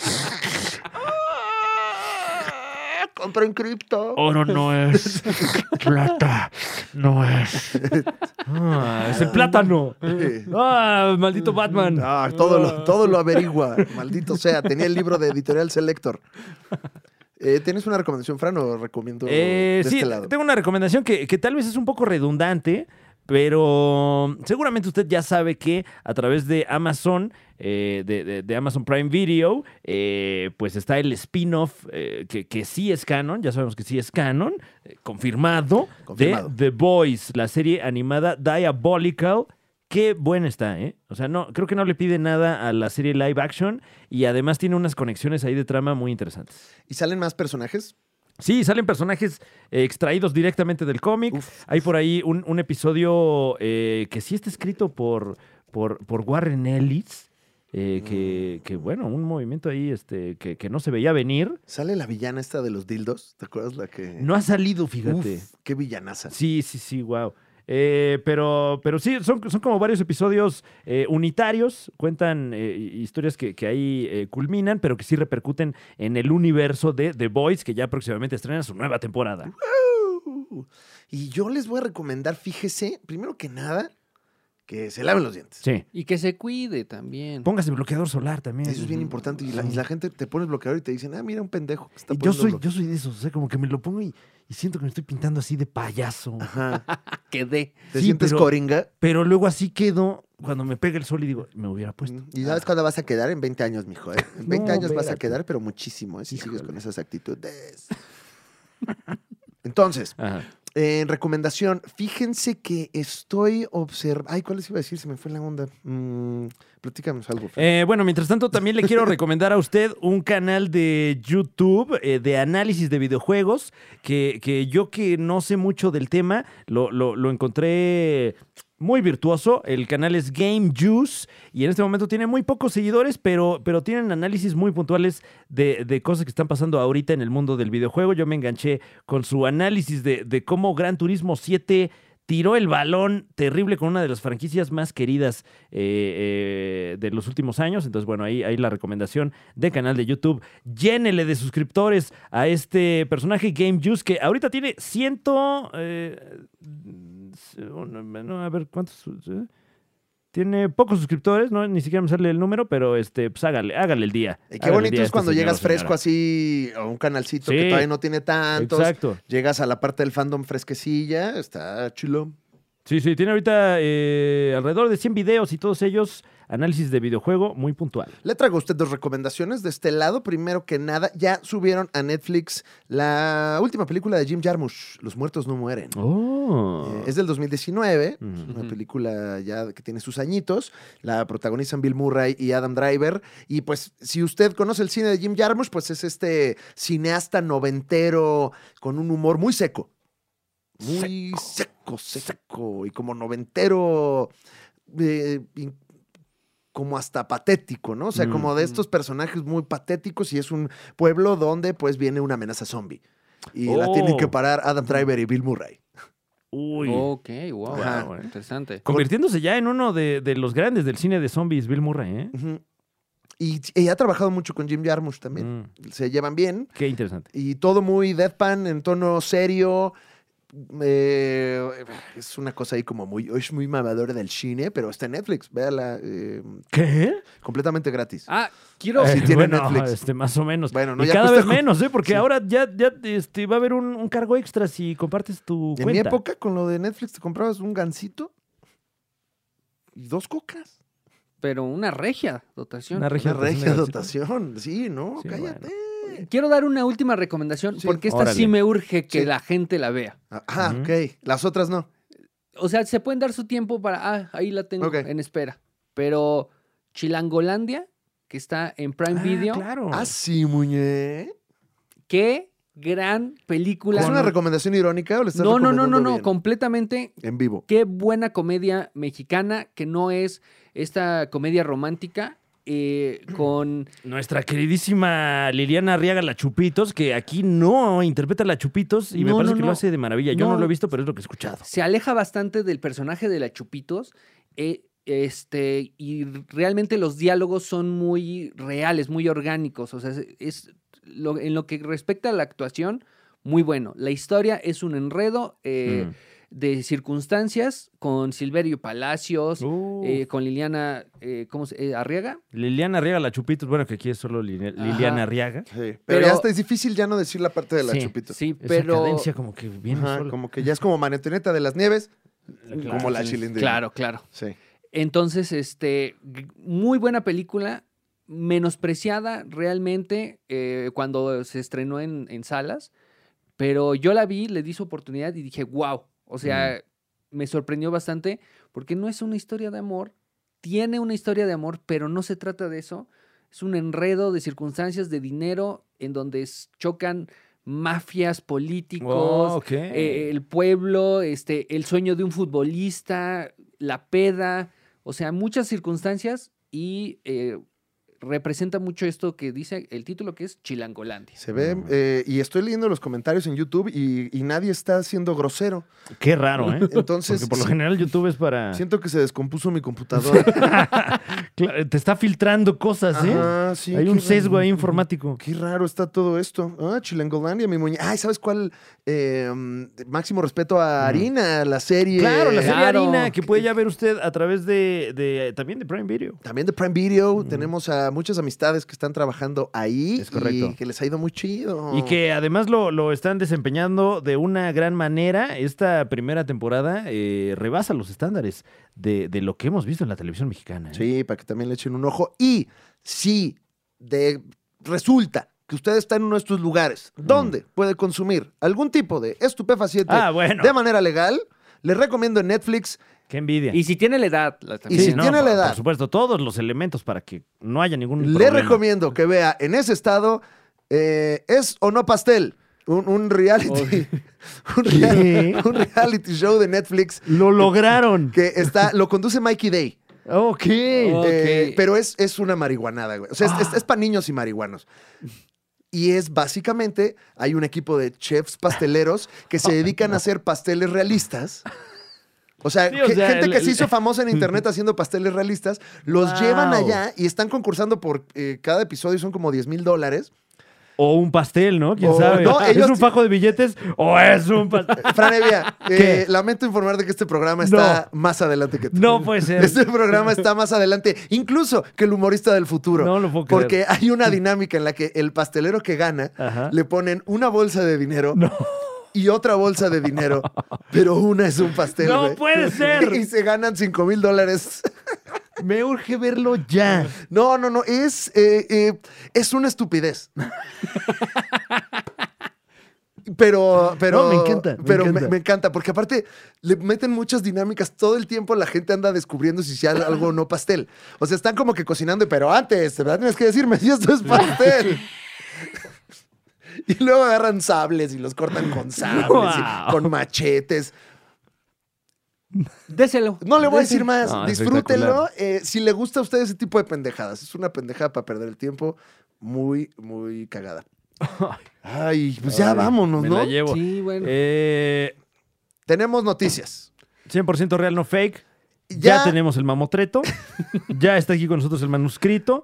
S1: Compra en cripto.
S2: Oro Oh, no es, plata no es. Ah, es el plátano.
S1: Sí.
S2: Ah, maldito Batman.
S1: Ah, todo,
S2: Oh.
S1: lo, todo lo averigua. Maldito sea. Tenía el libro de Editorial Selector. Eh, ¿Tienes una recomendación, Fran, o recomiendo
S2: Eh,
S1: de
S2: sí,
S1: este lado?
S2: tengo una recomendación que, que tal vez es un poco redundante, Pero seguramente usted ya sabe que a través de Amazon, eh, de, de- de Amazon Prime Video, eh, pues está el spin-off eh, que, que sí es canon, ya sabemos que sí es canon, eh, confirmado,
S1: Confirmado.
S2: de The Boys, la serie animada Diabolical. Qué buena está, ¿eh? O sea, no, creo que no le pide nada a la serie live action y además tiene unas conexiones ahí de trama muy interesantes.
S1: ¿Y salen más personajes?
S2: Sí, salen personajes eh, extraídos directamente del cómic. Hay por ahí un, un episodio eh, que sí está escrito por, por, por Warren Ellis. eh, que, que, bueno, un movimiento ahí este, que, que no se veía venir.
S1: ¿Sale la villana esta de los dildos? ¿Te acuerdas la que...?
S2: No ha salido, fíjate.
S1: Eh. Uf, qué villanaza.
S2: Sí, sí, sí, wow. pero, pero sí, son, son como varios episodios eh, unitarios, cuentan eh, historias que, que ahí eh, culminan, pero que sí repercuten en el universo de The Boys, que ya próximamente estrena su nueva temporada.
S1: Uh, Y yo les voy a recomendar, fíjese, primero que nada, que se laven los dientes.
S2: Sí.
S3: Y que se cuide también.
S2: Póngase bloqueador solar también.
S1: Eso es bien importante. Y la, y la gente te pone el bloqueador y te dicen, ah, mira, un pendejo. que está
S2: Y yo
S1: poniendo
S2: soy,
S1: bloque-".
S2: yo soy de esos, o sea, como que me lo pongo y, y siento que me estoy pintando así de payaso.
S1: Ajá.
S3: Que dé.
S1: Te
S2: Sí,
S1: sientes
S2: pero-
S1: coringa.
S2: Pero luego así quedo cuando me pega el sol y digo, me hubiera puesto.
S1: Y sabes cuándo vas a quedar en 20 años, mijo. ¿eh? En 20
S2: Ah. No,
S1: años vas a
S2: espérate.
S1: quedar, pero muchísimo, ¿eh? si sigues con esas actitudes. Entonces,
S2: Ajá.
S1: en recomendación, fíjense que estoy observando. Ay, ¿cuál les iba a decir? Se me fue la onda. Mm, platícanos algo. Fer.
S2: Eh, bueno, mientras tanto, también le quiero recomendar a usted un canal de YouTube eh, de análisis de videojuegos que, que yo que no sé mucho del tema, lo, lo- lo encontré muy virtuoso. El canal es Game Juice y en este momento tiene muy pocos seguidores, pero, pero tienen análisis muy puntuales de, de cosas que están pasando ahorita en el mundo del videojuego. Yo me enganché con su análisis de, de cómo Gran Turismo 7 tiró el balón terrible con una de las franquicias más queridas eh, eh, de los últimos años. Entonces, bueno, ahí, ahí la recomendación de canal de YouTube. Llénele de suscriptores a este personaje Game Juice que ahorita tiene ciento... eh, uno, no, a ver, ¿cuántos? eh? Tiene pocos suscriptores, no, ni siquiera me sale el número, pero este, pues hágale, hágale el día.
S1: Y
S2: hágale
S1: Eh, qué
S2: el
S1: bonito
S2: día a
S1: es
S2: este
S1: cuando
S2: señor
S1: llegas
S2: o señora.
S1: fresco así a un canalcito
S2: Sí.
S1: que todavía no tiene tantos.
S2: Exacto.
S1: Llegas a la parte del fandom fresquecilla, está chulo.
S2: Sí, sí, tiene ahorita eh, alrededor de 100 videos y todos ellos análisis de videojuego muy puntual.
S1: Le traigo a usted dos recomendaciones de este lado. Primero que nada, ya subieron a Netflix la última película de Jim Jarmusch, Los muertos no mueren.
S2: Oh.
S1: Eh, es del 2019,
S2: Ujú.
S1: una película ya que tiene sus añitos. La protagonizan Bill Murray y Adam Driver. Y pues, si usted conoce el cine de Jim Jarmusch, pues es este cineasta noventero con un humor muy seco. Muy seco, seco. y como noventero. eh, in- como hasta patético, ¿no? O sea,
S2: Mm.
S1: como de estos personajes muy patéticos y es un pueblo donde pues viene una amenaza zombie. Y la tienen que
S2: Oh.
S1: parar Adam Driver y Bill Murray.
S2: Uy.
S1: Oh.
S3: Ok, wow.
S1: Ajá.
S3: wow, Interesante.
S2: Convirtiéndose ya en uno de, de los grandes del cine de zombies, Bill Murray, ¿eh?
S1: Ujú. Y, y ha trabajado mucho con Jim Jarmusch también.
S2: Mm,
S1: Se llevan bien.
S2: qué interesante.
S1: Y todo muy deadpan, en tono serio. Eh, es una cosa ahí como muy... Es muy mamadora del cine, pero está en Netflix. Véala eh,
S2: ¿Qué?
S1: completamente gratis.
S3: Ah, quiero.
S2: Eh.
S1: sí tiene
S2: bueno,
S1: Netflix.
S2: este, más o menos.
S1: Bueno, no,
S2: y
S1: ya
S2: cada
S1: cuesta
S2: vez
S1: como-
S2: menos, ¿eh? Porque
S1: Sí.
S2: ahora ya, ya este, va a haber un, un cargo extra si compartes tu
S1: en mi
S2: cuenta.
S1: época, con lo de Netflix, te comprabas un gancito y dos cocas.
S3: Pero una regia dotación.
S2: Una regia
S1: Una regia
S2: dotación.
S1: dotación. Sí, no,
S2: Sí,
S1: cállate.
S3: Quiero dar una última recomendación
S1: Sí.
S3: porque esta
S2: Órale.
S3: sí me urge que
S1: Sí.
S3: la gente la vea.
S1: Ah,
S2: Ujú.
S1: ok. Las otras no.
S3: O sea, se pueden dar su tiempo para, ah, ahí la tengo
S1: Ok.
S3: en espera. Pero Chilangolandia, que está en Prime
S2: Ah,
S3: Video,
S2: claro.
S1: Ah, sí, muñe.
S3: qué gran película.
S1: ¿Es una recomendación irónica o le estás
S3: no, no, no, no,
S1: recomendando
S3: no,
S1: bien?
S3: completamente.
S1: En vivo.
S3: Qué buena comedia mexicana que no es esta comedia romántica eh, con
S2: Nuestra queridísima Liliana Arriaga La Chupitos, que aquí no interpreta a La Chupitos y me
S3: No,
S2: parece
S3: no,
S2: que lo
S3: no.
S2: hace de maravilla. Yo no
S3: No.
S2: lo he visto, pero es lo que he escuchado.
S3: se aleja bastante del personaje de la Chupitos. eh, este, y realmente los diálogos son muy reales, muy orgánicos. O sea, es, es lo- en lo que respecta a la actuación, muy bueno. La historia es un enredo eh,
S2: Mm.
S3: de circunstancias con Silverio Palacios,
S2: Uh.
S3: eh, con Liliana eh, ¿cómo se- eh, Arriaga.
S2: Liliana Arriaga La Chupitos, bueno, que aquí es solo Lili-
S3: Ajá.
S2: Liliana Arriaga.
S1: Sí, pero,
S3: Pero-
S1: ya está, es difícil ya no decir la parte de la
S2: Sí,
S1: chupita.
S3: Sí,
S2: Esa
S3: pero
S2: cadencia como que viene
S1: Ajá,
S2: sola.
S1: como que ya es como marioneta de las nieves. como la
S2: sí.
S1: chilindrina.
S3: Claro, claro.
S1: Sí.
S3: Entonces, este, g- muy buena película, menospreciada realmente eh, cuando se estrenó en, en salas, pero yo la vi, le di su oportunidad y dije, wow, o sea, me sorprendió bastante porque no es una historia de amor, tiene una historia de amor, pero no se trata de eso, es un enredo de circunstancias, de dinero, en donde s- chocan mafias, políticos,
S2: Oh, ok.
S3: eh, el pueblo, este, el sueño de un futbolista, la peda, o sea, muchas circunstancias y eh, representa mucho esto que dice el título que es Chilangolandia.
S1: Se ve, eh, y estoy leyendo los comentarios en YouTube y, y nadie está siendo grosero.
S2: Qué raro, ¿eh?
S1: Entonces,
S2: Porque por lo general YouTube es para...
S1: siento que se descompuso mi computadora.
S2: Claro, te está filtrando cosas, ¿eh?
S1: Ajá, sí,
S2: Hay
S1: qué
S2: un sesgo
S1: raro.
S2: ahí informático.
S1: Qué raro está todo esto. Ah, Chilangolandia, mi muñeca. Ay, ¿sabes cuál? Eh, mm, máximo respeto a Harina, la serie.
S2: Claro, la serie
S3: Claro.
S2: Harina, que puede ya ver usted a través de, de- también de Prime Video.
S1: También de Prime Video. Tenemos a muchas amistades que están trabajando ahí.
S2: Es correcto.
S1: Y que les ha ido muy chido.
S2: Y que además lo, lo están desempeñando de una gran manera. Esta primera temporada eh, rebasa los estándares de, de lo que hemos visto en la televisión mexicana. ¿eh?
S1: Sí, para que también le echen un ojo. Y si de, resulta que usted está en uno de estos lugares donde puede consumir algún tipo de estupefaciente
S2: Ah, bueno.
S1: de manera legal, le recomiendo en Netflix.
S2: Qué envidia.
S3: Y si tiene la edad, la-
S1: Y
S3: también,
S1: si
S3: ¿no?
S1: tiene
S2: por-
S1: la edad.
S2: Por supuesto, todos los elementos para que no haya ningún
S1: le
S2: problema.
S1: recomiendo que vea en ese estado eh, Es o no pastel. Un, un reality. Un, real-
S2: ¿Qué?
S1: un reality show de Netflix
S2: Lo lograron.
S1: que está. Lo conduce Mikey Day.
S2: Ok. Ah.
S3: Oh.
S1: Eh,
S3: Ok.
S1: pero es, es una marihuanada, güey. O sea, es, para niños y marihuanos. Y es básicamente, hay un equipo de chefs pasteleros que se dedican a hacer pasteles realistas. O sea,
S2: Sí, o
S1: ge-
S2: sea,
S1: gente
S2: el-
S1: que se
S2: el-
S1: hizo famosa en internet haciendo pasteles realistas, los
S2: Wow.
S1: llevan allá y están concursando por eh, cada episodio y son como 10 mil dólares.
S2: O un pastel, ¿no? ¿Quién
S1: O-
S2: sabe?
S1: no, ellos-
S2: ¿Es un fajo de billetes o es un pastel?
S1: Eh, Fran Evia,
S2: ¿Qué?
S1: eh, lamento informarte que este programa está más adelante que tú.
S2: No puede ser.
S1: Este programa está más adelante, incluso que el humorista del futuro.
S2: No lo puedo creer.
S1: Porque hay una dinámica en la que el pastelero que gana
S2: Ajá.
S1: le ponen una bolsa de dinero y otra bolsa de dinero, pero una es un pastel.
S2: ¡No
S1: güey.
S2: puede ser!
S1: Y se ganan 5 mil dólares.
S2: Me urge verlo ya.
S1: No, no, no, es, eh, eh, es una estupidez. Pero, pero,
S2: No, me encanta, me
S1: pero
S2: encanta.
S1: Me, me encanta, porque aparte le meten muchas dinámicas. Todo el tiempo la gente anda descubriendo si sea algo o no pastel. O sea, están como que cocinando, pero antes, ¿verdad? Tienes que decirme si esto es pastel. y luego agarran sables y los cortan con sables, y
S2: Wow.
S1: con machetes.
S3: Déselo.
S1: No le voy a decir más.
S2: No,
S1: Disfrútenlo. eh, si le gusta a usted ese tipo de pendejadas. Es una pendejada para perder el tiempo. Muy, muy cagada. Ay, pues ya vámonos,
S2: Me
S1: ¿no?
S2: la llevo.
S3: Sí, bueno.
S2: Eh,
S1: Tenemos noticias.
S2: 100% real, no fake. Ya,
S1: Ya,
S2: tenemos el mamotreto. ya está aquí con nosotros el manuscrito.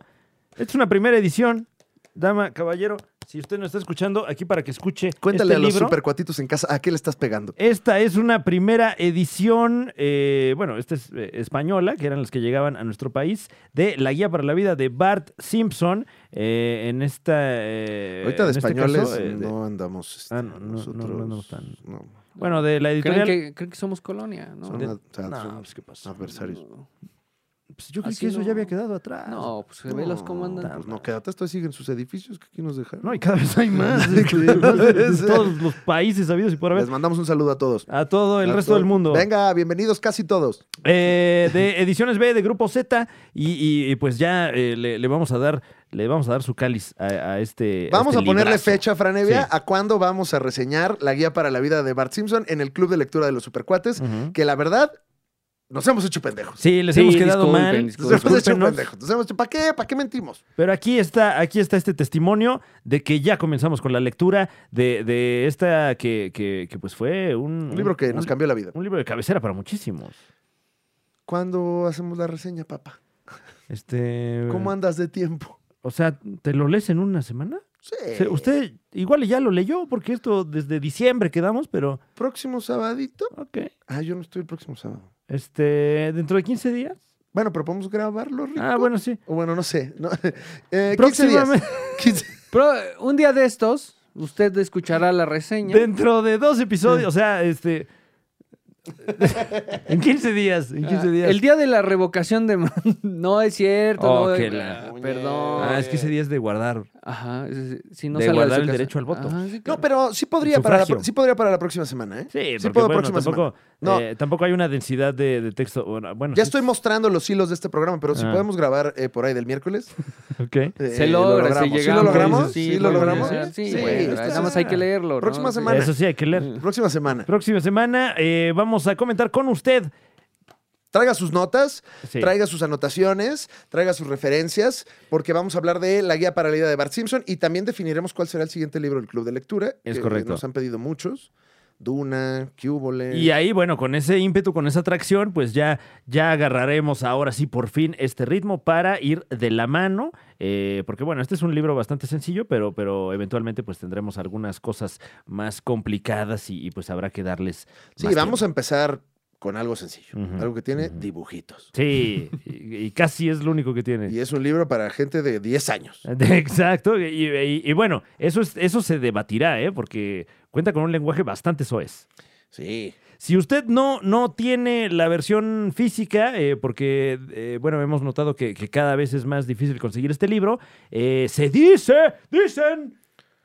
S2: Esta es una primera edición. Dama, caballero, si usted nos está escuchando, aquí para que escuche
S1: Cuéntale
S2: este
S1: a los
S2: libro.
S1: supercuatitos en casa a qué le estás pegando.
S2: Esta es una primera edición, eh, bueno, esta es eh, española, que eran las que llegaban a nuestro país, de La Guía para la Vida de Bart Simpson. eh, en esta. eh,
S1: Ahorita de
S2: en este
S1: españoles
S2: caso, eh, de-
S1: no andamos. este,
S2: Ah, no, no, no, no
S1: nosotros,
S2: andamos tan-
S1: no,
S2: bueno, de la
S3: ¿Creen
S2: editorial.
S3: que, creen que somos colonia? No,
S1: son,
S2: de-
S1: a- o sea,
S2: No,
S1: son
S2: pues, ¿qué pasó?
S1: adversarios.
S2: Pues yo creo
S3: Así
S2: que eso
S3: no.
S2: ya había quedado atrás.
S3: No, pues velos cómo
S1: No,
S3: andan.
S1: pues no, quédate, esto siguen sus edificios que aquí nos dejaron.
S2: No, y cada vez hay más. este, más de- de todos los países habidos y por haber.
S1: Les mandamos un saludo a todos.
S2: A todo el
S1: A
S2: resto
S1: todos.
S2: del mundo.
S1: Venga, bienvenidos casi todos.
S2: Eh, de Ediciones B de Grupo Z. Y, y- y pues ya eh, le, le vamos a dar, le vamos a dar su cáliz a, a este.
S1: Vamos
S2: este
S1: a ponerle
S2: librazo.
S1: fecha, Franevia,
S2: Sí.
S1: a cuándo vamos a reseñar la guía para la vida de Bart Simpson en el Club de Lectura de los Supercuates,
S2: Ujú.
S1: que la verdad nos hemos hecho pendejos.
S2: Sí, les
S3: Sí,
S2: hemos quedado
S3: disculpen,
S2: mal.
S1: Nos hemos hecho
S2: Pues Discúlpenos.
S1: pendejos. Nos hemos hecho, ¿para qué? ¿Para qué mentimos?
S2: Pero aquí está, aquí está este testimonio de que ya comenzamos con la lectura de, de esta que, que- que, pues fue un,
S1: Un libro que nos
S2: un-
S1: cambió la vida.
S2: un libro de cabecera para muchísimos.
S1: ¿Cuándo hacemos la reseña, papá?
S2: Este.
S1: ¿Cómo andas de tiempo?
S2: O sea, ¿te lo lees en una semana? O
S1: Sí.
S2: sea, usted igual ya lo leyó, porque esto desde diciembre quedamos, pero.
S1: ¿Próximo sabadito?
S2: Ok.
S1: Ah, yo no estoy el próximo sábado.
S2: Este, dentro de 15 días.
S1: Bueno, pero podemos grabarlo, Rico.
S2: Ah, bueno, sí.
S1: O Bueno, no sé. No, eh, 15 días.
S2: Próximamente,
S1: 15.
S3: Pero eh, un día de estos, usted escuchará la reseña.
S1: Ah.
S2: dentro de dos episodios. O sea, este. En 15 días, en
S1: Ah,
S2: 15 días.
S3: Ah, El día de la revocación de... man- no es cierto.
S2: Oh,
S3: no,
S2: que
S3: eh,
S2: la-
S3: Perdón.
S2: Ah, es que ese día es de guardar.
S3: Ajá. es- es- Si no
S2: De
S3: salgo su
S2: guardar el
S3: casa.
S2: derecho al voto.
S3: Ajá, sí,
S1: No,
S3: claro.
S1: pero sí podría, para la,
S2: sufragio.
S1: pro- sí podría para la próxima semana, ¿eh?
S2: Sí,
S1: Sí
S2: porque
S1: puedo
S2: bueno,
S1: próxima
S2: tampoco,
S1: No.
S2: eh, tampoco hay una densidad de, de texto. Bueno, bueno,
S1: Ya
S2: sí,
S1: estoy mostrando los hilos de este programa, pero si
S2: Ah.
S1: podemos grabar eh, por ahí del miércoles.
S2: ok.
S1: eh,
S3: se logra, si
S1: logramos. ¿Sí lo
S3: llegamos.
S1: logramos?
S2: Sí,
S1: ¿Sí, lo
S3: podemos
S1: logramos?
S3: hacer, Sí,
S1: Sí,
S3: bueno,
S1: está-
S3: nada más hay que leerlo. ¿no?
S1: Próxima
S3: Sí.
S1: semana. Mm.
S2: Eso sí, hay que leer.
S1: Próxima semana.
S2: Próxima semana eh, vamos a comentar con usted.
S1: Traiga sus notas,
S2: Sí.
S1: traiga sus anotaciones, traiga sus referencias, porque vamos a hablar de la guía para la vida de Bart Simpson y también definiremos cuál será el siguiente libro del Club de Lectura.
S2: Es
S1: que
S2: correcto.
S1: Nos han pedido muchos. Duna, Cúbole.
S2: Y ahí, bueno, con ese ímpetu, con esa atracción, pues ya, ya agarraremos ahora sí por fin este ritmo para ir de la mano. eh, porque bueno, este es un libro bastante sencillo, pero, pero eventualmente pues tendremos algunas cosas más complicadas y, y, pues habrá que darles.
S1: Sí,
S2: más
S1: vamos a empezar con algo sencillo,
S2: Ujú,
S1: algo que tiene
S2: ujú.
S1: dibujitos.
S2: Sí, y, y casi es lo único que tiene.
S1: Y es un libro para gente de 10 años.
S2: Eh. Exacto. Y, y- y bueno, eso, es, eso se debatirá, ¿eh? Porque cuenta con un lenguaje bastante soez.
S1: Sí.
S2: Si usted no, no tiene la versión física, eh, porque, eh, bueno, hemos notado que, que cada vez es más difícil conseguir este libro, eh, se dice, dicen,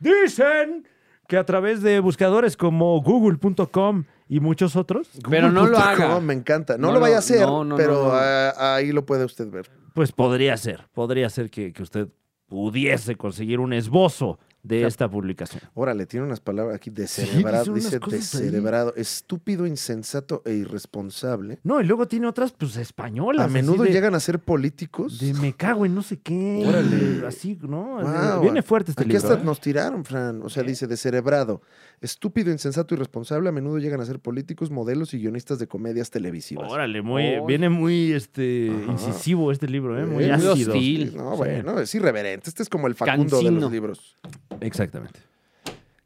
S2: dicen que a través de buscadores como google.com y muchos otros,
S3: Pero no lo
S1: Google.com,
S3: haga.
S1: Me encanta. No,
S3: No
S1: lo vaya
S3: lo-
S1: a hacer,
S3: no, no,
S1: pero
S3: no, no.
S1: ah, ahí lo puede usted ver.
S2: pues podría ser, podría ser que, que usted pudiese conseguir un esbozo de esta publicación.
S1: Órale, tiene unas palabras aquí
S2: Sí,
S1: descerebrado.
S2: dice unas
S1: dice
S2: cosas ahí.
S1: descerebrado, estúpido, insensato e irresponsable.
S2: No, y luego tiene otras, pues, españolas.
S1: A
S2: así
S1: menudo
S2: de-
S1: llegan a ser políticos.
S2: De me cago en no sé qué.
S1: Órale.
S2: Así, ¿no?
S1: Guau.
S2: Viene fuerte este
S1: Aquí
S2: libro.
S1: hasta
S2: ¿eh?
S1: nos tiraron, Fran. O sea, dice descerebrado, estúpido, insensato, irresponsable. A menudo llegan a ser políticos, modelos y guionistas de comedias televisivas.
S2: Órale, muy,
S3: Ay.
S2: viene muy este,
S1: Ajá.
S2: incisivo este libro, ¿eh? muy
S1: Eh, muy
S2: ácido.
S3: hostil.
S1: No,
S2: Sí.
S1: bueno, es irreverente. Este es como el Facundo de
S3: Cansino.
S1: los libros.
S2: Exactamente.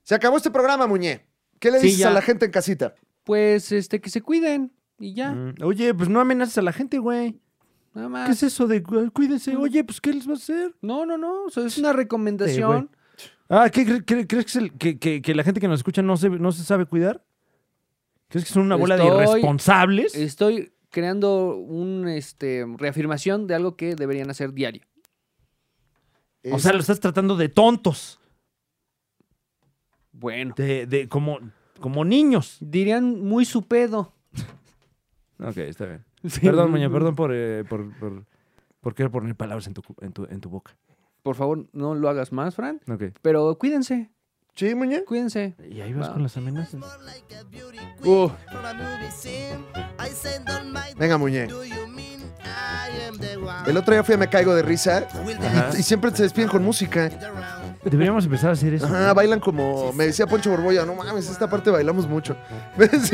S1: Se acabó este programa, Muñe. ¿Qué le
S3: Sí,
S1: dices
S3: ya.
S1: a la gente en casita?
S3: Pues este, que se cuiden y ya. Ah.
S2: Mm, Oye, pues no amenaces a la gente, güey.
S3: Nada
S2: ¿Qué
S3: más.
S2: es eso de cu-
S3: Mm.
S2: cuídense? Oye, pues ¿qué les va a hacer?
S3: No, no, no. o sea, es una recomendación.
S2: Ah, ¿qué cre- cre- crees que, es el- que, que- que la gente que nos escucha no se, no se sabe cuidar? ¿Crees que son una bola de
S3: Estoy-
S2: irresponsables?
S3: Estoy creando un este reafirmación de algo que deberían hacer diario.
S2: O sea, lo estás tratando de tontos,
S3: Bueno.
S2: de, de- como, como niños.
S3: Dirían muy su pedo.
S2: Ok, está bien.
S3: Sí.
S2: Perdón, Muñe, perdón por, eh, por, por, por querer poner palabras en tu, cu- en tu, en tu boca.
S3: Por favor, no lo hagas más, Fran.
S2: Ok.
S3: Pero cuídense,
S1: Sí, Muñe.
S3: cuídense.
S2: Y ahí vas
S3: Va.
S2: con las amenazas.
S1: Uh.
S4: é Venga, é?
S1: Venga,
S4: muñe.
S1: Muñe.
S4: é
S1: El otro día fui a Me Caigo de Risa
S2: Ajá.
S1: y siempre se despiden con música.
S2: Deberíamos empezar a hacer eso.
S1: Ajá, bailan como. Me decía Poncho Borbolla, no mames, esta parte bailamos mucho. ¿Ves?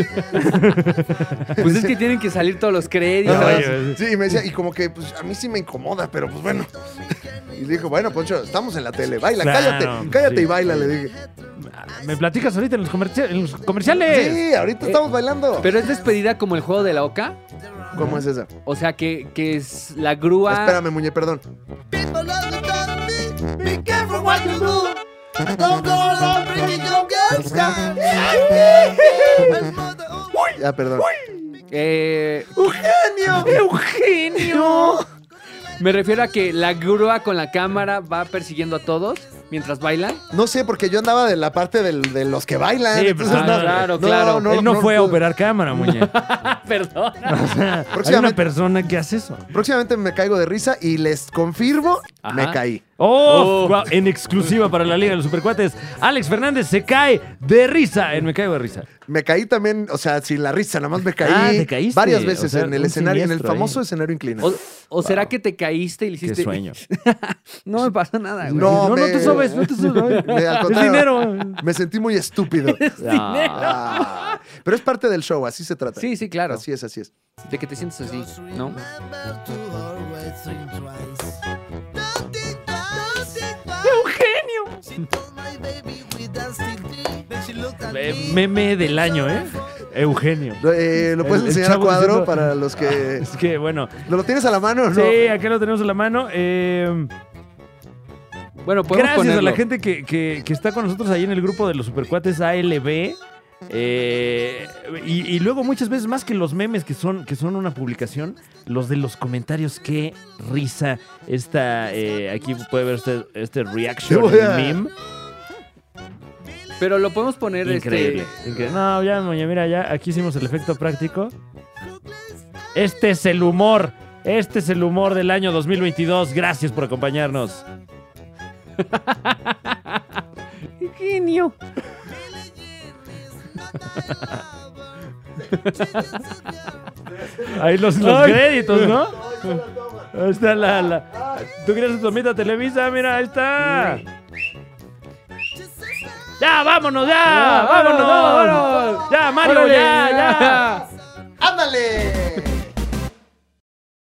S3: Pues es que tienen que salir todos los créditos.
S1: Ajá.
S2: oye.
S1: Sí, y me decía, y como que pues, a mí sí me incomoda, pero pues bueno. Y dijo, bueno, Poncho, estamos en la tele, baila,
S2: Claro,
S1: cállate, cállate
S2: sí.
S1: y baila, le dije.
S2: Me platicas ahorita en los, comerci- en los comerciales.
S1: Sí, ahorita estamos bailando.
S3: Pero es despedida como el juego de la oca.
S1: ¿Cómo es esa?
S3: O sea, que, que es la grúa.
S1: Espérame, Muñe, perdón. Ya, perdón.
S3: Eh, me refiero a que la grúa con la cámara va persiguiendo a todos mientras bailan.
S1: No sé, porque yo andaba de la parte del- de los que bailan.
S2: Sí,
S1: entonces,
S2: pero-
S1: no,
S3: claro,
S1: no,
S3: claro.
S1: no,
S2: Él no,
S1: no,
S2: fue a
S1: no.
S2: operar cámara, Muñe.
S3: Perdón.
S2: Hay una
S1: Próximamente-
S2: persona que hace eso.
S1: Próximamente me caigo de risa y les confirmo,
S3: Ajá.
S1: me caí.
S2: ¡Oh!
S3: Oh.
S2: Guau, En exclusiva para la Liga de los Supercuates. Alex Fernández se cae de risa. En Me Caigo de Risa.
S1: Me caí también, o sea, sin la risa, nada más me caí
S2: Ah, te caíste,
S1: varias
S2: o
S1: veces
S2: sea,
S1: en el
S2: un
S1: escenario, en el
S2: siniestro ahí.
S1: famoso escenario inclinado.
S3: ¿O, o será que te caíste y le
S2: Qué
S3: hiciste?
S2: sueño.
S3: No me pasó nada, güey.
S1: No,
S2: no, no
S1: me-
S2: te sobes, no te sobes.
S1: Me- al
S2: es
S1: contrario,
S2: dinero.
S1: Me sentí muy estúpido.
S3: Ah.
S1: Ah, pero es parte del show, así se trata.
S3: Sí, sí, claro.
S1: Así es, así es.
S3: De que te sientes así, ¿no?
S2: Eh, Meme del año, ¿eh? Eugenio.
S1: Lo, eh, lo
S2: El-
S1: puedes
S2: el
S1: enseñar a
S2: chavo
S1: cuadro
S2: diciendo-
S1: para los que.
S2: Es que, bueno.
S1: ¿Lo lo tienes a la mano o no?
S2: Sí, acá lo tenemos en la mano. Eh,
S3: Bueno, podemos
S2: Gracias a la
S3: ponerlo.
S2: gente que, que- que está con nosotros ahí en el grupo de los supercuates ALB. Eh, y, y luego muchas veces, más que los memes que son, que son una publicación, los de los comentarios, qué risa. Esta, eh, aquí puede ver usted este reaction
S1: Te voy a-
S2: meme.
S3: Pero lo podemos poner
S2: Increíble.
S3: este.
S2: increíble. No, ya, moña, mira, ya, aquí hicimos el efecto práctico. Este es el humor. Este es el humor del año 2022. Gracias por acompañarnos.
S3: Genio.
S2: Ahí los, los créditos, ¿no? Ahí está la, la- ¿Tú quieres tu tomita Televisa? Mira, ahí está. ¡Ya, vámonos, ya!
S3: Ya, vámonos,
S2: ¡Vámonos!
S3: vámonos.
S2: ¡Ya, Mario,
S3: Órale,
S2: ya, ya!
S4: ¡Ándale!